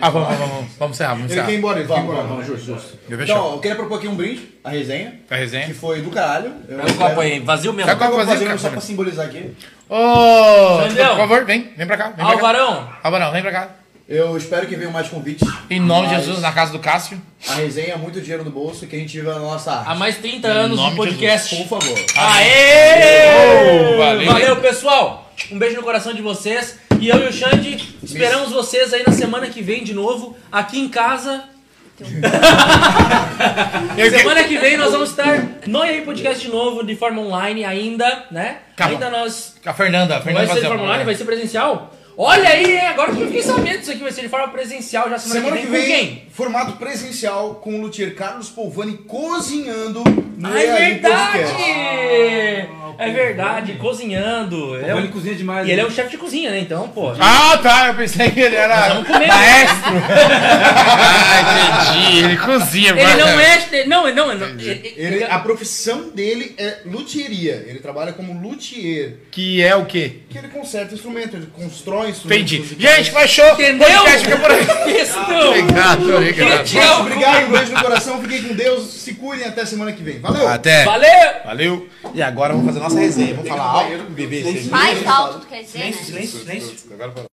Speaker 7: Ah, vamos, vamos, vamos, vamos encerrar, vamos
Speaker 4: Ele
Speaker 7: encerrar.
Speaker 4: quer ir embora, ele quer ir
Speaker 10: Vamos,
Speaker 4: embora.
Speaker 10: vamos,
Speaker 4: justo, justo.
Speaker 7: Eu
Speaker 4: Então,
Speaker 7: fechou.
Speaker 4: eu queria propor aqui um brinde, a resenha,
Speaker 7: A resenha.
Speaker 4: que foi do caralho. Eu
Speaker 2: Pega o copo aí, é né? vazio mesmo.
Speaker 7: Pega o
Speaker 4: Agora eu vou
Speaker 7: Vazio,
Speaker 4: fazer um
Speaker 7: cara,
Speaker 4: só pra
Speaker 7: também.
Speaker 4: simbolizar aqui.
Speaker 7: Ô,
Speaker 2: Sandrão.
Speaker 7: por favor, vem, vem pra cá. Vem pra cá.
Speaker 2: Alvarão,
Speaker 7: Alvarão, vem pra cá.
Speaker 4: Eu espero que venham mais convites.
Speaker 7: Em nome de
Speaker 4: Mas
Speaker 7: Jesus, na casa do Cássio.
Speaker 4: A resenha é muito dinheiro no bolso que a gente vive na nossa
Speaker 2: há
Speaker 4: arte.
Speaker 2: mais 30 anos
Speaker 7: nome
Speaker 2: do
Speaker 7: de
Speaker 2: podcast.
Speaker 4: Por favor.
Speaker 2: Aê!
Speaker 7: Oh, valeu.
Speaker 2: Valeu, pessoal. Um beijo no coração de vocês. E eu e o Xande esperamos vocês aí na semana que vem de novo, aqui em casa. semana que vem nós vamos estar no EA Podcast de novo, de forma online ainda, né?
Speaker 7: Calma.
Speaker 2: Ainda nós.
Speaker 7: A Fernanda, a
Speaker 2: Vai
Speaker 7: Fernanda
Speaker 2: ser de
Speaker 7: fazer
Speaker 2: forma
Speaker 7: uma-
Speaker 2: online? Vai ser presencial? Olha aí, hein? agora que eu fiquei sabendo disso aqui, vai ser de forma presencial já semana,
Speaker 1: Semana que vem,
Speaker 2: Com quem?
Speaker 1: formato presencial com o Luthier Carlos Polvani cozinhando no
Speaker 2: Ah, é
Speaker 1: EAI
Speaker 2: verdade!
Speaker 1: Podcast.
Speaker 2: É verdade, cozinhando. É
Speaker 6: Ele
Speaker 2: um-
Speaker 6: cozinha demais.
Speaker 2: E ele é
Speaker 6: né?
Speaker 2: um chefe de cozinha, né? Então, pô.
Speaker 7: Ah, tá, eu pensei que ele era
Speaker 2: Vamos comer. né?
Speaker 7: maestro. ah, entendi, ele cozinha.
Speaker 2: Ele
Speaker 7: mano.
Speaker 2: não é. ele- Não, ele não, ele não. ele-
Speaker 1: Ele, a profissão dele é luthieria. Ele trabalha como luthier,
Speaker 7: Que é o quê?
Speaker 1: que ele conserta instrumento, ele constrói instrumento.
Speaker 7: Entendi. Gente, fechou.
Speaker 2: Entendeu?
Speaker 7: Podcast fica é por aí.
Speaker 2: Isso não!
Speaker 7: Obrigado, obrigado.
Speaker 2: Tchau.
Speaker 1: Obrigado, um beijo no coração, fiquem com Deus, se cuidem até semana que vem. Valeu!
Speaker 7: Até.
Speaker 2: Valeu!
Speaker 7: Valeu.
Speaker 10: E agora vamos fazer nossa resenha. Vamos falar alto, beber cerveja.
Speaker 5: Mais alto, tu quer dizer, né?
Speaker 2: Silêncio, silêncio.
Speaker 1: Agora fala.